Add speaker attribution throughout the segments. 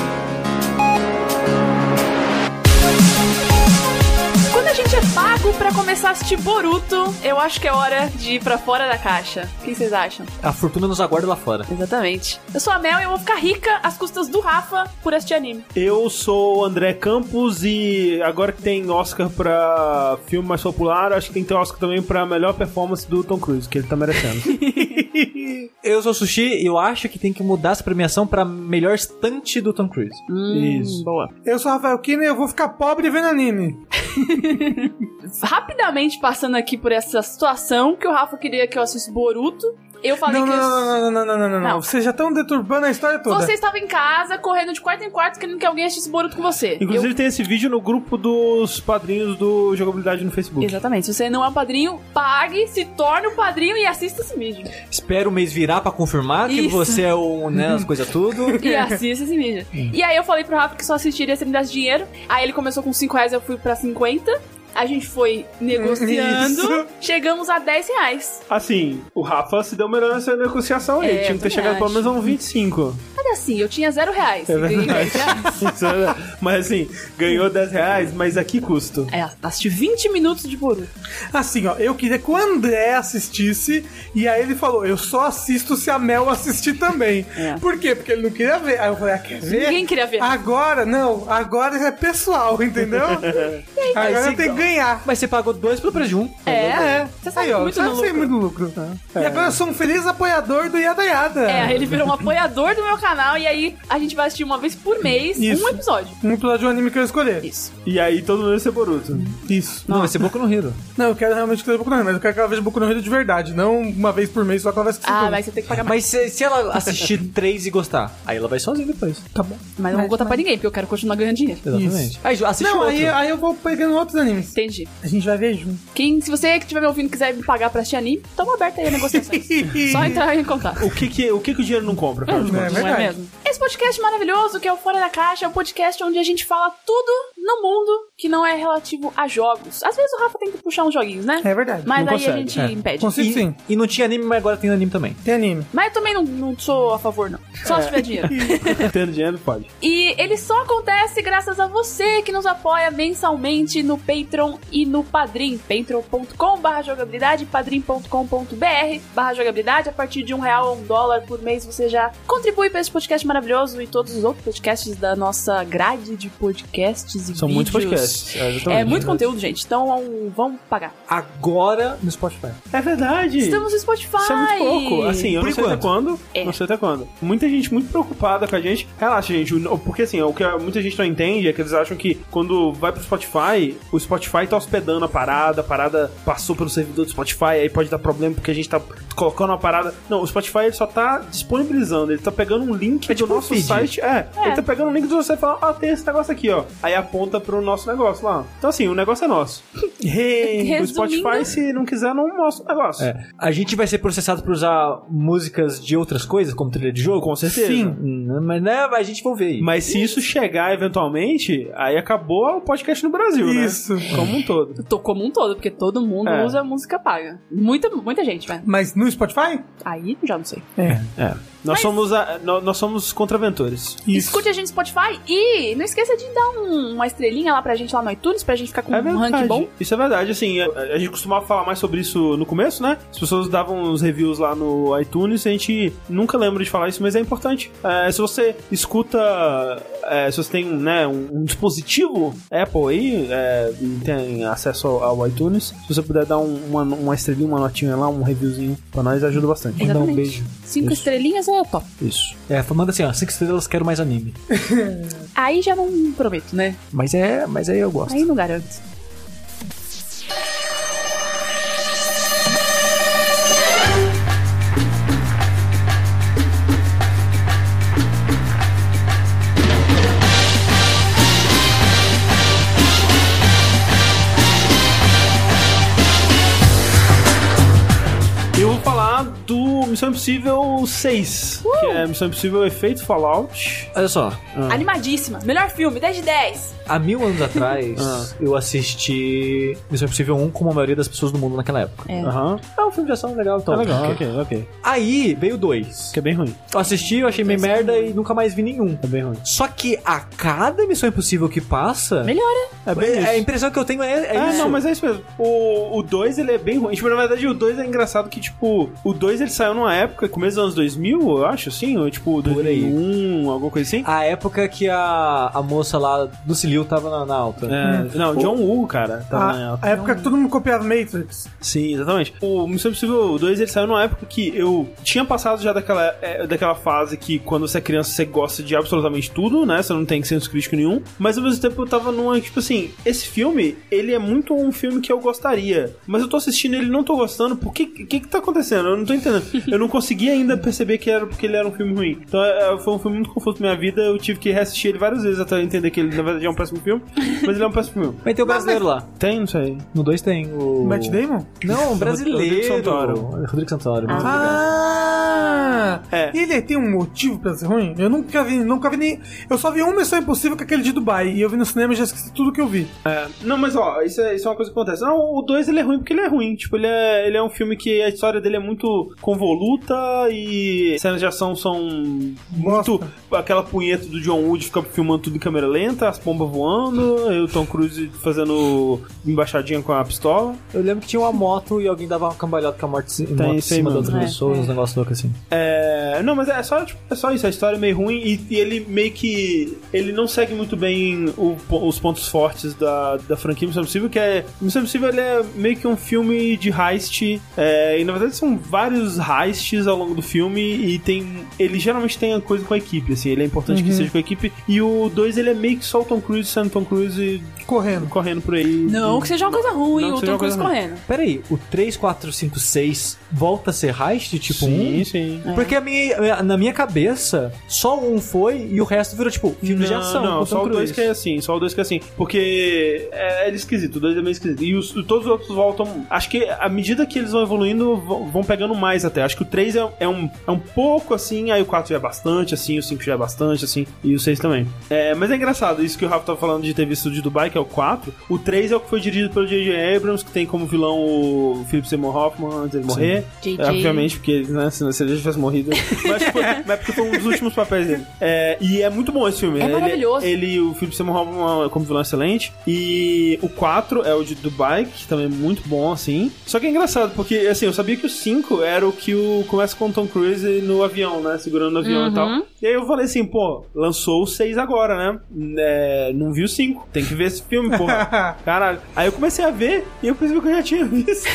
Speaker 1: é Boruto, eu acho que é hora de ir pra fora da caixa. O que vocês acham?
Speaker 2: A fortuna nos aguarda lá fora.
Speaker 1: Exatamente. Eu sou a Mel e eu vou ficar rica às custas do Rafa por assistir anime.
Speaker 3: Eu sou o André Campos e agora que tem Oscar pra filme mais popular, acho que tem que ter Oscar também pra melhor performance do Tom Cruise, que ele tá merecendo.
Speaker 2: Eu sou o Sushi e eu acho que tem que mudar essa premiação pra melhor estante do Tom Cruise.
Speaker 3: Isso. Boa.
Speaker 4: Eu sou o Rafael Kina e eu vou ficar pobre vendo anime.
Speaker 1: Rapidamente passando aqui por essa situação que o Rafa queria que eu assistisse Boruto. Eu falei
Speaker 4: Não, não,
Speaker 1: que eu-
Speaker 4: não, não, não, não, não, não, não,
Speaker 1: Não.
Speaker 4: não. Vocês já estão deturbando a história toda.
Speaker 1: Você estava em casa, correndo de quarto em quarto, querendo que alguém assistisse Boruto com você.
Speaker 3: Inclusive tem esse vídeo no grupo dos padrinhos do Jogabilidade no
Speaker 1: Eu-
Speaker 3: Facebook.
Speaker 1: Exatamente. Se você não é um padrinho, pague, se torne um padrinho e assista esse vídeo.
Speaker 2: Espero o mês virar pra confirmar que
Speaker 1: Isso.
Speaker 2: você é o, né, as coisas tudo.
Speaker 1: E assista esse vídeo. E aí eu falei pro Rafa que só assistiria se ele me desse dinheiro. Aí ele começou com 5 reais, eu fui pra 50. A gente foi negociando.
Speaker 4: Isso.
Speaker 1: Chegamos a 10 reais.
Speaker 3: Assim, o Rafa se deu melhor nessa negociação aí.
Speaker 1: É, eu
Speaker 3: Tinha que ter
Speaker 1: também
Speaker 3: chegado pelo
Speaker 1: acho.
Speaker 3: menos a um 25.
Speaker 1: Mas assim, eu tinha 0 reais.
Speaker 3: É
Speaker 1: Ganhei
Speaker 3: verdade.
Speaker 1: 10 reais.
Speaker 3: Isso é- mas assim, ganhou 10 reais, mas a que custo?
Speaker 1: É, assisti 20 minutos de Boruto.
Speaker 4: Assim, ó, eu queria que o André assistisse, e aí ele falou: Eu só assisto se a Mel assistir também.
Speaker 1: É.
Speaker 4: Por quê? Porque ele não queria ver. Aí eu falei: Ah, quer ver?
Speaker 1: Ninguém queria ver.
Speaker 4: Ah, Agora, não, agora é pessoal, entendeu?
Speaker 2: Aí
Speaker 4: agora
Speaker 2: você-
Speaker 4: tem que ganhar.
Speaker 2: Mas você pagou dois pelo preço de um.
Speaker 1: É, você sabe
Speaker 4: Aí, ó,
Speaker 1: muito
Speaker 4: sabe
Speaker 1: no
Speaker 4: sem
Speaker 1: lucro.
Speaker 4: muito lucro. E agora eu sou um feliz apoiador do Yada Yada.
Speaker 1: É, ele virou um apoiador do meu canal e aí a gente vai assistir uma vez por mês
Speaker 4: Isso.
Speaker 1: um episódio.
Speaker 4: Um episódio de um anime que eu escolher.
Speaker 1: Isso.
Speaker 3: E aí todo mundo ia ser Boruto.
Speaker 4: Isso.
Speaker 2: Não, vai ser Boku no Hero.
Speaker 4: Não, eu quero realmente escolher Boku no Hero, mas eu quero que ela veja Boku no Hero de verdade, não uma vez por mês, só que ela vai assistir.
Speaker 1: Ah,
Speaker 4: tudo.
Speaker 1: mas você tem que pagar mais.
Speaker 2: Mas se, se ela assistir três e gostar, aí ela vai sozinha depois.
Speaker 4: Tá bom.
Speaker 1: Mas eu não vou contar pra ninguém, porque eu quero continuar ganhando dinheiro.
Speaker 2: Exatamente. Aí assiste um
Speaker 1: um
Speaker 4: Não,
Speaker 2: outro.
Speaker 4: aí, aí eu vou pegando outros animes.
Speaker 1: Entendi.
Speaker 4: A gente vai ver junto.
Speaker 1: Quem, se você que estiver me ouvindo quiser me pagar pra assistir anime, tamo aberto aí a negociações. Só entrar em contato.
Speaker 3: O que que, o, que que o dinheiro não compra, afinal de
Speaker 4: Não é
Speaker 3: contas?
Speaker 1: Não é
Speaker 4: verdade.
Speaker 1: mesmo? Esse podcast maravilhoso, que é o Fora da Caixa, é um podcast onde a gente fala tudo no mundo que não é relativo a jogos. Às vezes o Rafa tem que puxar uns joguinhos, né?
Speaker 4: É verdade.
Speaker 1: Mas aí
Speaker 3: não
Speaker 1: a
Speaker 3: consegue,
Speaker 1: gente
Speaker 2: é.
Speaker 1: impede.
Speaker 4: Consigo sim.
Speaker 2: E não tinha anime, mas agora tem anime também.
Speaker 4: Tem anime.
Speaker 1: Mas eu também não, não sou a favor, não. Só se tiver dinheiro.
Speaker 3: Tendo dinheiro, pode.
Speaker 1: E ele só acontece graças a você que nos apoia mensalmente no Patreon e no Padrim. patreon.com barra jogabilidade, padrim.com.br barra jogabilidade. A partir de um real ou um dólar por mês você já contribui para esse podcast maravilhoso e todos os outros podcasts da nossa grade de podcasts e
Speaker 3: São muitos
Speaker 1: vídeos.
Speaker 3: podcasts.
Speaker 1: É muito conteúdo, gente. Então vamos pagar.
Speaker 2: Agora no Spotify.
Speaker 3: É verdade.
Speaker 1: Estamos no Spotify.
Speaker 3: Isso é muito pouco. Assim, eu
Speaker 2: Por
Speaker 3: não sei até
Speaker 2: enquanto.
Speaker 3: quando.
Speaker 1: É.
Speaker 3: Não sei até quando. Muita gente muito preocupada com a gente. Relaxa, gente. o- Porque assim, o que muita gente não entende é que eles acham que quando vai pro Spotify, o Spotify tá hospedando a parada, a parada passou pelo servidor do Spotify, aí pode dar problema porque a gente tá colocando uma parada. Não, o Spotify ele só tá disponibilizando, ele tá pegando um link do
Speaker 2: tipo um
Speaker 3: nosso
Speaker 2: feed.
Speaker 3: site. É,
Speaker 1: É.
Speaker 3: ele tá pegando um link do nosso site e fala, ó, tem esse negócio aqui, ó. Aí aponta pro nosso negócio lá. Então assim, o negócio é nosso. Hey, o
Speaker 1: Resumindo-
Speaker 3: Spotify, se não quiser, não mostra o negócio.
Speaker 2: É. A gente vai ser processado por usar músicas de outras coisas, como trilha de jogo?
Speaker 3: Com certeza.
Speaker 2: Sim. Hum, Mas né, a gente vai ver.
Speaker 3: Mas se isso chegar eventualmente, aí acabou o podcast no Brasil,
Speaker 4: Isso.
Speaker 3: né? Como um todo.
Speaker 1: Tô como um todo, porque todo mundo
Speaker 3: É.
Speaker 1: usa música paga. Muita, muita gente, velho.
Speaker 4: Mas no Spotify?
Speaker 1: Aí já não sei.
Speaker 3: Nós somos a- nó- nós somos contraventores.
Speaker 1: Escute a gente no Spotify e não esqueça de dar um- uma estrelinha lá pra gente lá no iTunes pra gente ficar com
Speaker 3: É
Speaker 1: um ranking
Speaker 3: verdade.
Speaker 1: bom.
Speaker 3: Isso é verdade, assim, a, a gente costumava falar mais sobre isso no começo, né? As pessoas davam uns reviews lá no iTunes, a gente nunca lembra de falar isso, mas é importante. É, se você escuta, é, se você tem né, um, um dispositivo Apple aí, é, e tem acesso ao, ao iTunes, se você puder dar um- uma, uma estrelinha, uma notinha lá, um reviewzinho pra nós, ajuda bastante.
Speaker 2: Mandar
Speaker 1: Exatamente.
Speaker 2: um beijo.
Speaker 1: Cinco
Speaker 2: Isso.
Speaker 1: estrelinhas é top.
Speaker 3: Isso.
Speaker 2: É, manda assim, ó, cinco estrelas, quero mais anime.
Speaker 1: Aí já não prometo, né?
Speaker 2: Mas é, mas aí eu gosto.
Speaker 1: Aí não garanto.
Speaker 3: Eu vou falar do o Missão Impossível 6, que é Missão Impossível Efeito Fallout.
Speaker 2: Olha só,
Speaker 3: Ah.
Speaker 1: Animadíssima. Melhor filme, 10 de 10.
Speaker 2: há mil anos atrás
Speaker 3: Ah.
Speaker 2: eu assisti Missão Impossível 1 como a maioria das pessoas do mundo naquela época.
Speaker 1: É.
Speaker 3: Aham.
Speaker 2: É um filme de ação legal, então.
Speaker 3: Tá legal,
Speaker 2: Ok.
Speaker 3: ok, ok.
Speaker 2: Aí veio dois.
Speaker 3: Que é bem ruim.
Speaker 2: Eu assisti, eu achei meio merda e nunca mais vi nenhum.
Speaker 3: É bem ruim.
Speaker 2: Só que a cada Missão Impossível que passa,
Speaker 1: Melhora.
Speaker 3: É bem
Speaker 2: é,
Speaker 3: isso.
Speaker 2: a impressão que eu tenho é, é
Speaker 3: ah,
Speaker 2: isso.
Speaker 3: não, mas é isso mesmo. O 2, ele é bem ruim. Tipo, na verdade, o 2 é engraçado que, tipo, o 2 ele saiu numa época, começo dos anos 2000, eu acho, assim, ou tipo,
Speaker 2: Por aí.
Speaker 3: 2001, alguma coisa assim.
Speaker 2: A época que a, a moça lá do Cilio tava na, na alta.
Speaker 3: É, não, John Woo, cara.
Speaker 2: Ah,
Speaker 3: Tá na
Speaker 4: Ah, A, a época que todo mundo copiava Matrix.
Speaker 3: Sim, exatamente. O Missão Impossível 2 ele saiu numa época que eu tinha passado já daquela, é, daquela fase que quando você é criança você gosta de absolutamente tudo, né? Você não tem senso crítico nenhum. Mas ao mesmo tempo eu tava numa, tipo assim, esse filme, ele é muito um filme que eu gostaria. Mas eu tô assistindo ele e não tô gostando. Por que, que que tá acontecendo? Eu não tô entendendo. Eu não consegui ainda perceber que era porque ele era um filme ruim. Então é, foi um filme muito confuso na minha vida. Eu tive que reassistir ele várias vezes até eu entender que ele na verdade é um péssimo filme. Mas ele é um péssimo filme.
Speaker 2: Mas tem o brasileiro lá.
Speaker 3: Tem, não sei.
Speaker 2: No 2 tem o.
Speaker 4: Matt Damon?
Speaker 2: Não, o
Speaker 3: Rodrigo
Speaker 2: brasileiro.
Speaker 3: Santoro.
Speaker 2: Rodrigo Santoro. muito legal.
Speaker 4: Ah!
Speaker 3: É.
Speaker 4: Ele tem um motivo pra ser ruim? Eu nunca vi, nunca vi nem. Eu só vi uma Missão Impossível que é aquele de Dubai. E eu vi no cinema e já esqueci tudo que eu vi.
Speaker 3: Não, mas ó, isso é, isso é uma coisa que acontece. Não, o 2 ele é ruim porque ele é ruim. Tipo, ele é, ele é um filme que a história dele é muito convoluta e cenas de ação são muito aquela punheta do John Wood ficar filmando tudo em câmera lenta, as pombas voando, e o Tom Cruise fazendo embaixadinha com a pistola.
Speaker 2: Eu lembro que tinha uma moto e alguém dava uma cambalhota com a morte em
Speaker 3: Tem
Speaker 2: moto em
Speaker 3: isso aí
Speaker 2: cima da
Speaker 3: mesmo.
Speaker 2: outra
Speaker 1: É,
Speaker 2: pessoa, uns negócios loucos assim.
Speaker 3: É, não, mas é só, tipo, é só isso, a história é meio ruim e, e ele meio que. Ele não segue muito bem o po- os pontos fortes da, da franquia Missão Impossível, que é. Missão Impossível ele é meio que um filme de heist. é, e na verdade são vários heists ao longo do filme e tem. Ele geralmente tem a coisa com a equipe, assim, ele é importante que seja com a equipe. E o 2 ele é meio que só o Tom Cruise sendo Tom Cruise
Speaker 4: Correndo.
Speaker 3: correndo por aí.
Speaker 1: Não, que seja uma coisa ruim,
Speaker 3: Não, que
Speaker 1: o
Speaker 3: seja
Speaker 1: Tom
Speaker 3: uma
Speaker 1: Cruise
Speaker 3: coisa ruim.
Speaker 1: correndo.
Speaker 2: Pera aí, o 3, 4, 5, 6 volta a ser heist, tipo
Speaker 3: Sim,
Speaker 2: 1?
Speaker 3: sim.
Speaker 2: Porque a minha, na minha cabeça, só um foi e o resto virou, tipo, filme de ação. com
Speaker 3: Não,
Speaker 2: Tom
Speaker 3: só o 2
Speaker 2: Cruise.
Speaker 3: que é assim, só o 2 que é assim. Porque é, ele é esquisito, o 2 é meio esquisito. E os- todos os outros voltam. Acho que à medida que eles vão evoluindo, vão vão pegando mais até. Acho que o 3 é, é um, é um pouco assim, aí o 4 já é bastante, assim, o 5 já é bastante, assim, e o 6 também. É, mas é engraçado, isso que o Rafa tava falando de ter visto de Dubai, que é o 4. O 3 é o que foi dirigido pelo J.J. Abrams, que tem como vilão o Philip Seymour Hoffman antes dele morrer.
Speaker 1: J.J..
Speaker 3: É, obviamente, porque né, se não- se ele já tivesse morrido. Mas, foi, mas porque foi um dos últimos papéis dele. É, e é muito bom esse filme.
Speaker 1: É
Speaker 3: Ele-
Speaker 1: maravilhoso.
Speaker 3: Ele, o Philip Seymour Hoffman é como vilão excelente. E o 4 é o de Dubai, que também é muito bom, assim. Só que é engraçado, porque, assim, eu sabia que o 5 era o que o começa com o Tom Cruise no avião, né? Segurando o avião
Speaker 1: Uhum.
Speaker 3: e tal. E aí eu falei assim, pô, lançou o 6 agora, né? É, não vi o 5. Tem que ver esse filme, porra. Caralho. Aí eu comecei a ver e eu percebi que eu já tinha visto.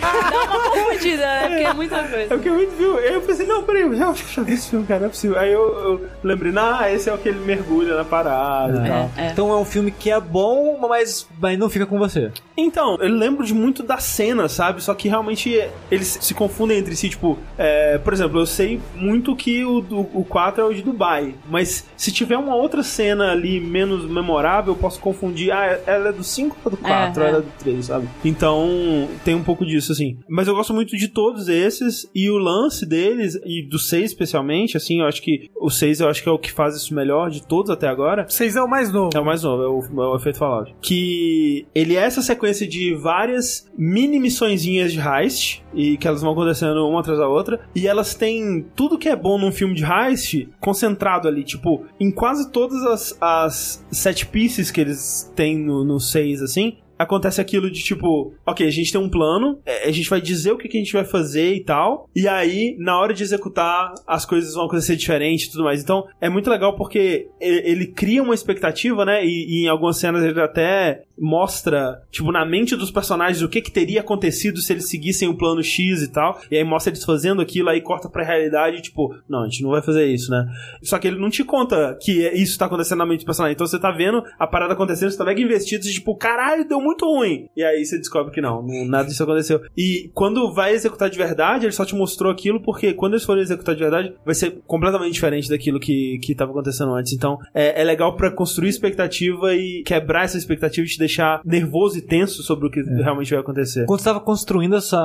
Speaker 1: Dá uma confundida, né? Porque é muita
Speaker 3: É
Speaker 1: coisa.
Speaker 3: o que eu muito viu. Aí eu pensei, não, peraí, eu já, já vi esse filme, cara, não é possível. Aí eu, eu lembrei, ah, esse é o que ele mergulha na parada e tal.
Speaker 1: É, é.
Speaker 2: Então é um filme que é bom, mas, mas não fica com você.
Speaker 3: Então, eu lembro de muito da cena, sabe? Só que realmente é, eles se confundem entre si, tipo, é, por exemplo, eu sei muito que o, do- o 4 é o de Dubai, mas se tiver uma outra cena ali menos memorável, eu posso confundir, ah, ela é do 5 ou do 4,
Speaker 1: É, é.
Speaker 3: ela é do 3, sabe? Então, tem um pouco disso, assim. Mas eu gosto muito de todos esses, e o lance deles, e do 6 especialmente, assim, eu acho que o 6 eu acho que é o que faz isso melhor de todos até agora,
Speaker 4: Vocês é o mais novo.
Speaker 3: é o mais novo, é o, é o efeito Fallout. Que ele é essa sequência de várias mini missõezinhas de heist, e que elas vão acontecendo uma atrás da outra, e elas têm tudo que é bom num filme de heist concentrado ali, tipo, em quase todas as, as set pieces que eles têm no, no 6, assim, acontece aquilo de tipo, ok, a gente tem um plano, é, a gente vai dizer o que, que a gente vai fazer e tal, e aí, na hora de executar, as coisas vão acontecer diferente e tudo mais. Então, é muito legal porque e- ele cria uma expectativa, né? E, e em algumas cenas ele até mostra, tipo, na mente dos personagens o que, que teria acontecido se eles seguissem o plano X e tal, e aí mostra eles fazendo aquilo, aí corta pra realidade, tipo, não, a gente não vai fazer isso, né? Só que ele não te conta que é- isso tá acontecendo na mente do personagem. Então você tá vendo a parada acontecendo, você tá mega investido, você, tipo, caralho, deu muito muito ruim. E aí você descobre que não, não- nada disso aconteceu. E quando vai executar de verdade, ele só te mostrou aquilo porque quando eles forem executar de verdade, vai ser completamente diferente daquilo que, que tava acontecendo antes. Então, é, é legal pra construir expectativa e quebrar essa expectativa e te deixar nervoso e tenso sobre o que realmente vai acontecer.
Speaker 2: Quando estava construindo essa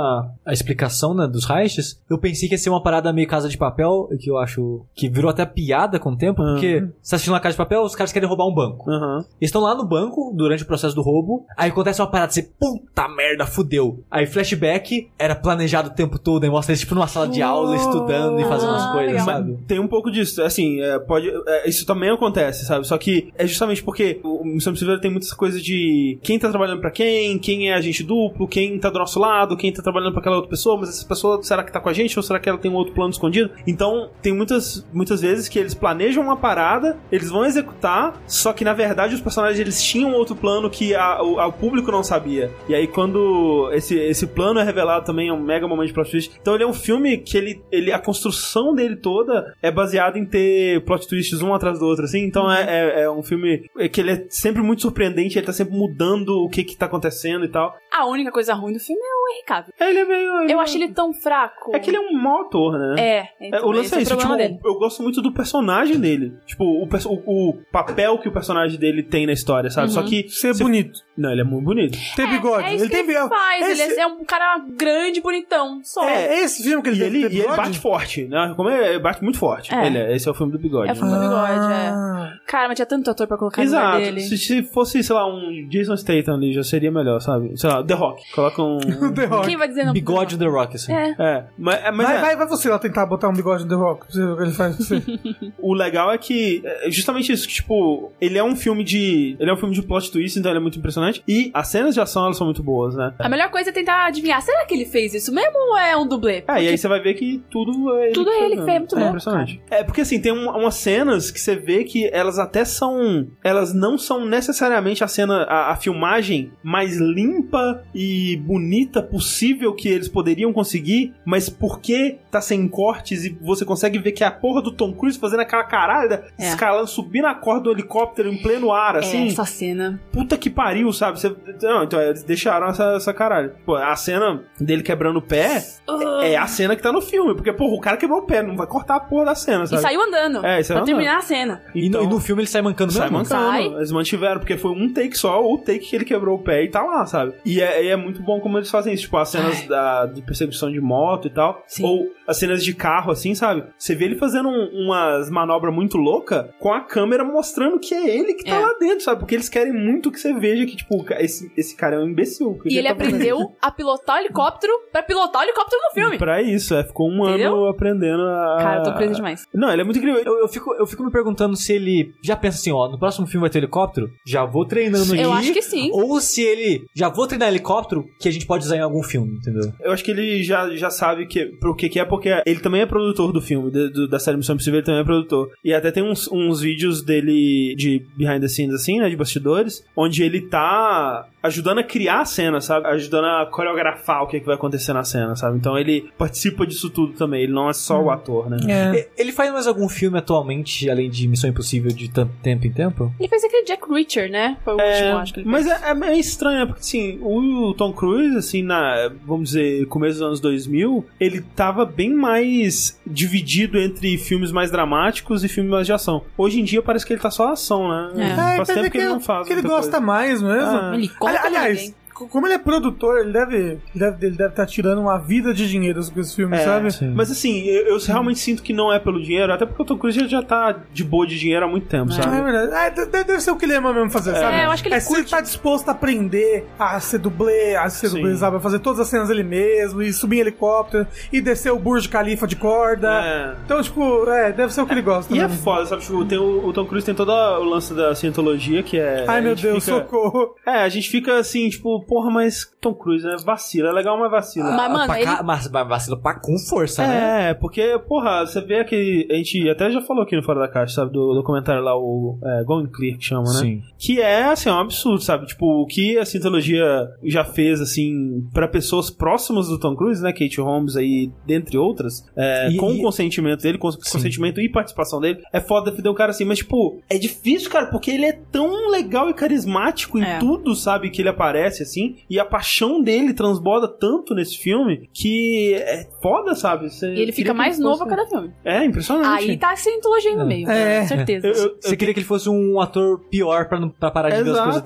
Speaker 2: a explicação né, dos heists, eu pensei que ia ser uma parada meio casa de papel, que eu acho que virou até piada com o tempo,
Speaker 3: Uhum.
Speaker 2: porque você tá assistindo uma casa de papel, os caras querem roubar um banco.
Speaker 3: Aham.
Speaker 2: Eles estão lá no banco durante o processo do roubo, aí acontece uma parada, você, puta merda, fudeu. Aí flashback era planejado o tempo todo, aí mostra eles tipo numa sala de aula, estudando e fazendo as
Speaker 1: Ah,
Speaker 2: coisas,
Speaker 1: legal.
Speaker 2: sabe?
Speaker 3: Tem um pouco disso, assim, é, pode, é, isso também acontece, sabe? Só que é justamente porque o Missão Impossível tem muitas coisas de quem tá trabalhando pra quem, quem é agente duplo, quem tá do nosso lado, quem tá trabalhando pra aquela outra pessoa, mas essa pessoa será que tá com a gente ou será que ela tem um outro plano escondido? Então, tem muitas, muitas vezes que eles planejam uma parada, eles vão executar, só que na verdade os personagens eles tinham um outro plano que a- o, a- o público não sabia. E aí quando esse, esse plano é revelado também é um mega momento de plot twist. Então ele é um filme que ele, ele a construção dele toda é baseada em ter plot twists um atrás do outro, assim. Então é,
Speaker 4: Uhum.
Speaker 3: é- é um filme que ele é sempre muito surpreendente, ele tá sempre mudando o que que tá acontecendo e tal.
Speaker 1: A única coisa ruim do filme é o Henry Cavill.
Speaker 3: Ele é meio...
Speaker 1: Eu acho ele tão fraco.
Speaker 3: É que ele é um mau ator, né?
Speaker 1: É,
Speaker 3: É,
Speaker 1: então,
Speaker 3: o lance
Speaker 1: esse
Speaker 3: é
Speaker 1: o
Speaker 3: isso, tipo,
Speaker 1: problema dele.
Speaker 3: eu gosto muito do personagem dele. Tipo, o, perso- o, o papel que o personagem dele tem na história, sabe?
Speaker 1: Uhum.
Speaker 3: Só que.
Speaker 4: Ser
Speaker 3: se-
Speaker 4: bonito.
Speaker 3: Não, ele é muito bonito.
Speaker 4: Ter bigode.
Speaker 1: É, é isso
Speaker 4: ele
Speaker 1: que
Speaker 4: tem
Speaker 1: ele
Speaker 4: bigode.
Speaker 1: faz. Ele
Speaker 4: Esse-
Speaker 1: é um cara grande, bonitão, só.
Speaker 4: É, é esse filme que ele
Speaker 3: E
Speaker 4: tem
Speaker 3: ele,
Speaker 4: que ter
Speaker 3: e ele
Speaker 4: bigode?
Speaker 3: bate forte, né? Como é, ele bate muito forte.
Speaker 1: É.
Speaker 3: Ele é- esse é o filme do bigode.
Speaker 1: É o filme do bigode, é.
Speaker 4: Ah.
Speaker 1: Cara, mas tinha tanto ator pra colocar no lugar
Speaker 3: Exato.
Speaker 1: dele.
Speaker 3: Se, se fosse, sei lá, um Jason Statham ali, já seria melhor, sabe? Sei lá, The Rock. Coloca um.
Speaker 4: O The Rock.
Speaker 1: Quem vai dizer não?
Speaker 2: Bigode The Rock, assim.
Speaker 1: É.
Speaker 3: É, mas, é, mas
Speaker 4: Vai,
Speaker 3: é,
Speaker 4: vai, vai você lá tentar botar um bigode no The Rock, pra você ver o que ele faz É. com você.
Speaker 3: o legal é que é justamente isso, que, tipo, ele é um filme de. Ele é um filme de plot twist, então ele é muito impressionante. E as cenas de ação elas são muito boas, né?
Speaker 1: A melhor coisa é tentar adivinhar. Será que ele fez isso mesmo ou é um dublê?
Speaker 3: É, e aí você vai ver que tudo é ele
Speaker 1: Tudo
Speaker 3: que
Speaker 1: é ele que
Speaker 3: fez,
Speaker 1: fez,
Speaker 3: né?
Speaker 1: muito
Speaker 3: é
Speaker 1: bom.
Speaker 3: impressionante. É, porque assim, tem um- umas cenas que você vê que elas até são... Elas não são necessariamente a cena, a, a filmagem mais limpa e bonita possível que eles poderiam conseguir, mas porque tá sem cortes e você consegue ver que é a porra do Tom Cruise fazendo aquela caralho,
Speaker 1: É.
Speaker 3: escalando, subindo a corda do helicóptero em pleno ar, assim
Speaker 1: É, essa cena.
Speaker 3: puta que pariu, sabe? Você- não, então eles deixaram essa, essa caralho. Pô, a cena dele quebrando o pé
Speaker 1: Ah.
Speaker 3: é a cena que tá no filme. Porque, porra, o cara quebrou o pé, não vai cortar a porra da cena,
Speaker 1: E
Speaker 3: sabe?
Speaker 1: saiu andando.
Speaker 3: É, e
Speaker 1: pra
Speaker 3: saiu andando.
Speaker 1: terminar a cena.
Speaker 2: E, no, e no filme ele sai mancando
Speaker 3: sai
Speaker 2: mesmo.
Speaker 3: mancando.
Speaker 1: Sai.
Speaker 3: Eles mantiveram, porque foi um take só, o take que ele quebrou o pé e tá lá, sabe? E é, e é muito bom como eles fazem isso. Tipo, as cenas da, de perseguição de moto e tal.
Speaker 1: É. Sim.
Speaker 3: Ou as cenas de carro, assim, sabe? Você vê ele fazendo um- umas manobras muito loucas com a câmera mostrando que é ele que tá
Speaker 1: É.
Speaker 3: lá dentro, sabe? Porque eles querem muito que você veja que, tipo, esse, esse cara é um imbecil. o que
Speaker 1: E ele
Speaker 3: tá fazendo?
Speaker 1: aprendeu a pilotar o helicóptero pra pilotar o helicóptero no filme.
Speaker 3: Pra isso, é. Ficou um
Speaker 1: Entendeu?
Speaker 3: ano aprendendo a.
Speaker 1: Cara, eu tô presa demais.
Speaker 3: Não, ele é muito incrível.
Speaker 2: Eu, eu fico, eu fico me perguntando se ele já pensa assim, ó, no próximo filme vai ter helicóptero, já vou treinando aqui.
Speaker 1: Eu acho que sim.
Speaker 2: Ou se ele já vou treinar helicóptero, que a gente pode usar em algum filme, entendeu?
Speaker 3: Eu acho que ele já, já sabe que, pro que que é, porque ele também é produtor do filme, do- do- da série Missão Impossível, ele também é produtor. E até tem uns, uns vídeos dele de behind the scenes, assim, né, de bastidores, onde ele tá ajudando a criar a cena, sabe? Ajudando a coreografar o que, que vai acontecer na cena, sabe? Então ele participa disso tudo também, ele não é só o ator, né?
Speaker 4: É.
Speaker 2: E- Ele faz mais algum filme atualmente, além de Missão Impossível de tam- tempo em tempo?
Speaker 1: Ele fez aquele Jack Reacher, né? Foi o último, acho que ele
Speaker 3: Mas
Speaker 1: fez.
Speaker 3: é, é meio estranho, né? porque assim, o Tom Cruise, assim, na, vamos dizer, começo dos anos 2000, ele tava bem mais dividido entre filmes mais dramáticos e filmes mais de ação. Hoje em dia parece que ele tá só ação, né?
Speaker 1: É.
Speaker 4: Ah,
Speaker 3: Faz
Speaker 4: então
Speaker 3: tempo
Speaker 4: é
Speaker 3: que, ele não faz.
Speaker 4: Que ele
Speaker 3: muita
Speaker 4: gosta mais mesmo.
Speaker 3: Ah.
Speaker 1: Ele conta
Speaker 4: Ali- aliás,
Speaker 1: ninguém.
Speaker 4: co- como ele é produtor, ele deve ele deve ele deve estar tirando uma vida de dinheiro com esse filme,
Speaker 3: É,
Speaker 4: sabe?
Speaker 2: sim.
Speaker 3: Mas assim, eu, eu realmente sinto que não é pelo dinheiro, até porque o Tom Cruise já tá de boa de dinheiro há muito tempo,
Speaker 1: É.
Speaker 4: Ah, É
Speaker 3: sabe?
Speaker 4: verdade. Ah, de- de- deve ser o que ele ama mesmo fazer, sabe?
Speaker 1: eu acho que ele
Speaker 4: é, se ele
Speaker 1: curte.
Speaker 4: tá disposto a aprender a ser dublê, a ser
Speaker 3: Sim.
Speaker 4: dublê, sabe? A fazer todas as cenas ele mesmo, e subir em helicóptero, e descer o Burj Khalifa de corda.
Speaker 3: É.
Speaker 4: Então, tipo, é, deve ser o que ele gosta.
Speaker 3: E é
Speaker 4: mesmo.
Speaker 3: foda, sabe? Tipo, tem o, o Tom Cruise tem todo o lance da cientologia, que é.
Speaker 4: Ai,
Speaker 3: a
Speaker 4: meu
Speaker 3: gente
Speaker 4: Deus,
Speaker 3: fica-
Speaker 4: socorro.
Speaker 3: É, a gente fica assim, tipo, porra, mas Tom Cruise, né? Vacila, é legal, mas vacila.
Speaker 1: Mas, mano,
Speaker 2: pra
Speaker 1: ele-
Speaker 2: cá- Ah, mas, mas vacilo pra com força, né?
Speaker 3: É, porque, porra, você vê aquele. A gente até já falou aqui no Fora da Caixa, sabe? Do documentário lá, o é, Going Clear, que chama, né?
Speaker 2: Sim.
Speaker 3: Que é, assim, um absurdo, sabe? Tipo, o que a Scientologia já fez, assim, pra pessoas próximas do Tom Cruise, né? Kate Holmes aí, dentre outras, é,
Speaker 2: E-
Speaker 3: com
Speaker 2: e-
Speaker 3: o consentimento dele, com o consentimento e participação dele, é foda defender o cara assim, mas, tipo, é difícil, cara, porque ele é tão legal e carismático em
Speaker 1: É.
Speaker 3: tudo, sabe? Que ele aparece, assim, e a paixão dele transborda tanto nesse filme que é foda, sabe? Você
Speaker 1: E ele
Speaker 3: queria
Speaker 1: fica
Speaker 3: que
Speaker 1: mais
Speaker 3: ele
Speaker 1: novo a
Speaker 3: fosse-
Speaker 1: cada filme.
Speaker 3: É, impressionante.
Speaker 1: Aí tá a cientologia no meio,
Speaker 4: É.
Speaker 1: com certeza.
Speaker 3: Eu- eu-
Speaker 2: Você queria que ele fosse um ator pior pra, não, pra parar de ver as coisas
Speaker 3: Exato,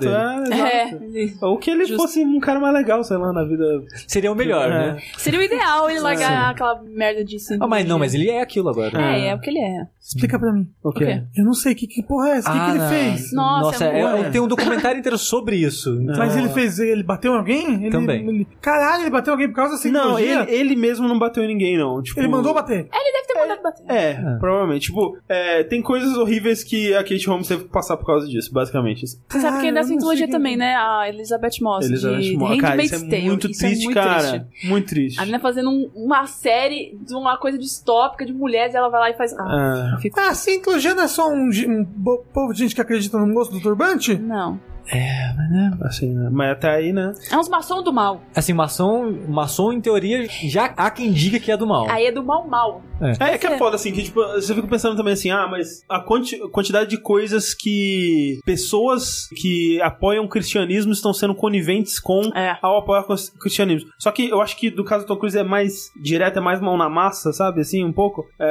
Speaker 2: dele.
Speaker 3: é, exato.
Speaker 1: É.
Speaker 3: Ou que ele
Speaker 1: Justo.
Speaker 3: fosse um cara mais legal, sei lá, na vida.
Speaker 2: Seria o melhor,
Speaker 3: É.
Speaker 2: né?
Speaker 1: Seria o ideal ele largar
Speaker 2: Sim.
Speaker 1: aquela merda de cientologia.
Speaker 2: Ah, mas não, mas ele é aquilo agora.
Speaker 1: É, é o que ele é.
Speaker 4: Explica pra mim.
Speaker 3: O
Speaker 1: quê?
Speaker 4: Eu não sei, que, que porra é essa? O que, que ele
Speaker 2: Ah,
Speaker 4: fez?
Speaker 1: Nossa, é
Speaker 2: é-
Speaker 3: bom.
Speaker 2: tem um documentário inteiro sobre isso. Então,
Speaker 4: Mas ele fez, ele bateu em alguém? Ele-
Speaker 2: Também.
Speaker 4: ele- caralho, ele bateu em alguém por causa da
Speaker 3: Não,
Speaker 4: cientologia?
Speaker 3: ele, ele mesmo não bateu em ninguém, não. Tipo,
Speaker 4: Ele mandou bater.
Speaker 1: Ele deve ter mandado bater.
Speaker 3: É,
Speaker 2: Ah.
Speaker 3: provavelmente. Tipo, é, tem coisas horríveis que a Kate Holmes teve que passar por causa disso, basicamente.
Speaker 1: Você sabe quem é da
Speaker 4: Caralho, eu não sei
Speaker 1: cientologia
Speaker 4: quem-
Speaker 1: também, né? A Elizabeth Moss. de
Speaker 3: Moss. Cara, isso é
Speaker 1: Handmaid's Tale.
Speaker 3: muito
Speaker 1: Isso é
Speaker 3: triste,
Speaker 1: muito
Speaker 3: cara.
Speaker 1: triste.
Speaker 3: Muito triste.
Speaker 1: A menina fazendo um- uma série de uma coisa distópica de mulheres, e ela vai lá e faz. Ah,
Speaker 3: Ah.
Speaker 1: eu fico.
Speaker 4: Ah, cientologia não é só um, gi- um bo- povo de gente que acredita no gosto do turbante?
Speaker 1: Não.
Speaker 3: Assim, né? Mas até aí, né?
Speaker 1: É uns maçom do mal.
Speaker 2: assim, maçom, maçom, em teoria, já há quem diga que é do mal.
Speaker 1: Aí é do mal mal.
Speaker 3: É, que é foda, assim, que tipo, você fica pensando também assim, ah, mas a quanti- quantidade de coisas que pessoas que apoiam o cristianismo estão sendo coniventes com
Speaker 1: É.
Speaker 3: ao apoiar o cristianismo. Só que eu acho que do caso do Tom Cruise é mais direto, é mais mão na massa, sabe? Assim, um pouco.
Speaker 2: E,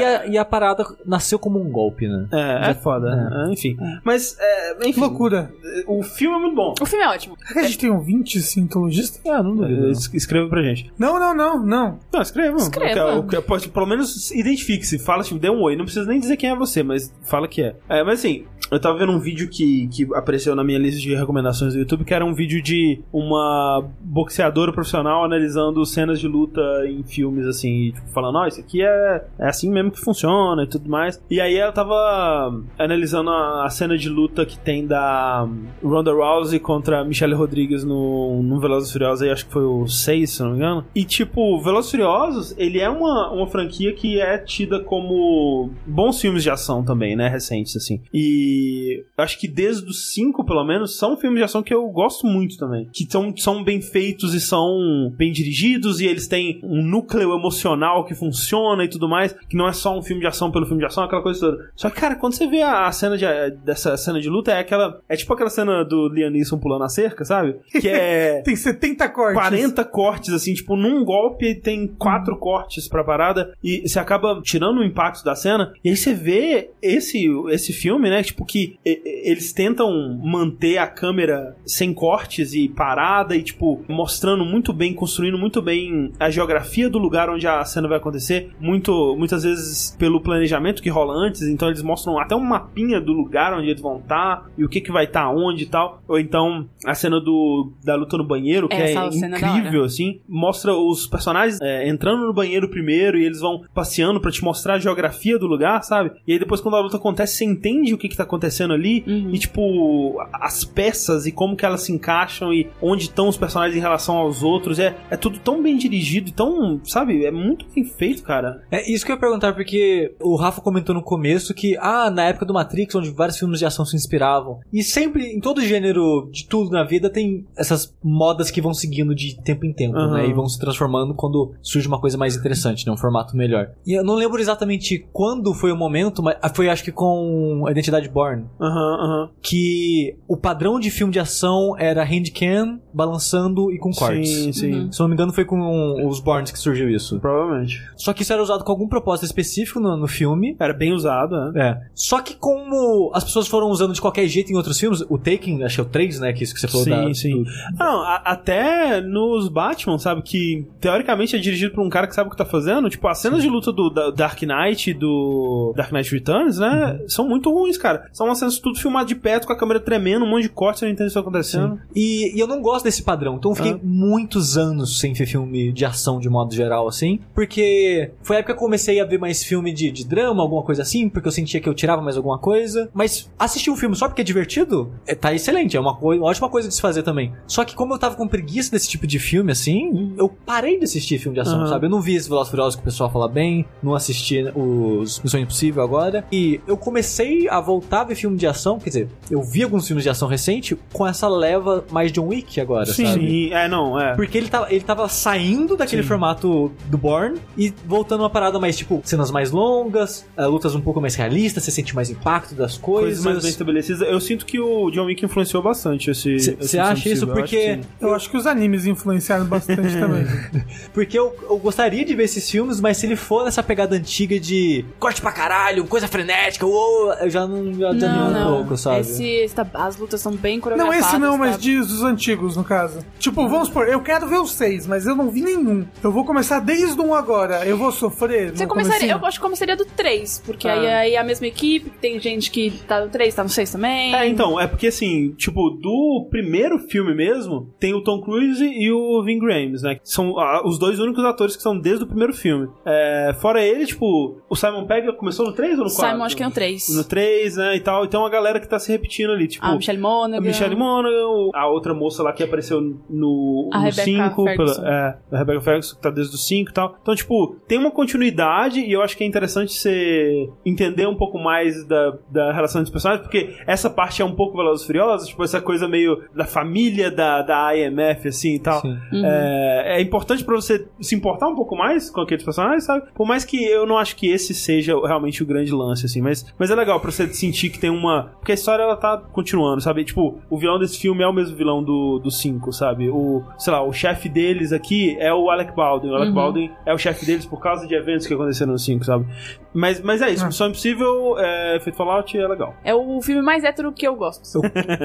Speaker 2: e a, e a parada nasceu como um golpe, né?
Speaker 3: É, é foda. né? Enfim. Mas, é,
Speaker 4: Que
Speaker 3: enfim,
Speaker 4: loucura.
Speaker 3: o filme é muito bom.
Speaker 1: O filme é ótimo.
Speaker 4: Será que a gente tem ouvintes cientologistas?
Speaker 2: Ah, não
Speaker 3: Es- Escreva pra gente.
Speaker 4: Não, não, não, não.
Speaker 3: Não, escreva.
Speaker 1: Escreva.
Speaker 3: Eu quero- eu quero- pode- pelo menos identifique-se. Fala, tipo, dê um oi. Não precisa nem dizer quem é você, mas fala que é. É, mas assim, eu tava vendo um vídeo que, que apareceu na minha lista de recomendações do YouTube, que era um vídeo de uma boxeadora profissional analisando cenas de luta em filmes, assim, e, tipo, falando, ó, isso aqui é, é assim mesmo que funciona e tudo mais. E aí ela tava analisando a, a cena de luta que tem da Ronda Rousey contra a Michelle Rodrigues no, no Velozes e Furiosos, aí acho que foi o 6, se não me engano. E tipo, Velozes e Furiosos, ele é uma, uma franquia que é tida como bons filmes de ação também, né, recentes assim. E acho que desde os 5, pelo menos, são filmes de ação que eu gosto muito também, que são, são bem feitos e são bem dirigidos e eles têm um núcleo emocional que funciona e tudo mais, que não é só um filme de ação pelo filme de ação, aquela coisa toda. Só que, cara, quando você vê a, a cena de, dessa cena de luta, é aquela. É tipo aquela cena do Liam Neeson pulando a cerca, sabe? Que é.
Speaker 4: Tem 70 cortes.
Speaker 3: 40 cortes, assim, tipo, num golpe tem quatro cortes pra parada e você acaba tirando o impacto da cena. E aí você vê esse, esse filme, né? Tipo, que e- e- eles tentam manter a câmera sem cortes e parada e, tipo, mostrando muito bem, construindo muito bem a geografia do lugar onde a cena vai acontecer. Muito, muitas vezes pelo planejamento que rola antes, então eles mostram até um mapinha do lugar onde eles vão estar e o que, que vai estar onde e tal. Ou então a cena do, da luta no banheiro, que
Speaker 1: Essa
Speaker 3: é
Speaker 1: cena é da
Speaker 3: incrível, assim. Mostra os personagens é, entrando no banheiro primeiro e eles vão passeando pra te mostrar a geografia do lugar, sabe? E aí depois quando a luta acontece, você entende o que, que tá acontecendo ali.
Speaker 1: Uhum.
Speaker 3: E, tipo, a- as peças e como que elas se encaixam e onde estão os personagens em relação aos outros. É, é tudo tão bem dirigido, e tão, sabe? É muito bem feito, cara.
Speaker 2: É isso que eu ia perguntar, porque o Rafa comentou no começo que, ah, na época do Matrix, onde vários filmes de ação se inspiravam. E sempre, em todo gênero de tudo na vida, tem essas modas que vão seguindo de tempo em tempo,
Speaker 3: Aham.
Speaker 2: né? E vão se transformando quando surge uma coisa mais interessante, né? Um formato melhor. E eu não lembro exatamente quando foi o momento, mas ah, foi acho que com a Identidade Born,
Speaker 3: Aham, aham.
Speaker 2: que o padrão de filme de ação era handcam, balançando e com cortes.
Speaker 3: Sim, sim.
Speaker 1: Uhum.
Speaker 2: Se não me engano, foi com os Borns que surgiu isso.
Speaker 3: Provavelmente.
Speaker 2: Só que isso era usado com algum propósito específico no, no filme.
Speaker 3: Era bem usado, né?
Speaker 2: É. Só que como as pessoas foram usando de qualquer jeito em outros filmes, o Taken, acho que é o 3, né? Que isso que você falou
Speaker 3: Sim,
Speaker 2: da,
Speaker 3: sim.
Speaker 2: do-
Speaker 3: Não, a- até nos Batman, sabe? Que teoricamente é dirigido por um cara que sabe o que tá fazendo.
Speaker 2: Uhum.
Speaker 3: Tipo, as cenas de luta do da- Dark Knight e do Dark Knight Returns, né? São muito ruins, cara. São umas cenas tudo filmado de perto, com a câmera tremendo, um monte de corte, você não entende o que tá acontecendo.
Speaker 2: E, e eu não gosto desse padrão. Então eu fiquei
Speaker 3: Ah.
Speaker 2: muitos anos sem ver filme de ação de modo geral, assim. Porque foi a época que eu comecei a ver mais filme de, de drama, alguma coisa assim, porque eu sentia que eu tirava mais alguma coisa. Mas assistir um filme só porque é divertido, é, tá excelente. É uma, coi- uma ótima coisa de se fazer também. Só que como eu tava com preguiça desse tipo de filme, assim, eu parei de assistir filme de ação,
Speaker 3: Aham.
Speaker 2: sabe? Eu não vi esse Velozes e Furiosos que o pessoal fala bem, não assisti os Missão Impossível agora. E eu comecei a voltar a ver filme de ação, quer dizer, eu vi alguns filmes de ação recente com essa leva mais John Wick agora, sabe?
Speaker 3: Sim, é, não, é.
Speaker 2: Porque ele tava, ele tava saindo daquele
Speaker 3: Sim.
Speaker 2: formato do Born e voltando uma parada mais, tipo, cenas mais longas, eh, lutas um pouco mais realistas, você sente mais impacto das coisas.
Speaker 3: Coisas mais bem estabelecidas. Eu sinto que o John Wick influenciou bastante esse.
Speaker 2: Cê-
Speaker 3: esse
Speaker 2: cê acha
Speaker 3: Missão
Speaker 2: isso?
Speaker 3: Impossível. Eu acho
Speaker 2: Porque-
Speaker 3: que sim.
Speaker 4: Eu acho que os animes influenciaram bastante também.
Speaker 2: Porque eu, eu gostaria de ver esses filmes, mas se ele for nessa pegada antiga de corte pra caralho, coisa frenética, uou, eu já não já desanimo um pouco, sabe?
Speaker 1: Esse, esta- as lutas são bem
Speaker 4: Não,
Speaker 1: coreografadas.
Speaker 4: esse não, mas
Speaker 1: tá?
Speaker 4: diz os antigos, no caso. Tipo, vamos supor, eu quero ver os seis, mas eu não vi nenhum. Eu vou começar desde um agora. Eu vou sofrer.
Speaker 1: Você
Speaker 4: no
Speaker 1: começaria,
Speaker 4: comecinho?
Speaker 1: eu acho que começaria do 3, porque
Speaker 3: Ah.
Speaker 1: aí, aí é a mesma equipe, tem gente que tá no 3, tá no 6 também.
Speaker 3: É, então, é porque assim, tipo, do primeiro filme mesmo, tem o Tom Cruise e o Vin Grames, né? Que São ah, os dois únicos atores que são desde o primeiro filme. É, fora ele, tipo, o Simon Pegg começou no 3 ou no 4?
Speaker 1: Simon acho que é no 3.
Speaker 3: No 3, né, e tal. Então a galera que tá se repetindo ali, tipo...
Speaker 1: a Ah, Michelle Monaghan.
Speaker 3: A Michelle Monaghan, a outra moça lá que apareceu no
Speaker 1: A
Speaker 3: no
Speaker 1: Rebecca
Speaker 3: 5,
Speaker 1: Ferguson.
Speaker 3: pela- é, a Rebecca Ferguson, que tá desde o 5 e tal. Então, tipo, tem uma continuidade e eu acho que é interessante você entender um pouco mais da, da relação dos personagens, porque essa parte é um pouco Velozes e Furiosos, tipo, essa coisa meio da família da, da IMF, assim, e tal.
Speaker 2: Sim.
Speaker 1: Uhum.
Speaker 3: É, é importante pra você se importar um pouco mais com aqueles personagens, sabe? Por mais que eu não acho que esse seja realmente o grande lance, assim, mas, mas é legal pra você sentir que tem uma. Porque a história ela tá continuando, sabe? Tipo, o vilão desse filme é o mesmo vilão do 5, sabe? O, sei lá, o chefe deles aqui é o Alec Baldwin. O Alec
Speaker 1: Uhum.
Speaker 3: Baldwin é o chefe deles por causa de eventos que aconteceram no 5, sabe? Mas, mas é isso, Missão Impossível, é, Feito Fallout é legal.
Speaker 1: É o filme mais hétero que eu gosto.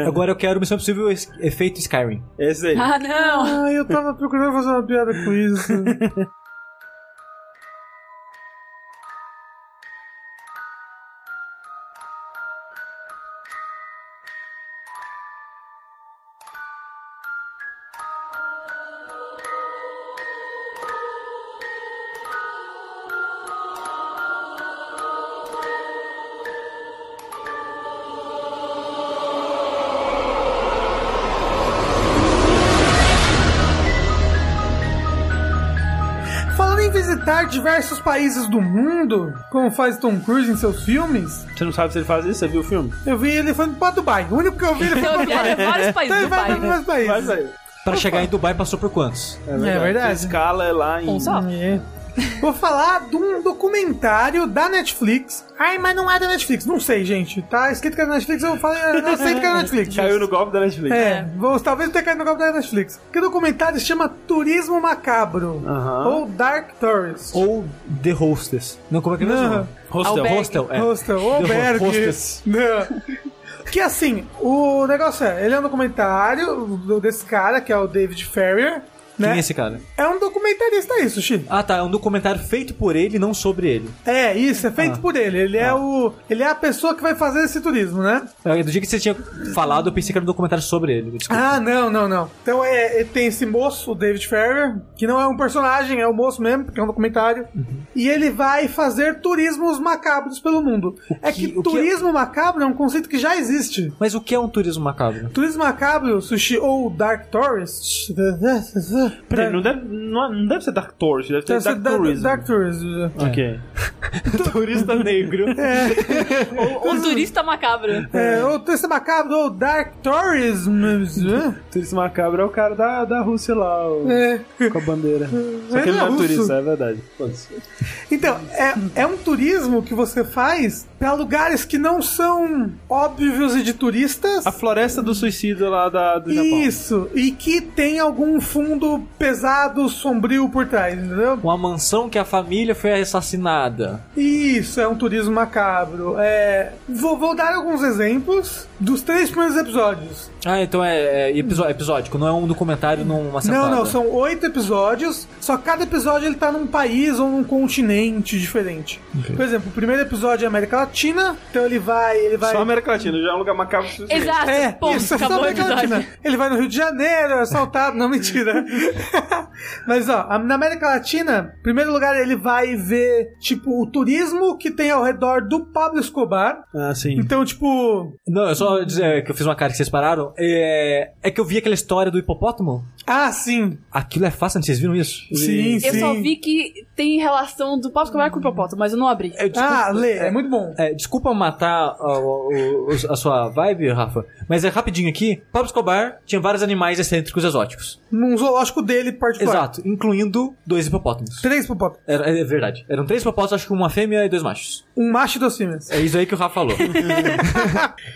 Speaker 2: Agora eu quero Missão Impossível es- efeito Skyrim.
Speaker 3: Esse aí.
Speaker 1: Ah, não!
Speaker 4: Ah, eu tava procurando fazer uma piada com isso. Falando em visitar diversos países do mundo, como faz Tom Cruise em seus filmes,
Speaker 3: Você não sabe se ele faz isso? Você viu o filme?
Speaker 4: eu vi ele foi pra Dubai. O único que eu vi ele foi
Speaker 1: Eu
Speaker 4: pra Dubai.
Speaker 1: viajo vários
Speaker 4: Então
Speaker 1: países
Speaker 4: ele
Speaker 1: do
Speaker 4: vai pra
Speaker 1: pai.
Speaker 4: vários países.
Speaker 3: né? Faz aí.
Speaker 2: Pra chegar em Dubai passou por quantos?
Speaker 3: É
Speaker 4: verdade.
Speaker 3: A escala é lá em.
Speaker 1: Um só?
Speaker 4: É. Vou falar de um documentário da Netflix. Ai, mas não é da Netflix. Não sei, gente. Tá escrito que é da Netflix, eu falei, eu não sei que é da Netflix.
Speaker 3: Caiu no golpe da Netflix.
Speaker 4: É, vou, talvez tenha caído no golpe da Netflix. Que o documentário se chama Turismo Macabro.
Speaker 3: Aham.
Speaker 4: Ou Dark Tourist.
Speaker 2: Ou The Hostess. Não, como é que é mesmo?
Speaker 4: Aham.
Speaker 2: Hostel.
Speaker 1: Albergue.
Speaker 2: Hostel, é.
Speaker 4: Hostel, ou
Speaker 2: The
Speaker 4: Berg.
Speaker 2: Hostess.
Speaker 4: Não. Que assim, o negócio é, ele é um documentário do- desse cara, que é o David Ferrier,
Speaker 2: Quem
Speaker 4: né?
Speaker 2: é esse cara?
Speaker 4: É um documentarista isso, Chico.
Speaker 2: Ah, tá. É um documentário feito por ele, não sobre ele.
Speaker 4: É, isso, é feito
Speaker 2: Ah.
Speaker 4: por ele. Ele é o. Ele é a pessoa que vai fazer esse turismo, né?
Speaker 2: É, Do dia que você tinha falado, eu pensei que era um documentário sobre ele. Desculpa.
Speaker 4: Ah, não, não, não. Então é, é- tem esse moço, o David Ferrer, que não é um personagem, é o moço mesmo, porque é um documentário.
Speaker 2: Uhum.
Speaker 4: E ele vai fazer turismos macabros pelo mundo. é
Speaker 2: que-
Speaker 4: que,
Speaker 2: o que é-
Speaker 4: turismo macabro é um conceito que já existe.
Speaker 2: Mas o que é um turismo macabro?
Speaker 4: Turismo macabro, sushi ou Dark Tourist.
Speaker 3: Peraí, não deve, não, não deve ser Dark Tourist, deve ser
Speaker 4: Deve ser
Speaker 3: Dark
Speaker 4: da-
Speaker 3: Tourism.
Speaker 4: Dark Tourism.
Speaker 3: Ok. Turista negro.
Speaker 1: O, o Um turista macabro.
Speaker 4: É, ou Turismo Macabro ou Dark Tourism.
Speaker 3: Turista macabro é o cara da, da Rússia lá, o-
Speaker 4: É.
Speaker 3: com a bandeira. Só
Speaker 4: Ele
Speaker 3: que ele
Speaker 4: é
Speaker 3: não é
Speaker 4: russo.
Speaker 3: turista, é verdade.
Speaker 4: Então, é, é um turismo que você faz pra lugares que não são óbvios e de turistas.
Speaker 3: A floresta do suicídio lá da, do Japão.
Speaker 4: Isso, e que tem algum fundo algo pesado, sombrio por trás, entendeu?
Speaker 2: Uma mansão que a família foi assassinada.
Speaker 4: Isso, é um turismo macabro. É, vou, vou dar alguns exemplos dos três primeiros episódios.
Speaker 2: Ah, então é, é episo- episódico, não é um documentário numa sentada.
Speaker 4: Não, não, são oito episódios, só cada episódio ele tá num país ou num continente diferente. Por exemplo, o primeiro episódio é América Latina, então ele vai. Ele vai
Speaker 3: Só América Latina, já é um lugar macabro.
Speaker 1: Exato,
Speaker 4: É,
Speaker 1: ponto,
Speaker 4: isso,
Speaker 1: acabou
Speaker 4: só
Speaker 1: o
Speaker 4: vai que
Speaker 1: episódio.
Speaker 4: Latina. Ele vai no Rio de Janeiro, é assaltado, não, mentira. Mas, ó, a- na América Latina, em primeiro lugar, ele vai ver, tipo, o turismo que tem ao redor do Pablo Escobar.
Speaker 3: Ah, sim.
Speaker 4: Então, tipo,
Speaker 2: Não, eu só dizer que eu fiz uma cara que vocês pararam. É, é que eu vi aquela história do hipopótamo.
Speaker 4: ah, sim,
Speaker 2: Aquilo é fácil, vocês viram isso?
Speaker 4: sim, sim.
Speaker 1: Eu só vi que tem relação do Pablo Escobar com o Propósito, mas eu não abri.
Speaker 2: É, desculpa-
Speaker 4: Ah, Lê, é muito bom.
Speaker 2: É, desculpa matar ó, o- o- a sua vibe, Rafa, mas é rapidinho aqui. Pablo Escobar tinha vários animais excêntricos exóticos.
Speaker 4: Num zoológico dele particular.
Speaker 2: Exato, incluindo dois hipopótamos.
Speaker 4: Três pro pop.
Speaker 2: Era- é verdade. Eram três hipopótamos, acho que uma fêmea e dois machos.
Speaker 4: Um macho e dois fêmeas.
Speaker 2: É isso aí que o Rafa falou.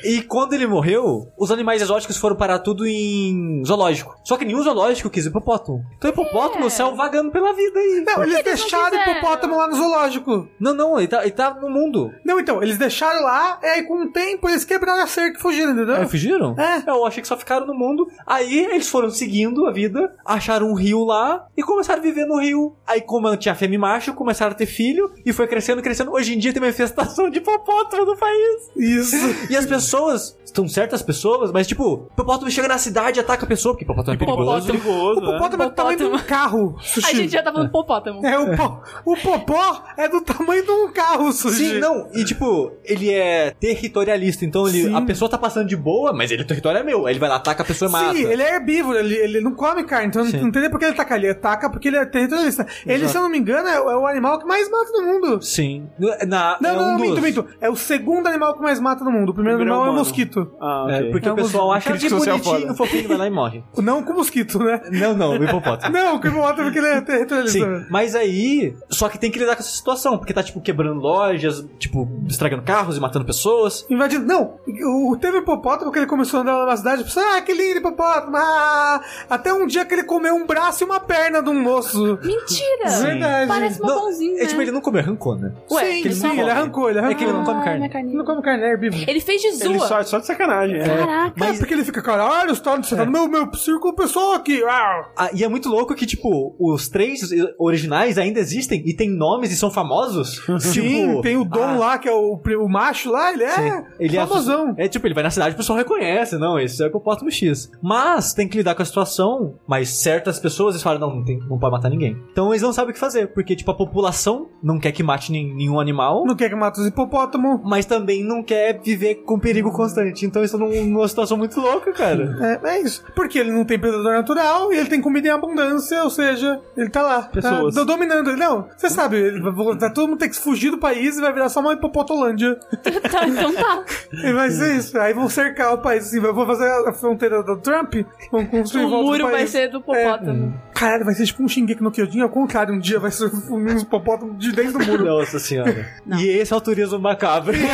Speaker 2: e quando ele morreu, os animais exóticos foram parar tudo em zoológico. Só que nenhum zoológico quis hipopótamo. Então hipopótamo saiu vagando pela vida aí.
Speaker 4: Não, eles deixaram o
Speaker 1: fizeram?
Speaker 4: hipopótamo lá no zoológico.
Speaker 2: Não, não, ele tá, ele tá no mundo.
Speaker 4: Não, então, eles deixaram lá, e aí com o tempo eles quebraram a cerca e fugiram, entendeu?
Speaker 2: Ah, fugiram?
Speaker 4: É.
Speaker 2: Eu achei que só ficaram no mundo. Aí eles foram seguindo a vida, acharam um rio lá e começaram a viver no rio. Aí, como não tinha fêmea e macho, começaram a ter filho e foi crescendo, crescendo. Hoje em dia tem uma infestação de hipopótamo no país.
Speaker 4: Isso.
Speaker 2: E as pessoas, estão certas pessoas, mas tipo, hipopótamo chega na cidade e ataca a pessoa, porque hipopótamo é perigoso.
Speaker 1: Hipopótamo.
Speaker 3: Perigoso,
Speaker 4: O
Speaker 3: né?
Speaker 4: hipopótamo é do tamanho de um
Speaker 1: Hipopótamo.
Speaker 4: carro.
Speaker 1: A
Speaker 4: Sushi.
Speaker 1: gente já tá falando Popótamo.
Speaker 4: É, o, po... o popó é do tamanho de um carro, Sushi.
Speaker 2: Sim, não, e tipo, ele é territorialista, então ele,
Speaker 4: Sim.
Speaker 2: a pessoa tá passando de boa, mas ele, o território é meu. Aí ele vai lá, ataca, a pessoa e mata.
Speaker 4: Sim, ele é herbívoro, ele, ele não come carne, então
Speaker 2: Sim.
Speaker 4: não tem nem por que ele tacar. Ele ataca porque ele é territorialista. Ele, se eu não me engano, é, o- é o animal que mais mata no mundo.
Speaker 2: Sim. Na,
Speaker 4: Não,
Speaker 2: é
Speaker 4: não,
Speaker 2: um
Speaker 4: não,
Speaker 2: dos.
Speaker 4: minto, minto. É o segundo animal que mais mata no mundo. O primeiro
Speaker 3: Primeiro
Speaker 4: animal é o
Speaker 3: humano.
Speaker 4: mosquito.
Speaker 3: Ah,
Speaker 2: É,
Speaker 3: ok.
Speaker 2: porque o
Speaker 4: Vamos-
Speaker 2: pessoal acha
Speaker 3: Cara,
Speaker 2: que
Speaker 3: que você é
Speaker 2: bonitinho,
Speaker 3: foda.
Speaker 2: fofinho, vai lá e morre.
Speaker 4: Não com mosquito, né?
Speaker 2: Não, não, o hipopótamo.
Speaker 4: Não, com o hipopótamo porque ele é
Speaker 2: Sim,
Speaker 4: territorialista. né?
Speaker 2: mas aí, só que tem que lidar com essa situação, porque tá, tipo, quebrando lojas, tipo, estragando carros e matando pessoas.
Speaker 4: Invadindo. Não, o, teve hipopótamo que ele começou a andar lá na cidade. e pensou, Ah, que lindo hipopótamo. ah." até um dia que ele comeu um braço e uma perna de um moço. É
Speaker 1: Mentira!
Speaker 2: Sim.
Speaker 4: Verdade.
Speaker 1: Então, Parece uma
Speaker 2: Não,
Speaker 1: mãozinha.
Speaker 2: é tipo, ele não comeu arrancou, né?
Speaker 1: Ué,
Speaker 4: sim,
Speaker 1: ele
Speaker 4: sim,
Speaker 1: só
Speaker 4: ele
Speaker 2: come.
Speaker 4: arrancou, ele arrancou.
Speaker 2: É que ele não come
Speaker 1: Ai,
Speaker 2: carne.
Speaker 1: minha carninha.
Speaker 4: Ele não come carne, é herbívoro.
Speaker 1: Ele fez de
Speaker 3: Ele
Speaker 1: zoa.
Speaker 3: só, só de sacanagem. é.
Speaker 1: Caraca.
Speaker 4: Mas... É porque ele fica, caralho, você tá, você tá no
Speaker 1: É.
Speaker 4: meu, meu círculo pessoal aqui. Ah,
Speaker 2: Ah, e é muito louco que, tipo, os três originais ainda existem e tem nomes e são famosos.
Speaker 4: Sim,
Speaker 2: Tipo,
Speaker 4: tem o Dom
Speaker 2: ah,
Speaker 4: lá, que é o, pri- o macho lá, ele é
Speaker 2: Sim, ele é
Speaker 4: famosão.
Speaker 2: É tipo, ele vai na cidade e o pessoal reconhece, não, esse é o Hipopótamo X. Mas tem que lidar com a situação, mas certas pessoas eles falam, não, não, tem- não pode matar ninguém. Então eles não sabem o que fazer, porque tipo, a população não quer que mate nen- nenhum animal,
Speaker 4: Não quer que mata os hipopótamo.
Speaker 2: mas também não quer viver com perigo constante. Então isso é num- numa situação muito louca, cara.
Speaker 4: É, é isso. Porque ele não tem predador natural e ele tem comida em abundância, ou seja, ele tá lá. tá
Speaker 3: Pessoas.
Speaker 4: do- dominando ele. Não, você sabe, ele vai voltar- todo mundo tem que fugir do país e vai virar só uma hipopotolândia.
Speaker 1: Tá, então tá.
Speaker 4: E vai ser isso. Aí vão cercar o país assim, vão fazer a fronteira do Trump, vão construir em
Speaker 1: O
Speaker 4: volta do
Speaker 1: muro vai
Speaker 4: país.
Speaker 1: ser do Popótamo.
Speaker 4: Caralho, vai ser tipo um Shingeki no Kyojin, ao contrário, um dia vai ser um hipopótamo de dentro do muro.
Speaker 2: Nossa senhora.
Speaker 1: Não.
Speaker 2: E esse é o turismo macabro.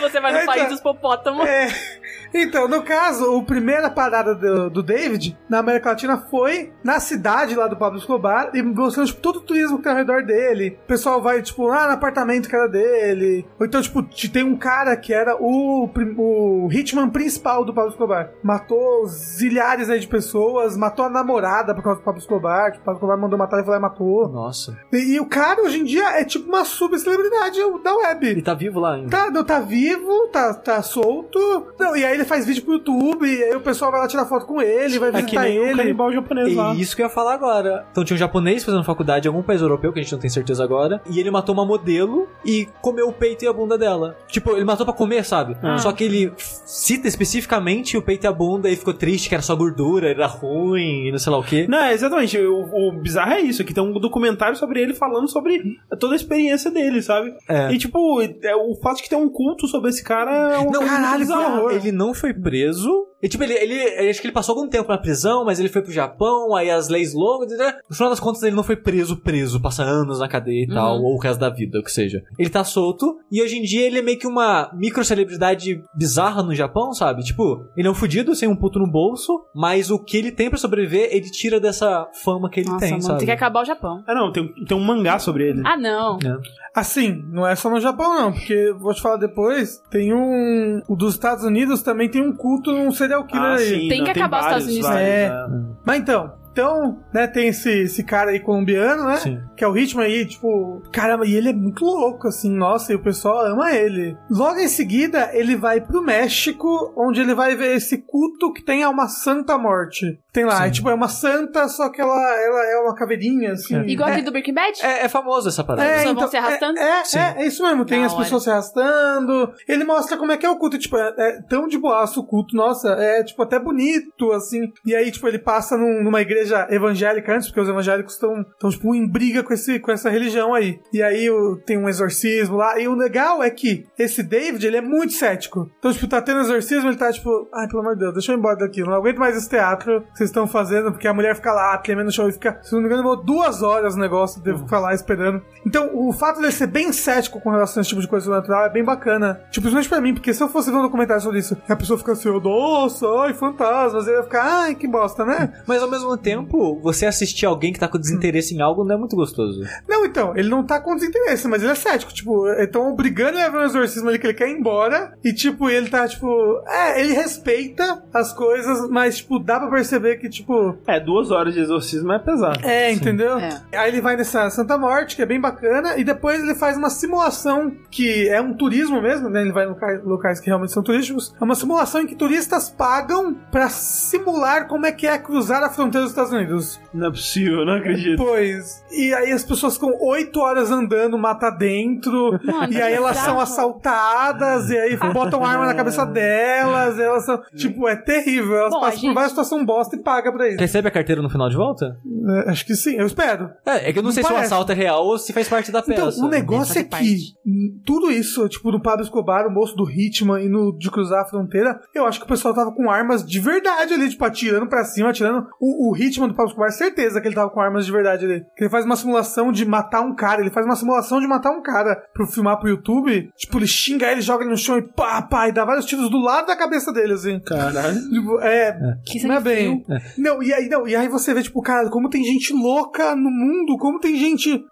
Speaker 1: Você vai no
Speaker 4: Eita.
Speaker 1: país dos Popótamos.
Speaker 4: É. Então, no caso, a primeira parada do, do David na América Latina foi na cidade lá do Pablo Escobar e mostrando tipo, todo o turismo que tem ao redor dele. O pessoal vai, tipo, lá no apartamento que era dele. Ou então, tipo, te- tem um cara que era o, prim- o hitman principal do Pablo Escobar. Matou zilhares aí de pessoas, matou a namorada por causa do Pablo Escobar. que o Pablo Escobar mandou matar e falou, "Ah, matou.
Speaker 2: Nossa.
Speaker 4: E, e o cara, hoje em dia, é tipo uma subcelebridade da web.
Speaker 2: Ele tá vivo lá ainda.
Speaker 4: Tá, não, tá vivo, tá, tá solto. Não, e aí ele faz vídeo pro YouTube, e aí o pessoal vai lá tirar foto com ele, vai
Speaker 3: É que
Speaker 4: visitar
Speaker 3: nem o
Speaker 4: ele.
Speaker 3: canibal japonês lá.
Speaker 2: E É isso que eu ia falar agora. Então tinha um japonês fazendo faculdade em algum país europeu, que a gente não tem certeza agora, e ele matou uma modelo e comeu o peito e a bunda dela. Tipo, ele matou pra comer, sabe?
Speaker 3: Ah.
Speaker 2: Só que ele cita especificamente o peito e a bunda e ficou triste que era só gordura, era ruim e não sei lá o quê.
Speaker 3: Não, é exatamente. O, o bizarro é isso, que tem um documentário sobre ele falando sobre toda a experiência dele, sabe?
Speaker 2: É.
Speaker 3: E tipo, é, o fato de que tem um culto sobre esse cara é um
Speaker 2: Não,
Speaker 3: bizarro.
Speaker 2: ele não foi preso, E tipo, ele, ele, ele- Acho que ele passou algum tempo na prisão, mas ele foi pro Japão, aí as leis longas, né? No final das contas, ele não foi preso, preso, passa anos na cadeia e
Speaker 1: Uhum.
Speaker 2: tal, ou o resto da vida, o que seja. Ele tá solto, e hoje em dia ele é meio que uma microcelebridade bizarra no Japão, sabe? Tipo, ele é um fudido, sem um puto no bolso, mas o que ele tem pra sobreviver, ele tira dessa fama que ele
Speaker 1: Nossa,
Speaker 2: tem,
Speaker 1: mano,
Speaker 2: sabe?
Speaker 1: tem que acabar o Japão.
Speaker 3: Ah, não, tem, tem um mangá sobre ele.
Speaker 1: Ah, não.
Speaker 4: Assim, não é só no Japão, não, porque vou te falar depois, tem um. O dos Estados Unidos também tem um culto num serial killer
Speaker 3: Ah, é
Speaker 4: aí.
Speaker 1: Tem que acabar os Estados Unidos,
Speaker 4: né?
Speaker 3: né?
Speaker 4: Mas então, então, né, tem esse, esse cara aí colombiano, né?
Speaker 2: Sim.
Speaker 4: Que é o ritmo aí, tipo, caramba, e ele é muito louco, assim, nossa, e o pessoal ama ele. Logo em seguida, ele vai pro México, onde ele vai ver esse culto que tem a uma santa morte. Tem lá,
Speaker 2: Sim.
Speaker 4: é tipo, é uma santa, só que ela, ela é uma caveirinha, assim.
Speaker 2: É.
Speaker 1: Igual
Speaker 4: é,
Speaker 1: aquele do Breaking Bad?
Speaker 2: É, é famoso essa parada.
Speaker 1: pessoas vão se arrastando?
Speaker 4: É, é,
Speaker 2: Sim.
Speaker 4: é, é isso mesmo. Tem
Speaker 1: Da
Speaker 4: as
Speaker 1: hora.
Speaker 4: pessoas se arrastando. Ele mostra como é que é o culto. Tipo, é, é tão de boaço o culto. Nossa, é, tipo, até bonito, assim. E aí, tipo, ele passa num- numa igreja evangélica antes, porque os evangélicos estão, tão, tipo, em briga com, esse, com essa religião aí. E aí o- tem um exorcismo lá. E o legal é que esse David, ele é muito cético. Então, tipo, tá tendo exorcismo, ele tá, tipo, ai, pelo amor de Deus, deixa eu ir embora daqui. Não aguento mais esse teatro que vocês estão fazendo, porque a mulher fica lá, tremendo no chão e fica, se não me engano, levou duas horas o negócio, devo ficar lá esperando. Então, o fato dele ser bem cético com relação a esse tipo de coisa natural é bem bacana. Tipo, principalmente pra mim, porque se eu fosse ver um documentário sobre isso, a pessoa fica assim, nossa, ai, fantasmas, eu ia ficar, ai, que bosta, né?
Speaker 2: Mas ao mesmo tempo, você assistir alguém que tá com desinteresse em algo não é muito gostoso.
Speaker 4: Não, então, ele não tá com desinteresse, mas ele é cético. Tipo, estão obrigando ele a ver um exorcismo ali que ele quer ir embora. E, tipo, ele tá, tipo. É, ele respeita as coisas, mas, tipo, dá pra perceber que, tipo.
Speaker 3: É, duas horas de exorcismo é pesado.
Speaker 4: É, entendeu?
Speaker 1: É.
Speaker 4: Aí ele vai nessa Santa Morte, que é bem bacana, e depois ele faz uma simulação que é um turismo mesmo, né? Ele vai em loca- locais que realmente são turísticos. É uma simulação em que turistas pagam pra simular como é que é cruzar a fronteira dos Estados Unidos.
Speaker 3: Não é possível, não acredito.
Speaker 4: Pois. E aí as pessoas ficam oito horas andando, mata dentro.
Speaker 1: Mano,
Speaker 4: e aí elas
Speaker 1: bizarro.
Speaker 4: são assaltadas, e aí botam arma na cabeça delas, e elas são. Tipo, é terrível. Elas
Speaker 1: Bom, a
Speaker 4: passam
Speaker 1: gente-
Speaker 4: por várias situações bosta e pagam pra isso.
Speaker 2: Recebe a carteira no final de volta?
Speaker 4: É, Acho que sim, eu espero.
Speaker 2: É, é que eu não,
Speaker 4: Não
Speaker 2: sei se o
Speaker 4: parece.
Speaker 2: assalto é real ou se faz parte da peça.
Speaker 4: Então, o negócio
Speaker 1: fazer
Speaker 4: é que
Speaker 1: parte.
Speaker 4: hum, tudo isso, tipo, do Pablo Escobar, o moço do Hitman e no de cruzar a fronteira, eu acho que o pessoal tava com armas de verdade ali, tipo, atirando pra cima, atirando. O, o Hitman do Pablo Escobar, certeza que ele tava com armas de verdade ali. Que ele faz uma simulação de matar um cara, ele faz uma simulação de matar um cara pro filmar pro YouTube, tipo, ele xinga ele, joga ele no chão e pá, pá, e dá vários tiros do lado da cabeça dele, assim.
Speaker 3: Caralho.
Speaker 4: Tipo, é,
Speaker 1: Que
Speaker 4: não é
Speaker 1: sangue frio.
Speaker 4: bem. Não, e aí, não, e aí você vê, tipo, cara, como tem gente louca no mundo, como tem gente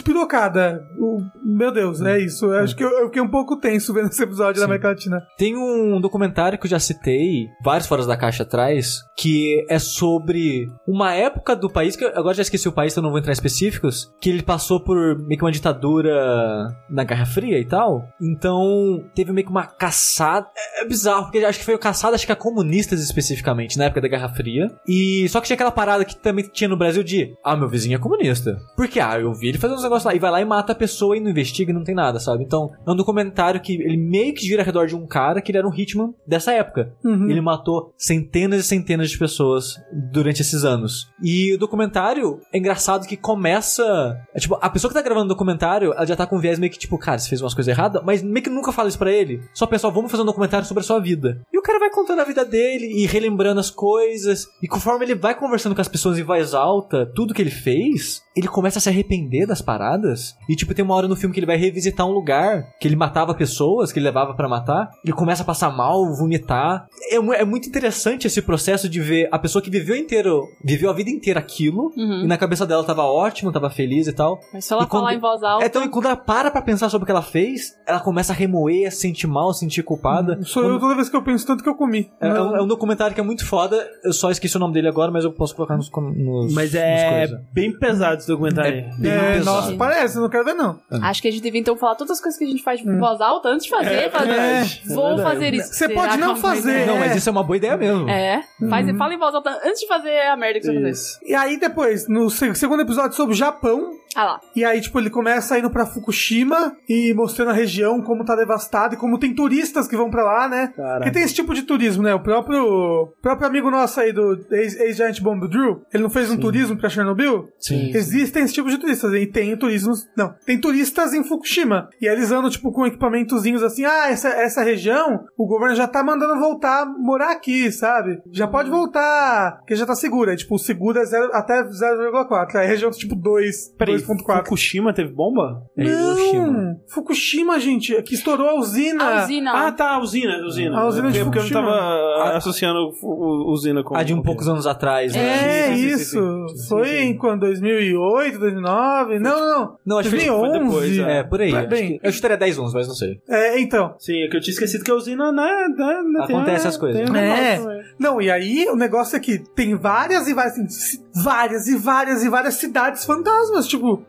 Speaker 4: despirocada. O- meu Deus,
Speaker 2: Hum.
Speaker 4: é isso. Eu acho que eu, eu fiquei um pouco tenso vendo esse episódio da América Latina.
Speaker 2: Tem um documentário que eu já citei, vários fora da caixa atrás, que é sobre uma época do país, que eu agora já esqueci o país, então eu não vou entrar em específicos, que ele passou por meio que uma ditadura na Guerra Fria e tal. Então, teve meio que uma caçada. É, é bizarro, porque acho que foi caçada, acho que a comunistas especificamente, na época da Guerra Fria. E só que tinha aquela parada que também tinha no Brasil de, ah, meu vizinho é comunista. Porque, ah, eu vi ele fazer uns negócios lá, e vai lá e mata a pessoa e não investiga e não tem nada, sabe? Então, é um documentário que ele meio que gira ao redor de um cara que ele era um hitman dessa época.
Speaker 4: Uhum.
Speaker 2: Ele matou centenas e centenas de pessoas durante esses anos. E o documentário é engraçado que começa. É, tipo, a pessoa que tá gravando o documentário, ela já tá com um viés meio que tipo, cara, você fez umas coisas erradas, mas meio que nunca fala isso pra ele. Só pessoal, vamos fazer um documentário sobre a sua vida. E o cara vai contando a vida dele e relembrando as coisas. E conforme ele vai conversando com as pessoas em voz alta, tudo que ele fez, ele começa a se arrepender das paradas. E, tipo, tem uma hora no filme que ele vai revisitar um lugar que ele matava pessoas, que ele levava pra matar. Ele começa a passar mal, vomitar. É, mu- é muito interessante esse processo de ver a pessoa que viveu inteiro, viveu a vida inteira aquilo. E
Speaker 1: Uhum.
Speaker 2: na cabeça dela tava ótimo, tava feliz e tal.
Speaker 1: Mas só ela
Speaker 2: E quando-
Speaker 1: falar em voz alta.
Speaker 2: Então, e quando ela para pra pensar sobre o que ela fez, ela começa a remoer, a se sentir mal, a se sentir culpada.
Speaker 4: Sou eu toda vez que eu penso tanto que eu comi.
Speaker 2: É, é
Speaker 4: Não.
Speaker 2: um, é um documentário que é muito foda. Eu só esqueci o nome dele agora, mas eu posso colocar nos. com- nos
Speaker 3: Mas
Speaker 2: nos
Speaker 3: é
Speaker 2: coisa.
Speaker 3: bem pesado esse documentário.
Speaker 2: É
Speaker 3: aí.
Speaker 2: bem
Speaker 4: É,
Speaker 2: pesado.
Speaker 4: nossa, parece, não quero ver, não.
Speaker 1: Acho que a gente devia então falar todas as coisas que a gente faz tipo, em voz alta antes de fazer. fazer
Speaker 3: verdade, é
Speaker 1: Vou
Speaker 3: verdade.
Speaker 1: fazer isso.
Speaker 4: Hum. Você
Speaker 1: Será
Speaker 4: pode
Speaker 1: que
Speaker 4: não
Speaker 1: é uma boa
Speaker 4: fazer, Hum.
Speaker 1: ideia?
Speaker 2: Não, mas isso é uma boa ideia mesmo.
Speaker 1: É, faz, fala em voz alta antes de fazer a merda que você vai fazer.
Speaker 3: Isso.
Speaker 4: E aí depois, no se- segundo episódio sobre o Japão,
Speaker 1: Ah lá.
Speaker 4: E aí, tipo, ele começa indo pra Fukushima e mostrando a região, como tá devastada e como tem turistas que vão pra lá, né?
Speaker 3: Caraca.
Speaker 4: Porque tem esse tipo de turismo, né? O próprio, o próprio amigo nosso aí do do ex- ex-Giant Bomb Drew, ele não fez um turismo pra Chernobyl?
Speaker 2: Sim.
Speaker 4: Existem esse tipo de turistas. E tem turismos. Não, tem turistas em Fukushima. E eles andam, tipo, com equipamentozinhos assim. Ah, essa, essa região, o governo já tá mandando voltar a morar aqui, sabe? Já pode voltar, que já tá segura. E, tipo, segura é zero, até 0,4. Aí a região, tipo, 2,
Speaker 3: Peraí,
Speaker 4: 2,4.
Speaker 3: Fukushima teve bomba?
Speaker 2: É Hiroshima.
Speaker 4: Não, Hum, Fukushima, gente, que estourou a usina.
Speaker 1: A usina.
Speaker 3: Ah, tá, a usina, a usina.
Speaker 4: A usina de
Speaker 3: É porque eu não
Speaker 4: Fukushima.
Speaker 3: tava ah, associando fu- u- usina com...
Speaker 2: Há de um
Speaker 3: com-
Speaker 2: poucos anos atrás, né?
Speaker 4: É
Speaker 3: Sim, sim, sim,
Speaker 4: isso.
Speaker 3: sim, sim.
Speaker 4: Foi
Speaker 3: Sim, sim.
Speaker 4: em quando? 2008, 2009? Não, não, não.
Speaker 2: Não, acho que foi
Speaker 4: 2011.
Speaker 3: depois,
Speaker 2: É, por aí.
Speaker 4: Tá
Speaker 2: Acho
Speaker 4: bem.
Speaker 2: que- Eu chutaria 10, 11, mas não sei.
Speaker 4: É, então.
Speaker 3: Sim, é que eu tinha esquecido que a usina, né... né, né, tem-
Speaker 2: Acontece as coisas.
Speaker 3: tem um
Speaker 4: É.
Speaker 3: negócio, é.
Speaker 4: Não, e aí o negócio é que tem várias e várias, assim, ci- várias e várias e várias cidades fantasmas, tipo,